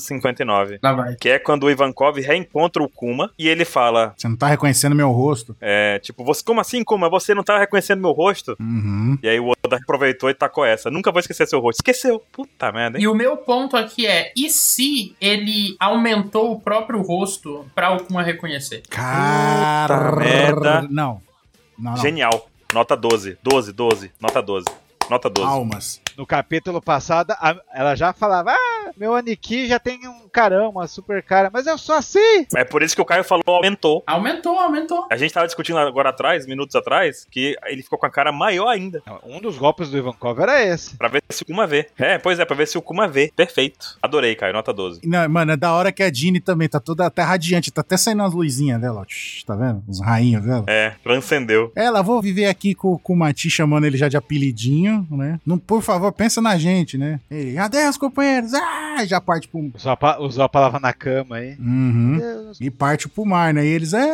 559, Lá vai. que é quando o Ivankov reencontra o Kuma e ele fala: Você não tá reconhecendo meu rosto. É, tipo, você, como assim, Kuma? Você não tá reconhecendo meu rosto? Uhum. E aí o Oda aproveitou e tacou essa. Nunca vou esquecer seu rosto. Esqueceu. Puta merda, hein? E o meu ponto aqui é: e se ele aumentou o próprio rosto pra o Kuma reconhecer? Cara... merda. Não. Não, não. Genial. Nota 12. 12, 12. Nota 12. Nota 12. Almas. No capítulo passado, a- ela já falava: Ah, Meu Aniki já tem um carão, uma super cara, mas eu sou assim! É por isso que o Caio falou, aumentou. Aumentou, aumentou. A gente tava discutindo agora atrás, minutos atrás, que ele ficou com a cara maior ainda. Um dos golpes do Ivankov era esse. Pra ver se o Kuma vê. É, pois é, pra ver se o Kuma vê. Perfeito. Adorei, Caio, nota 12. Não, mano, é da hora que a Dini também tá toda até radiante, tá até saindo as luzinhas dela, ó. Shhh, tá vendo? Os rainhos dela. É, transcendeu. Ela, vou viver aqui com, com o Mati chamando ele já de apelidinho, né? Não, por favor, pensa na gente, né? Ele, adeus, companheiros! Ah! Já parte pro. Usou a, pa- usou a palavra na cama aí. Uhum. Deus. E parte pro mar, né? E eles, é.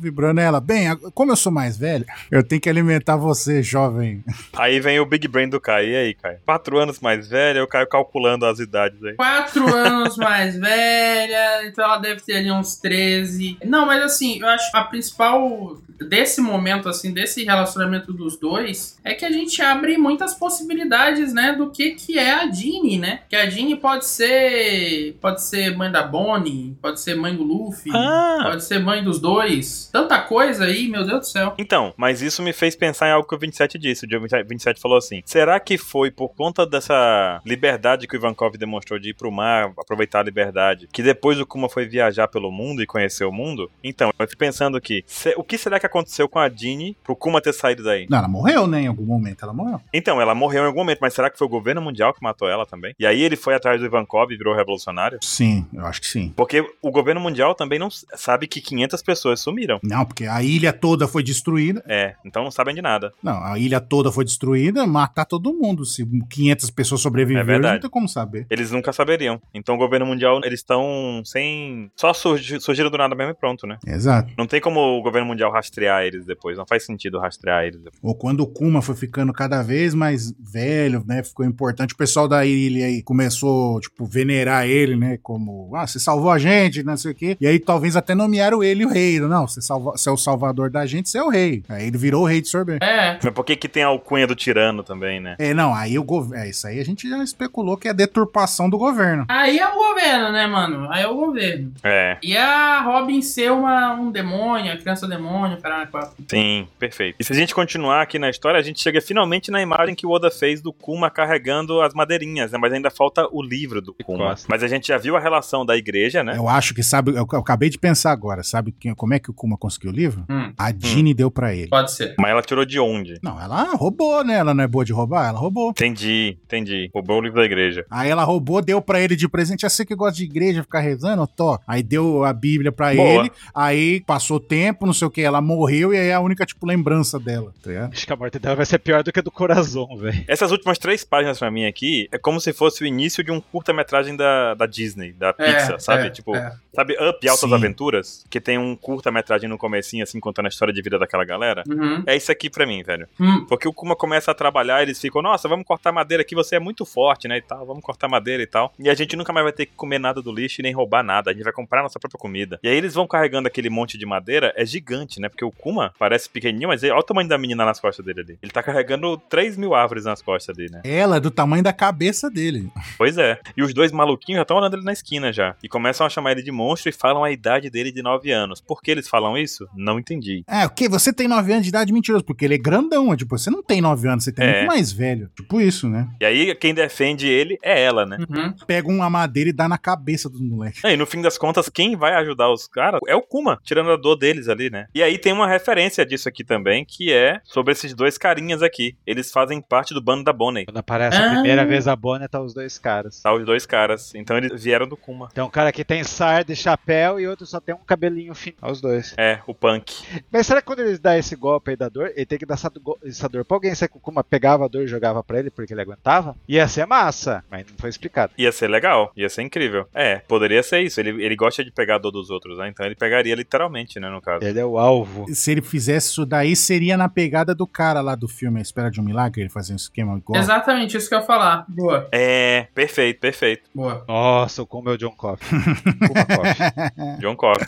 Vibrando ela. Bem, ag- como eu sou mais velho, eu tenho que alimentar você, jovem. Aí vem o Big Brain do Caio. E aí, Caio? Quatro anos mais velho, eu Caio calculando as idades aí. Quatro anos mais velha, então ela deve ter ali uns 13. Não, mas assim, eu acho que a principal desse momento, assim, desse relacionamento dos dois, é que a gente abre muitas possibilidades, né, do que que é a Jeannie, né? Que a Jeannie pode ser, pode ser mãe da Bonnie, pode ser mãe do Luffy, Ah. pode ser mãe dos dois. Tanta coisa aí, meu Deus do céu. Então, mas isso me fez pensar em algo que o 27 disse. O dia 27 27 falou assim: será que foi por conta dessa liberdade que o Ivankov demonstrou de ir pro mar, aproveitar a liberdade, que depois o Kuma foi viajar pelo mundo e conhecer o mundo? Então, eu fico pensando que se- o que será que aconteceu com a Jeannie pro Kuma ter saído daí? Não, ela morreu, né? Em algum momento ela morreu. Então, ela morreu em algum momento, mas será que foi o governo mundial que matou ela também? E aí ele foi atrás do Ivankov e virou revolucionário? Sim, eu acho que sim. Porque o governo mundial também não s- sabe que 500 pessoas sumiram. Não, porque a ilha toda foi destruída. É, então não sabem de nada. Não, a ilha toda foi destruída, matar todo mundo. Se 500 pessoas sobreviveram, verdade. não tem como saber. Eles nunca saberiam. Então o governo mundial, eles estão sem. Só surgi- surgiram do nada mesmo e pronto, né? Exato. Não tem como o governo mundial rastrear eles depois. Não faz sentido rastrear eles depois. Ou quando o Kuma foi ficando cada vez mais velho, né? Ficou importante. O pessoal da ilha aí começou, tipo, venerar ele, né? Como, ah, você salvou a gente, não sei o quê. E aí talvez até nomearam ele o rei. Não, você, salva, você é o salvador da gente, você é o rei. Aí ele virou o rei de sorvete. É, Mas por que, que tem a alcunha do tirano também, né? É, não, aí o governo. É, isso aí a gente já especulou que é deturpação do governo. aí é o governo, né, mano? Aí é o governo. É, E a Robin ser uma, um demônio, a criança demônio, caralho, quatro. sim, perfeito. E se a gente continuar aqui na história, a gente chega finalmente na imagem que o Oda fez do Kuma carregando as madeirinhas, né? Mas ainda falta o livro do Kuma. costa. Mas a gente já viu a relação da igreja, né? Eu acho que, sabe, eu, eu acabei de pensar agora, sabe quem- como é que o Kuma conseguiu o livro? Hum, A Dini deu pra ele. pode ser. Mas ela tirou de onde? Não, ela roubou, né? Ela não é boa de roubar, ela roubou. Entendi, entendi. Roubou o livro da igreja. Aí ela roubou, deu pra ele de presente. Eu sei que gosta de igreja, ficar rezando, ó, Tó. Aí deu a Bíblia pra Boa. ele. Aí passou tempo, não sei o que, ela morreu e aí é a única, tipo, lembrança dela. Tá ligado? Acho que a morte dela vai ser pior do que a do coração, velho. Essas últimas três páginas pra mim aqui é como se fosse o início de um curta-metragem da, da Disney, da Pixar, sabe? é, tipo, é. sabe Up e Altas Sim. Aventuras? Que tem um curta-metragem no comecinho, assim, contando a história de vida daquela galera. Uhum. É isso aqui pra mim, velho. Hum, Porque o Kuma começa a trabalhar, eles ficam, nossa, vamos cortar madeira aqui, você é muito forte, né, e tal, vamos cortar madeira e tal. E a gente nunca mais vai ter que comer nada do lixo e nem roubar nada, a gente vai comprar nossa própria comida. E aí eles vão carregando aquele monte de madeira, é gigante, né, porque o Kuma parece pequenininho, mas ele- olha o tamanho da menina nas costas dele ali. Ele tá carregando 3 mil árvores nas costas dele, né. Ela é do tamanho da cabeça dele. Pois é. E os dois maluquinhos já estão olhando ele na esquina já. E começam a chamar ele de monstro e falam a idade dele de 9 anos. Por que eles falam isso? Não entendi. É, o quê? Você tem 9 anos de idade mentiroso, porque ele é grandão. É, tipo, você não tem 9 anos, você tem É. muito mais velho. Tipo isso, né? E aí, quem defende ele é ela, né? uhum. Pega uma madeira e dá na cabeça dos moleques. É, E no fim das contas, quem vai ajudar os caras é o Kuma, tirando a dor deles ali, né? E aí tem uma referência disso aqui também, que é sobre esses dois carinhas aqui. Eles fazem parte do bando da Bonnie. Quando aparece a Ah. primeira vez a Bonnie, tá os dois caras. Tá, os dois caras. Então eles vieram do Kuma. Tem um cara que tem sarda e chapéu e outro só tem um cabelinho fino. Olha os dois. É, o Punk. Mas será que quando ele dá esse golpe aí da dor, ele tem que dar essa, do- essa dor pra alguém? Será que o Kuma pegava a dor e jogava pra ele porque ele aguentava? Ia ser massa, mas não foi explicado. Ia ser legal, ia ser incrível. É, poderia ser isso. Ele, ele gosta de pegar a dor dos outros, né? Então ele pegaria literalmente, né, no caso. Ele é o alvo. Se ele fizesse isso daí, seria na pegada do cara lá do filme A Espera de um Milagre, ele fazia um esquema igual. Exatamente isso que eu ia falar. Boa, É, perfeito, perfeito. boa. Nossa, o Kuma é o John Coffey. Kuma Coffey. John Coffey.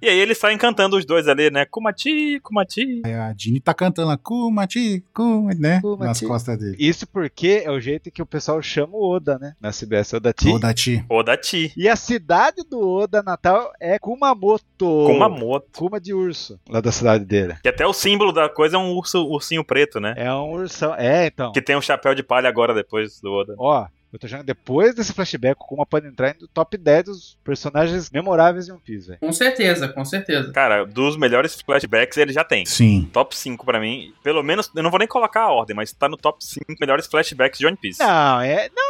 e aí eles saem cantando os dois ali, né? Kumati, Kumati. Aí a Dini tá cantando lá, Kumati, Kumati, né? Kumati. Nas costas dele. Isso porque é o jeito que o pessoal chama o Oda, né? Na CBS, Oda T. Odati. Odati. E a cidade do Oda Natal é Kumamoto. Kumamoto. Kuma de urso, lá da cidade dele. Que até o símbolo da coisa é um urso, ursinho preto, né? É um ursão. É, então. Que tem um chapéu de palha agora depois do Oda. Ó, Eu tô jogando depois desse flashback como a Panda entrar no top 10 dos personagens memoráveis de One Piece, velho. Com certeza, com certeza. Cara, dos melhores flashbacks ele já tem. Sim. Top 5 pra mim, pelo menos, eu não vou nem colocar a ordem, mas tá no top 5 melhores flashbacks de One Piece. Não, é. Não.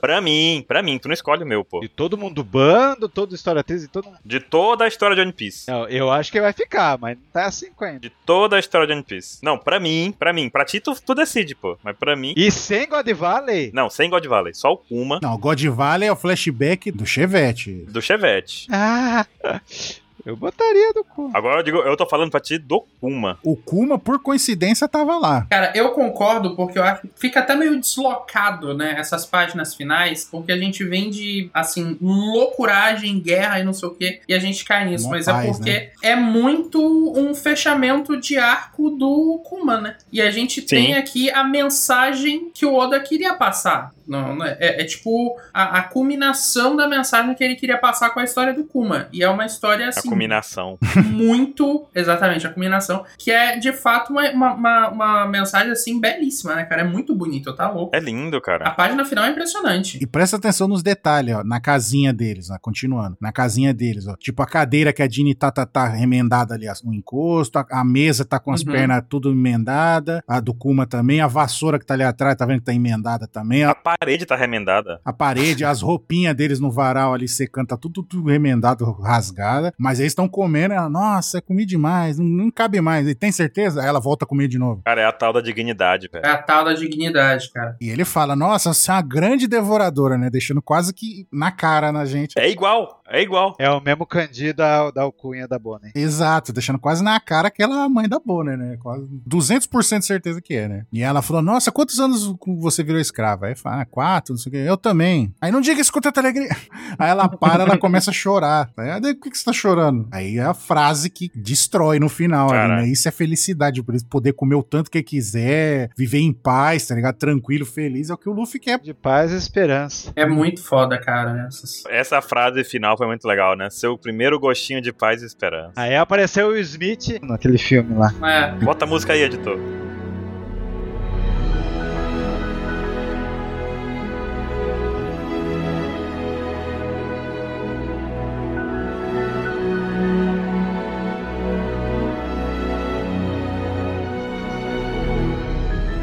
Pra mim, pra mim, tu não escolhe o meu, pô. E todo mundo bando, toda história triste, todo mundo. De toda a história de One Piece. Não, eu acho que vai ficar, mas não tá 50. De toda a história de One Piece. Não, pra mim, pra mim. Pra ti, tu, tu decide, pô. Mas pra mim. E sem God Valley? Não, sem God Valley. Só o Kuma Não, God Valley é o flashback do Chevette. do Chevette. Ah! Eu botaria do cu. Agora eu digo, eu tô falando pra ti do Kuma. O Kuma, por coincidência, tava lá. Cara, eu concordo porque eu acho que fica até meio deslocado, né, essas páginas finais, porque a gente vem de, assim, loucuragem, guerra e não sei o quê, e a gente cai nisso, Mó mas é paz, né? porque é muito um fechamento de arco do Kuma, né? E a gente tem aqui a mensagem que o Oda queria passar. Não, não é, é- é tipo a, a culminação da mensagem que ele queria passar com a história do Kuma. E é uma história A assim combinação. muito, exatamente, a combinação, que é de fato uma, uma, uma- uma mensagem assim belíssima, né, cara? É muito bonito, tá louco. É lindo, A cara. página final é impressionante. E presta atenção nos detalhes, ó, na casinha deles, ó, continuando, na casinha deles, ó, tipo a cadeira que a Dini tá, tá, tá remendada ali, ó, um encosto, a, a mesa tá com as Uhum. pernas tudo emendada, a do Kuma também, a vassoura que tá ali atrás, tá vendo que tá emendada também, A a, parede tá remendada. a parede, as roupinhas deles no varal ali secando, tá tudo, tudo remendado, rasgada, mas eles estão comendo, ela, nossa, eu comi demais, não, não cabe mais, e tem certeza? Aí ela volta a comer de novo. Cara, é a tal da dignidade, É velho. a tal da dignidade, cara. E ele fala, nossa, você é uma grande devoradora, né, deixando quase que na cara na gente. É igual, é igual. É o mesmo Candi da, da alcunha da Bonnie. Exato, deixando quase na cara aquela mãe da Bonner, né? Quase 200% certeza que é, né? E ela falou: Nossa, quantos anos você virou escrava? Aí fala: ah, Quatro, não sei o quê. Eu também. Aí não diga isso com tanta alegria. Aí ela para, ela começa a chorar. Aí, ela, Por que que você tá chorando? Aí é a frase que destrói no final, ali, Caraca. né? Isso é felicidade, por isso poder comer o tanto que quiser, viver em paz, tá ligado? Tranquilo, feliz, é o que o Luffy quer. De paz e esperança. É muito foda, cara. Essas... Essa frase final foi muito legal, né? Seu primeiro gostinho de paz e esperança. Aí apareceu o Smith naquele filme lá. É, Bota a música aí, editor.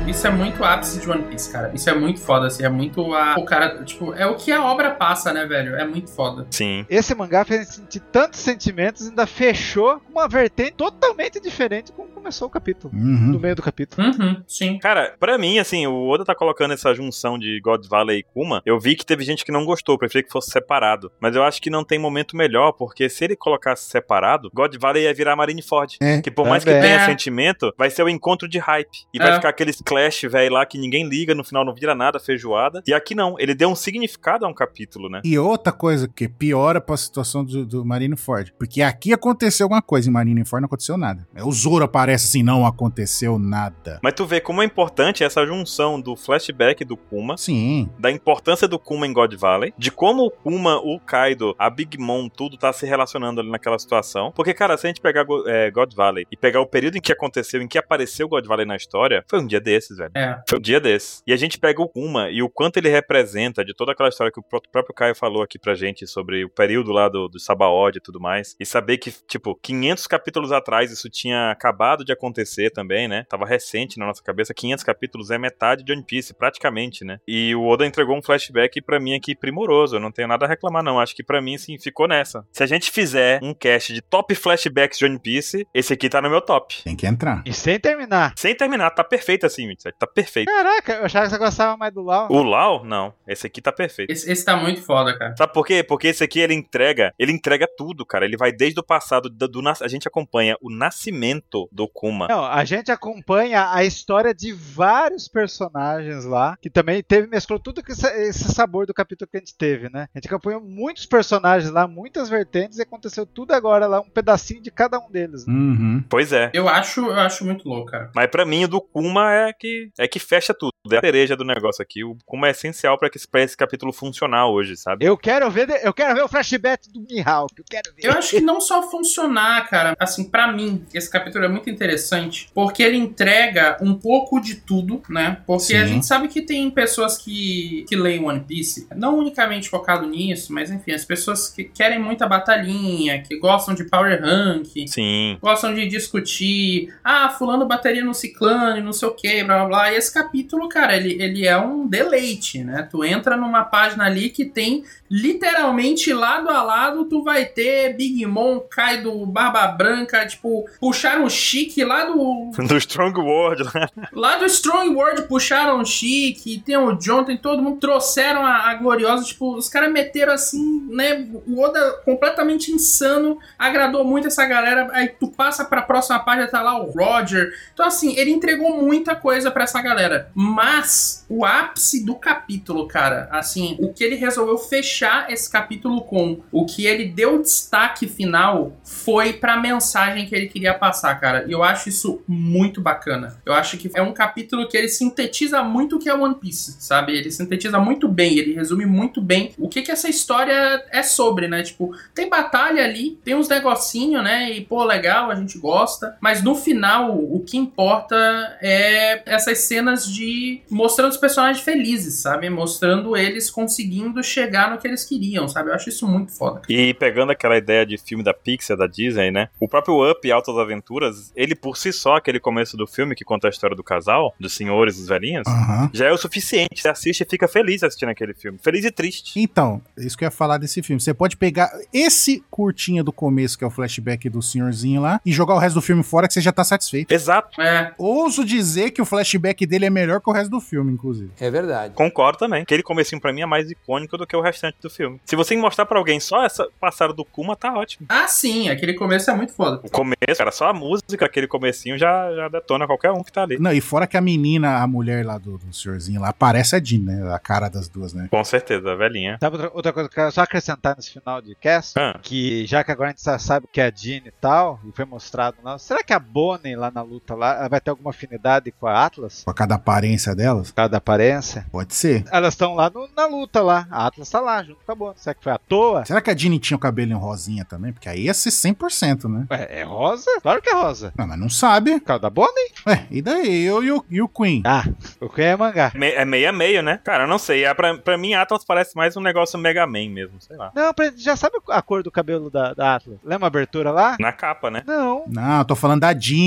isso é muito ápice de One Piece, cara. Isso é muito foda, assim. É muito a. O cara, tipo, é o que a obra passa, né, velho? É muito foda. Sim. Esse mangá fez a gente sentir tantos sentimentos e ainda fechou com uma vertente totalmente diferente como começou o capítulo. No Uhum. meio do capítulo. Uhum, sim. Cara, pra mim, assim, o Oda tá colocando essa junção de God Valley e Kuma. Eu vi que teve gente que não gostou, preferia que fosse separado. Mas eu acho que não tem momento melhor, porque se ele colocasse separado, God Valley ia virar Marineford. É, Que por mais que também. tenha É. sentimento, vai ser o encontro de hype. E vai É. ficar aqueles clash, velho, lá que ninguém liga, no final não vira nada, feijoada. E aqui não, ele deu um significado a um capítulo, né? E outra coisa que piora pra situação do, do Marino Ford. Porque aqui aconteceu alguma coisa, em Marino Ford não aconteceu nada. É, O Zoro aparece assim, não aconteceu nada. Mas tu vê como é importante essa junção do flashback do Kuma Sim. da importância do Kuma em God Valley, de como o Kuma, o Kaido, a Big Mom, tudo tá se relacionando ali naquela situação. Porque, cara, se a gente pegar Go- eh, God Valley e pegar o período em que aconteceu, em que apareceu God Valley na história, foi um dia desses, velho. É. Foi um dia desses. E a gente pega o Kuma e o quanto ele representa de toda aquela história que o pró- próprio Caio falou aqui pra gente sobre o período lá do, do Sabaody e tudo mais. E saber que, tipo, 500 capítulos atrás isso tinha acabado de acontecer também, né? Tava recente na nossa cabeça. 500 capítulos é metade de One Piece, praticamente, né? E o Oda entregou um flashback pra mim aqui primoroso. Eu não tenho nada a reclamar, não. Acho que pra mim, sim, ficou nessa. Se a gente fizer um cast de top flashbacks de One Piece, esse aqui tá no meu top. Tem que entrar. E sem terminar. Sem terminar, tá perfeito assim, 27. Tá perfeito. Caraca, eu achava que você gostava mais do Lau. O Lau? Não. Esse aqui tá perfeito. Esse, esse tá muito foda, cara. Sabe por quê? Porque esse aqui ele entrega, ele entrega tudo, cara. Ele vai desde o passado, do, do nas- a gente acompanha o nascimento do Kuma. Não, a gente acompanha a história de vários personagens lá, que também teve, mesclou tudo que esse, esse sabor do capítulo que a gente teve, né? A gente acompanhou muitos personagens lá, muitas vertentes, e aconteceu tudo agora lá, um pedacinho de cada um deles. né? Uhum. Pois é. Eu acho, eu acho muito louco, cara. Mas pra mim o do Kuma é que é que fecha tudo. da cereja do negócio aqui, o- como é essencial pra que esse- pra esse capítulo funcionar hoje, sabe? Eu quero ver, eu quero ver o flashback do Mihawk, eu quero ver. Eu acho que não só funcionar, cara. Assim, pra mim, esse capítulo é muito interessante porque ele entrega um pouco de tudo, né? Porque a Sim. gente sabe que tem pessoas que, que leem One Piece, não unicamente focado nisso, mas enfim, as pessoas que querem muita batalhinha, que gostam de power rank, Sim. gostam de discutir. Ah, fulano bateria no ciclano e não sei o que, blá blá blá. E esse capítulo, cara, ele, ele é um deleite, né? Tu entra numa página ali que tem literalmente lado a lado, tu vai ter Big Mom, Kaido, Barba Branca, tipo, puxaram o Chique lá do, Do Strong World, né? Lá do Strong World puxaram o Chique, tem o John, tem todo mundo, trouxeram a, a Gloriosa, tipo, os caras meteram assim, né? O Oda completamente insano, agradou muito essa galera. Aí tu passa pra próxima página, tá lá o Roger. Então, assim, ele entregou muita coisa pra essa galera. Mas o ápice do capítulo, cara, assim, o que ele resolveu fechar esse capítulo com, o que ele deu destaque final foi pra mensagem que ele queria passar, cara. E eu acho isso muito bacana. Eu acho que é um capítulo que ele sintetiza muito o que é One Piece, sabe? Ele sintetiza muito bem, ele resume muito bem o que que essa história é sobre, né? Tipo, tem batalha ali, tem uns negocinho, né? E pô, legal, a gente gosta, mas no final o que importa é essas cenas de mostrando os personagens felizes, sabe? Mostrando eles conseguindo chegar no que eles queriam, sabe? Eu acho isso muito foda. E pegando aquela ideia de filme da Pixar, da Disney, né? O próprio Up Altas Aventuras, ele por si só, aquele começo do filme que conta a história do casal, dos senhores e dos velhinhos, Aham. já é o suficiente. Você assiste e fica feliz assistindo aquele filme. Feliz e triste. Então, isso que eu ia falar desse filme. Você pode pegar esse curtinha do começo, que é o flashback do senhorzinho lá, e jogar o resto do filme fora, que você já tá satisfeito. Exato, É, Ouso dizer que o flashback dele é melhor que o resto do filme, inclusive. É verdade. concordo também. Aquele comecinho pra mim é mais icônico do que o restante do filme. Se você mostrar pra alguém só essa passada do Kuma, tá ótimo. Ah, sim, aquele começo é muito foda. O começo, cara, só a música, aquele comecinho já, já detona qualquer um que tá ali. Não, e fora que a menina, a mulher lá do, do senhorzinho lá, parece a Jean, né? A cara das duas, né? Com certeza, a velhinha. Sabe outra, outra coisa que eu quero só acrescentar nesse final de cast? Ah, Que já que agora a gente já sabe que é a Jean e tal, e foi mostrado lá, será que a Bonnie lá na luta lá ela vai ter alguma afinidade com a Atlas? Por causa da aparência delas, Por causa da aparência? pode ser. Elas estão lá no- na luta lá. A Atlas tá lá junto com a Bonnie. Será que foi à toa? Será que a Jean tinha o cabelo em rosinha também? Porque aí ia ser 100%, né? Ué, é rosa? Claro que é rosa. Não, mas não sabe. Por causa da Bonnie? Ué, e daí? Eu e o, e o Queen. Ah, o que é mangá? me- é meio a meio, né? Cara, eu não sei. É, pra, pra mim, Atlas parece mais um negócio Mega Man mesmo, sei lá. Não, pra- já sabe a cor do cabelo da, da Atlas? Lembra a abertura lá? Na capa, né? Não. Não, eu tô falando da Jean.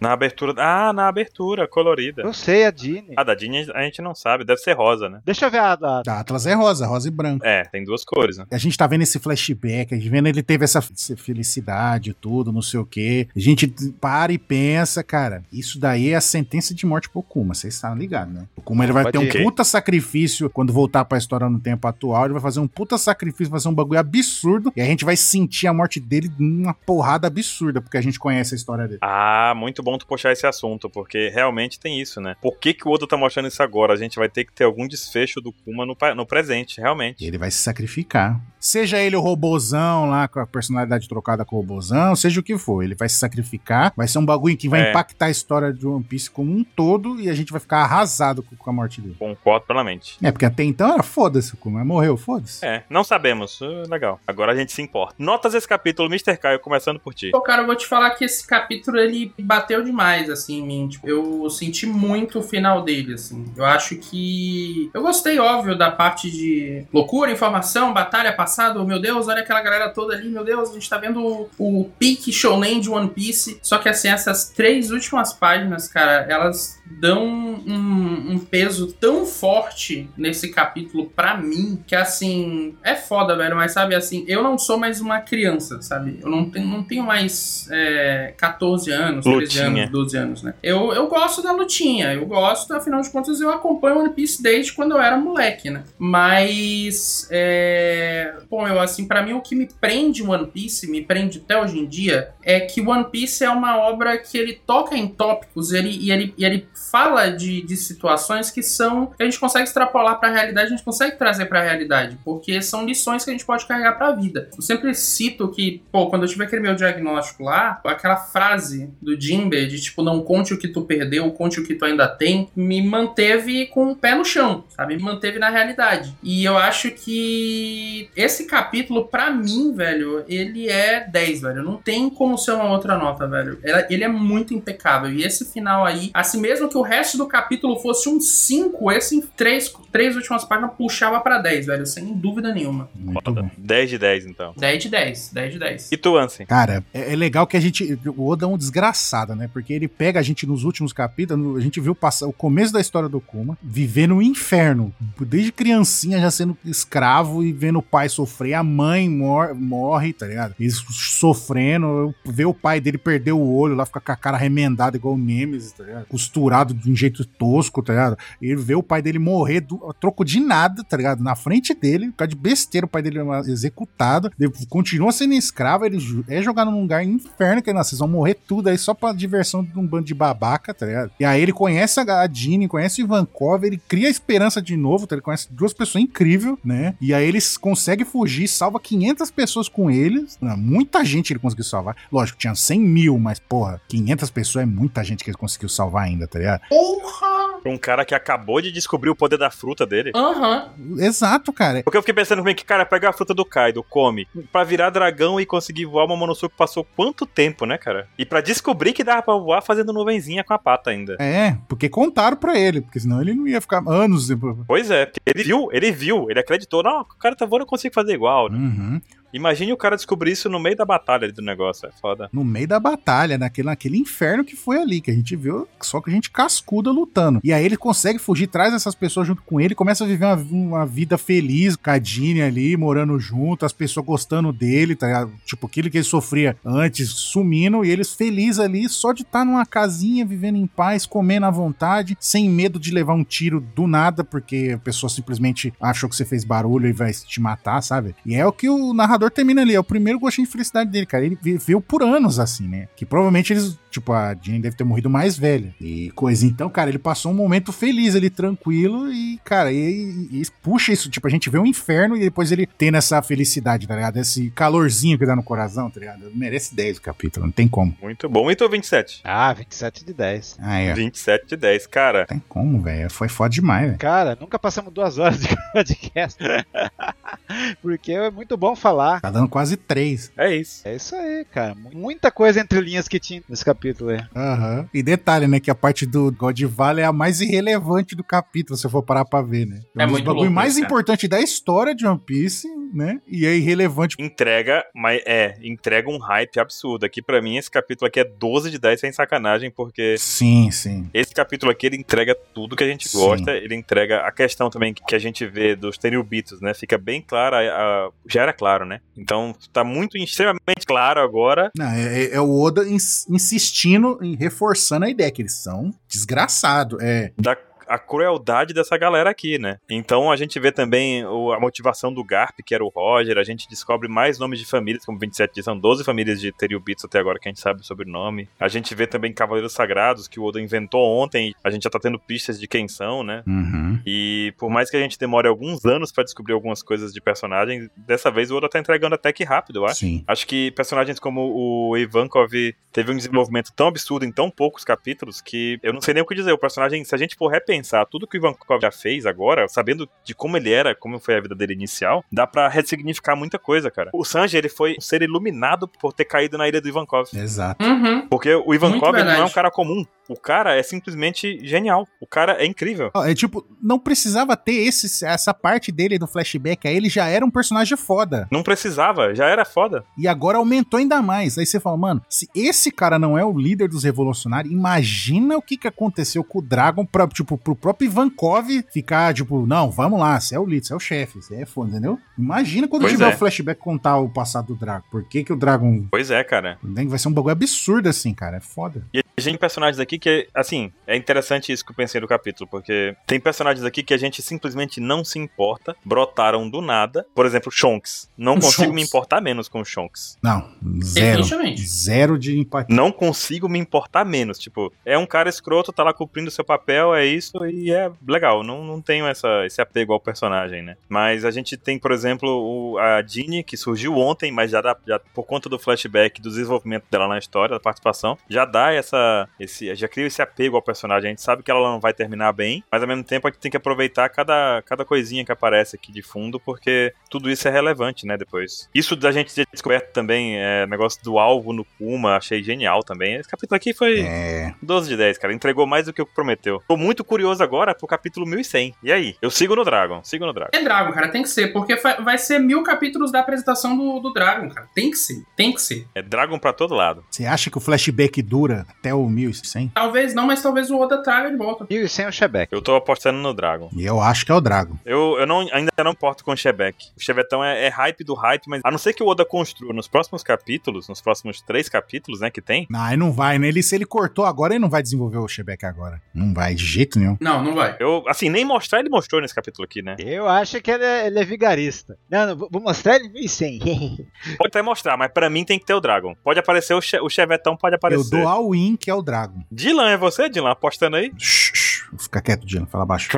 Na abertura. Ah, na abertura, colorida. Eu sei, a Jean. A da Disney a gente não sabe, deve ser rosa, né? Deixa eu ver a da Da Atlas é rosa, rosa e branca. É, tem duas cores, né? A gente tá vendo esse flashback, a gente vendo ele teve essa essa felicidade, tudo, não sei o quê. A gente para e pensa, cara, isso daí é a sentença de morte pro Kuma, vocês estavam ligados, né? O Kuma ele vai Pode ter um ir. puta sacrifício quando voltar pra história no tempo atual, ele vai fazer um puta sacrifício, vai fazer um bagulho absurdo, e a gente vai sentir a morte dele numa porrada absurda, porque a gente conhece a história dele. Ah, muito bom tu puxar esse assunto, porque realmente tem isso, né? Por que, que o Oda tá mostrando isso agora? A gente vai ter que ter algum desfecho do Kuma no, pa- no presente, realmente. Ele vai se sacrificar. Seja ele o robozão lá, com a personalidade trocada com o robozão, seja o que for. Ele vai se sacrificar. Vai ser um bagulho que vai É. impactar a história de One Piece como um todo e a gente vai ficar arrasado com com a morte dele. Concordo plenamente. É, porque até então era foda-se, como morreu, foda-se. É, não sabemos. Uh, legal. Agora a gente se importa. Notas desse capítulo, Mr. Caio, começando por ti. Pô, cara, eu vou te falar que esse capítulo ele bateu demais, assim, em mim. Tipo, eu senti muito o final dele, assim. Eu acho que. Eu gostei, óbvio, da parte de loucura, informação, batalha passada. Meu Deus, olha aquela galera toda ali. Meu Deus, a gente tá vendo o, o pique shonen de One Piece. Só que, assim, essas três últimas páginas, cara, elas dão um, um peso tão forte nesse capítulo pra mim que assim é foda velho mas sabe assim eu não sou mais uma criança sabe eu não tenho, não tenho mais é, 14 anos 13 Lutinha. anos 12 anos né eu, eu gosto da lutinha eu gosto afinal de contas eu acompanho One Piece desde quando eu era moleque né mas é, bom eu assim pra mim o que me prende em One Piece me prende até hoje em dia é que One Piece é uma obra que ele toca em tópicos ele, e, ele, e ele fala de, de situações que são que a gente consegue extrapolar para a realidade, a gente consegue trazer para a realidade, porque são lições que a gente pode carregar para a vida. Eu sempre cito que, pô, quando eu tive aquele meu diagnóstico lá, aquela frase do Jimbe de tipo, não conte o que tu perdeu, conte o que tu ainda tem, me manteve com o pé no chão, sabe? Me manteve na realidade. E eu acho que esse capítulo, para mim, velho, ele é 10, velho. Não tem como ser uma outra nota, velho. Ela- Ele é muito impecável. E esse final aí, assim mesmo que o resto do capítulo fosse um 5, esse em três, três últimas páginas puxava pra 10, velho. Sem dúvida nenhuma. Muito Foda. bom. 10 de 10, então. 10 de 10, 10 de 10. E tu, Ansem? Cara, é, é legal que a gente. O Oda é um desgraçado, né? Porque ele pega a gente nos últimos capítulos. no- A gente viu passar o começo da história do Kuma, vivendo um inferno. Desde criancinha já sendo escravo e vendo o pai sofrer. A mãe mor- morre, tá ligado? Ele sofrendo. Ver o pai dele perder o olho lá, ficar com a cara remendada igual o Nemesis, tá ligado? Costurado de um jeito tosco, tá ligado? Ele vê o pai dele morrer do, a troco de nada, tá ligado? Na frente dele, por causa de besteira, o pai dele é uma- executado, ele continua sendo escravo, ele ju- é jogado num lugar inferno que ele nasceu, vocês vão morrer tudo aí só pra diversão de um bando de babaca, tá ligado? E aí ele conhece a a Jeanne, conhece o Ivankov, ele cria a esperança de novo, tá? ele conhece duas pessoas incríveis, né? E aí ele s- consegue fugir, salva 500 pessoas com eles, né? muita gente ele conseguiu salvar, lógico, tinha 100 mil, mas porra, 500 pessoas é muita gente que ele conseguiu salvar ainda, tá ligado? Porra! Pra um cara que acabou de descobrir o poder da fruta dele. Aham. Exato, cara, Porque eu fiquei pensando comigo que, cara, pega a fruta do Kaido, come. Pra virar dragão e conseguir voar, uma Momonosuke passou quanto tempo, né, cara? E pra descobrir que dava pra voar fazendo nuvenzinha com a pata ainda. É, porque contaram pra ele, porque senão ele não ia ficar anos. depois. Pois é, porque ele viu, ele viu, ele acreditou. Não, o cara tá voando, eu consigo fazer igual. né? Uhum. Imagine o cara descobrir isso no meio da batalha ali do negócio, é foda. No meio da batalha, naquele, naquele inferno que foi ali, que a gente viu só que a gente cascuda lutando. E aí ele consegue fugir, traz essas pessoas junto com ele, começa a viver uma, uma vida feliz, Cadine ali, morando junto, as pessoas gostando dele, tá ligado? Tipo, aquilo que ele sofria antes, sumindo, e eles felizes ali, só de estar numa casinha, vivendo em paz, comendo à vontade, sem medo de levar um tiro do nada, porque a pessoa simplesmente achou que você fez barulho e vai te matar, sabe? E é o que o narrador termina ali, é o primeiro gostinho de felicidade dele, cara. Ele viveu por anos assim, né? Que provavelmente eles, tipo, a Jean deve ter morrido mais velha e coisa. Então, cara, ele passou um momento feliz ali, tranquilo e, cara, e, e- e puxa isso, tipo, a gente vê o inferno e depois ele tendo essa felicidade, tá ligado? Esse calorzinho que dá no coração, tá ligado? Merece 10 o capítulo, não tem como. Muito bom. E tu, 27? Ah, 27 de 10. Ah, é. 27 de 10, cara. Tem como, velho. Foi foda demais, velho. Cara, nunca passamos duas horas de podcast. Porque é muito bom falar. Tá dando quase três. É isso. É isso aí, cara. Mu- Muita coisa entre linhas que tinha nesse capítulo aí. Aham. E detalhe, né? Que a parte do God Valley é a mais irrelevante do capítulo, se eu for parar pra ver, né? É um dos muito bagulho louco mais isso, cara. importante da história de One Piece, né? E é irrelevante. Entrega, mas é, entrega um hype absurdo. Aqui pra mim esse capítulo aqui é 12 de 10 sem sacanagem, porque Sim, sim. Esse capítulo aqui, ele entrega tudo que a gente Sim. gosta, ele entrega a questão também que que a gente vê dos Tenubitos, né? Fica bem clara, a- a- já era claro, né? Então, tá muito, extremamente claro agora. Não, é, é- é o Oda ins- insistindo em reforçando a ideia que eles são desgraçados. É. a crueldade dessa galera aqui, né? Então a gente vê também o- a motivação do Garp, que era o Roger, a gente descobre mais nomes de famílias, como 27 diz, são 12 famílias de Teriubitos até agora que a gente sabe o sobrenome. A gente vê também Cavaleiros Sagrados, que o Oda inventou ontem, a gente já tá tendo pistas de quem são, né? Uhum. E por mais que a gente demore alguns anos pra descobrir algumas coisas de personagens, dessa vez o Oda tá entregando até que rápido, eu acho. Sim. Acho que personagens como o Ivankov teve um desenvolvimento tão absurdo em tão poucos capítulos que eu não sei nem o que dizer. O personagem, se a gente for repensar tudo que o Ivankov já fez agora, sabendo de como ele era, como foi a vida dele inicial, dá pra ressignificar muita coisa, cara. O Sanji, ele foi um ser iluminado por ter caído na ilha do Ivankov. Exato. Uhum. Porque o Ivankov ele não é um verdade. cara comum. O cara é simplesmente genial. O cara é incrível. Ó, É tipo, não precisava ter esse, essa parte dele do flashback. Aí ele já era um personagem foda. Não precisava, já era foda. E agora aumentou ainda mais. Aí você fala, mano, se esse cara não é o líder dos revolucionários, imagina o que, que aconteceu com o Dragon pra, tipo, pro próprio Ivankov ficar, tipo, não, vamos lá, você é o líder, você é o chefe, você é foda, entendeu? Imagina quando Pois tiver é. o flashback contar o passado do Dragon. né, Por que, que o Dragon. Pois é, cara. Vai ser um bagulho absurdo assim, cara. É foda. E A gente tem personagens aqui que, assim, é interessante isso que eu pensei no capítulo, porque tem personagens aqui que a gente simplesmente não se importa, brotaram do nada. Por exemplo, Shonks. Não O consigo Shonks. me importar menos com o Shonks. Não, zero. Definitivamente. Zero de empatia. Não consigo me importar menos. Tipo, é um cara escroto, tá lá cumprindo seu papel, é isso, e é legal. Não, não tenho essa, esse apego ao personagem, né? Mas a gente tem, por exemplo, o- a Jeannie, que surgiu ontem, mas já dá, já, por conta do flashback, do desenvolvimento dela na história, da participação, já dá essa. Esse, já cria esse apego ao personagem. A gente sabe que ela não vai terminar bem, mas ao mesmo tempo a gente tem que aproveitar cada, cada coisinha que aparece aqui de fundo, porque tudo isso é relevante, né? Depois. Isso da gente ter descoberto também, é, negócio do alvo no Kuma, achei genial também. Esse capítulo aqui foi É. 12 de 10, cara. Entregou mais do que o que prometeu. Tô muito curioso agora pro capítulo 1100. E aí? Eu sigo no Dragon, sigo no Dragon. É Dragon, cara, tem que ser, porque fa- vai ser mil capítulos da apresentação do, do Dragon, cara. Tem que ser, tem que ser. É Dragon pra todo lado. Você acha que o flashback dura até o 1100? Talvez não, mas talvez o Oda traga de volta. E sem o Shebeck. Eu tô apostando no Dragon. E eu acho que é o Drago. Eu, eu não, ainda não importo com o Chebec. O Chebetão é, é hype do hype, mas a não ser que o Oda construa nos próximos capítulos, nos próximos três capítulos, né, que tem, Não, aí não vai, né? Ele, se ele cortou agora, ele não vai desenvolver o Shebeck agora. Não vai, de jeito nenhum. Não, não vai. eu, assim, nem mostrar ele mostrou nesse capítulo aqui, né? Eu acho que ele é, ele é vigarista. Não, não, vou- vou mostrar ele em 100. Pode até mostrar, mas pra mim tem que ter o Dragon. Pode aparecer o, che, o Chevetão, pode Eu aparecer. dou ao win, que é o Drago. Dylan, é você, Dylan, apostando aí? Shh, shh. Fica quieto, Dino. Fala baixo.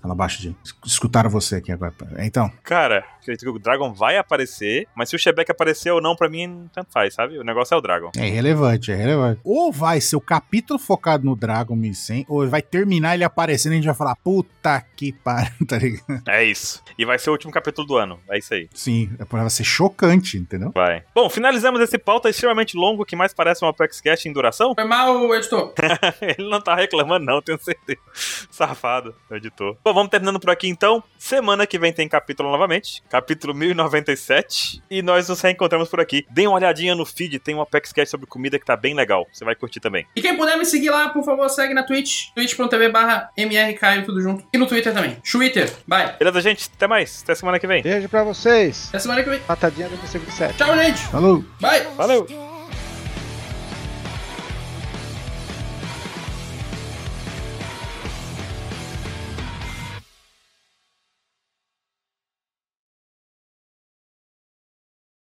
Fala baixo, Dino. Es- Escutaram você aqui agora. Então, Cara, acredito que o Dragon vai aparecer, mas se o Chebec aparecer ou não, pra mim, tanto faz, sabe? O negócio é o Dragon. é irrelevante, é irrelevante. Ou vai ser o capítulo focado no Dragon 1100, ou vai terminar ele aparecendo e a gente vai falar, puta que pariu, tá ligado? É isso. E vai ser o último capítulo do ano. É isso aí. Sim, é pra ser chocante, entendeu? Vai. Bom, finalizamos esse pauta extremamente longo que mais parece um Apex Cash em duração. Foi mal, editor. Ele não tá reclamando, não, tenho certeza. Safado, meu editor. Bom, vamos terminando por aqui então. Semana que vem tem capítulo novamente, capítulo 1097. E nós nos reencontramos por aqui. Deem uma olhadinha no feed, tem um Apex Cash sobre comida que tá bem legal. Você vai curtir também. E quem puder me seguir lá, por favor, segue na Twitch, twitch.tv barra mrcaio, tudo junto. E no Twitter também. Twitter, bye. Beleza, gente? Até mais. Até semana que vem. Beijo pra vocês. Até semana que vem. Matadinha do 27. Tchau, gente. Falou! Bye. Valeu. して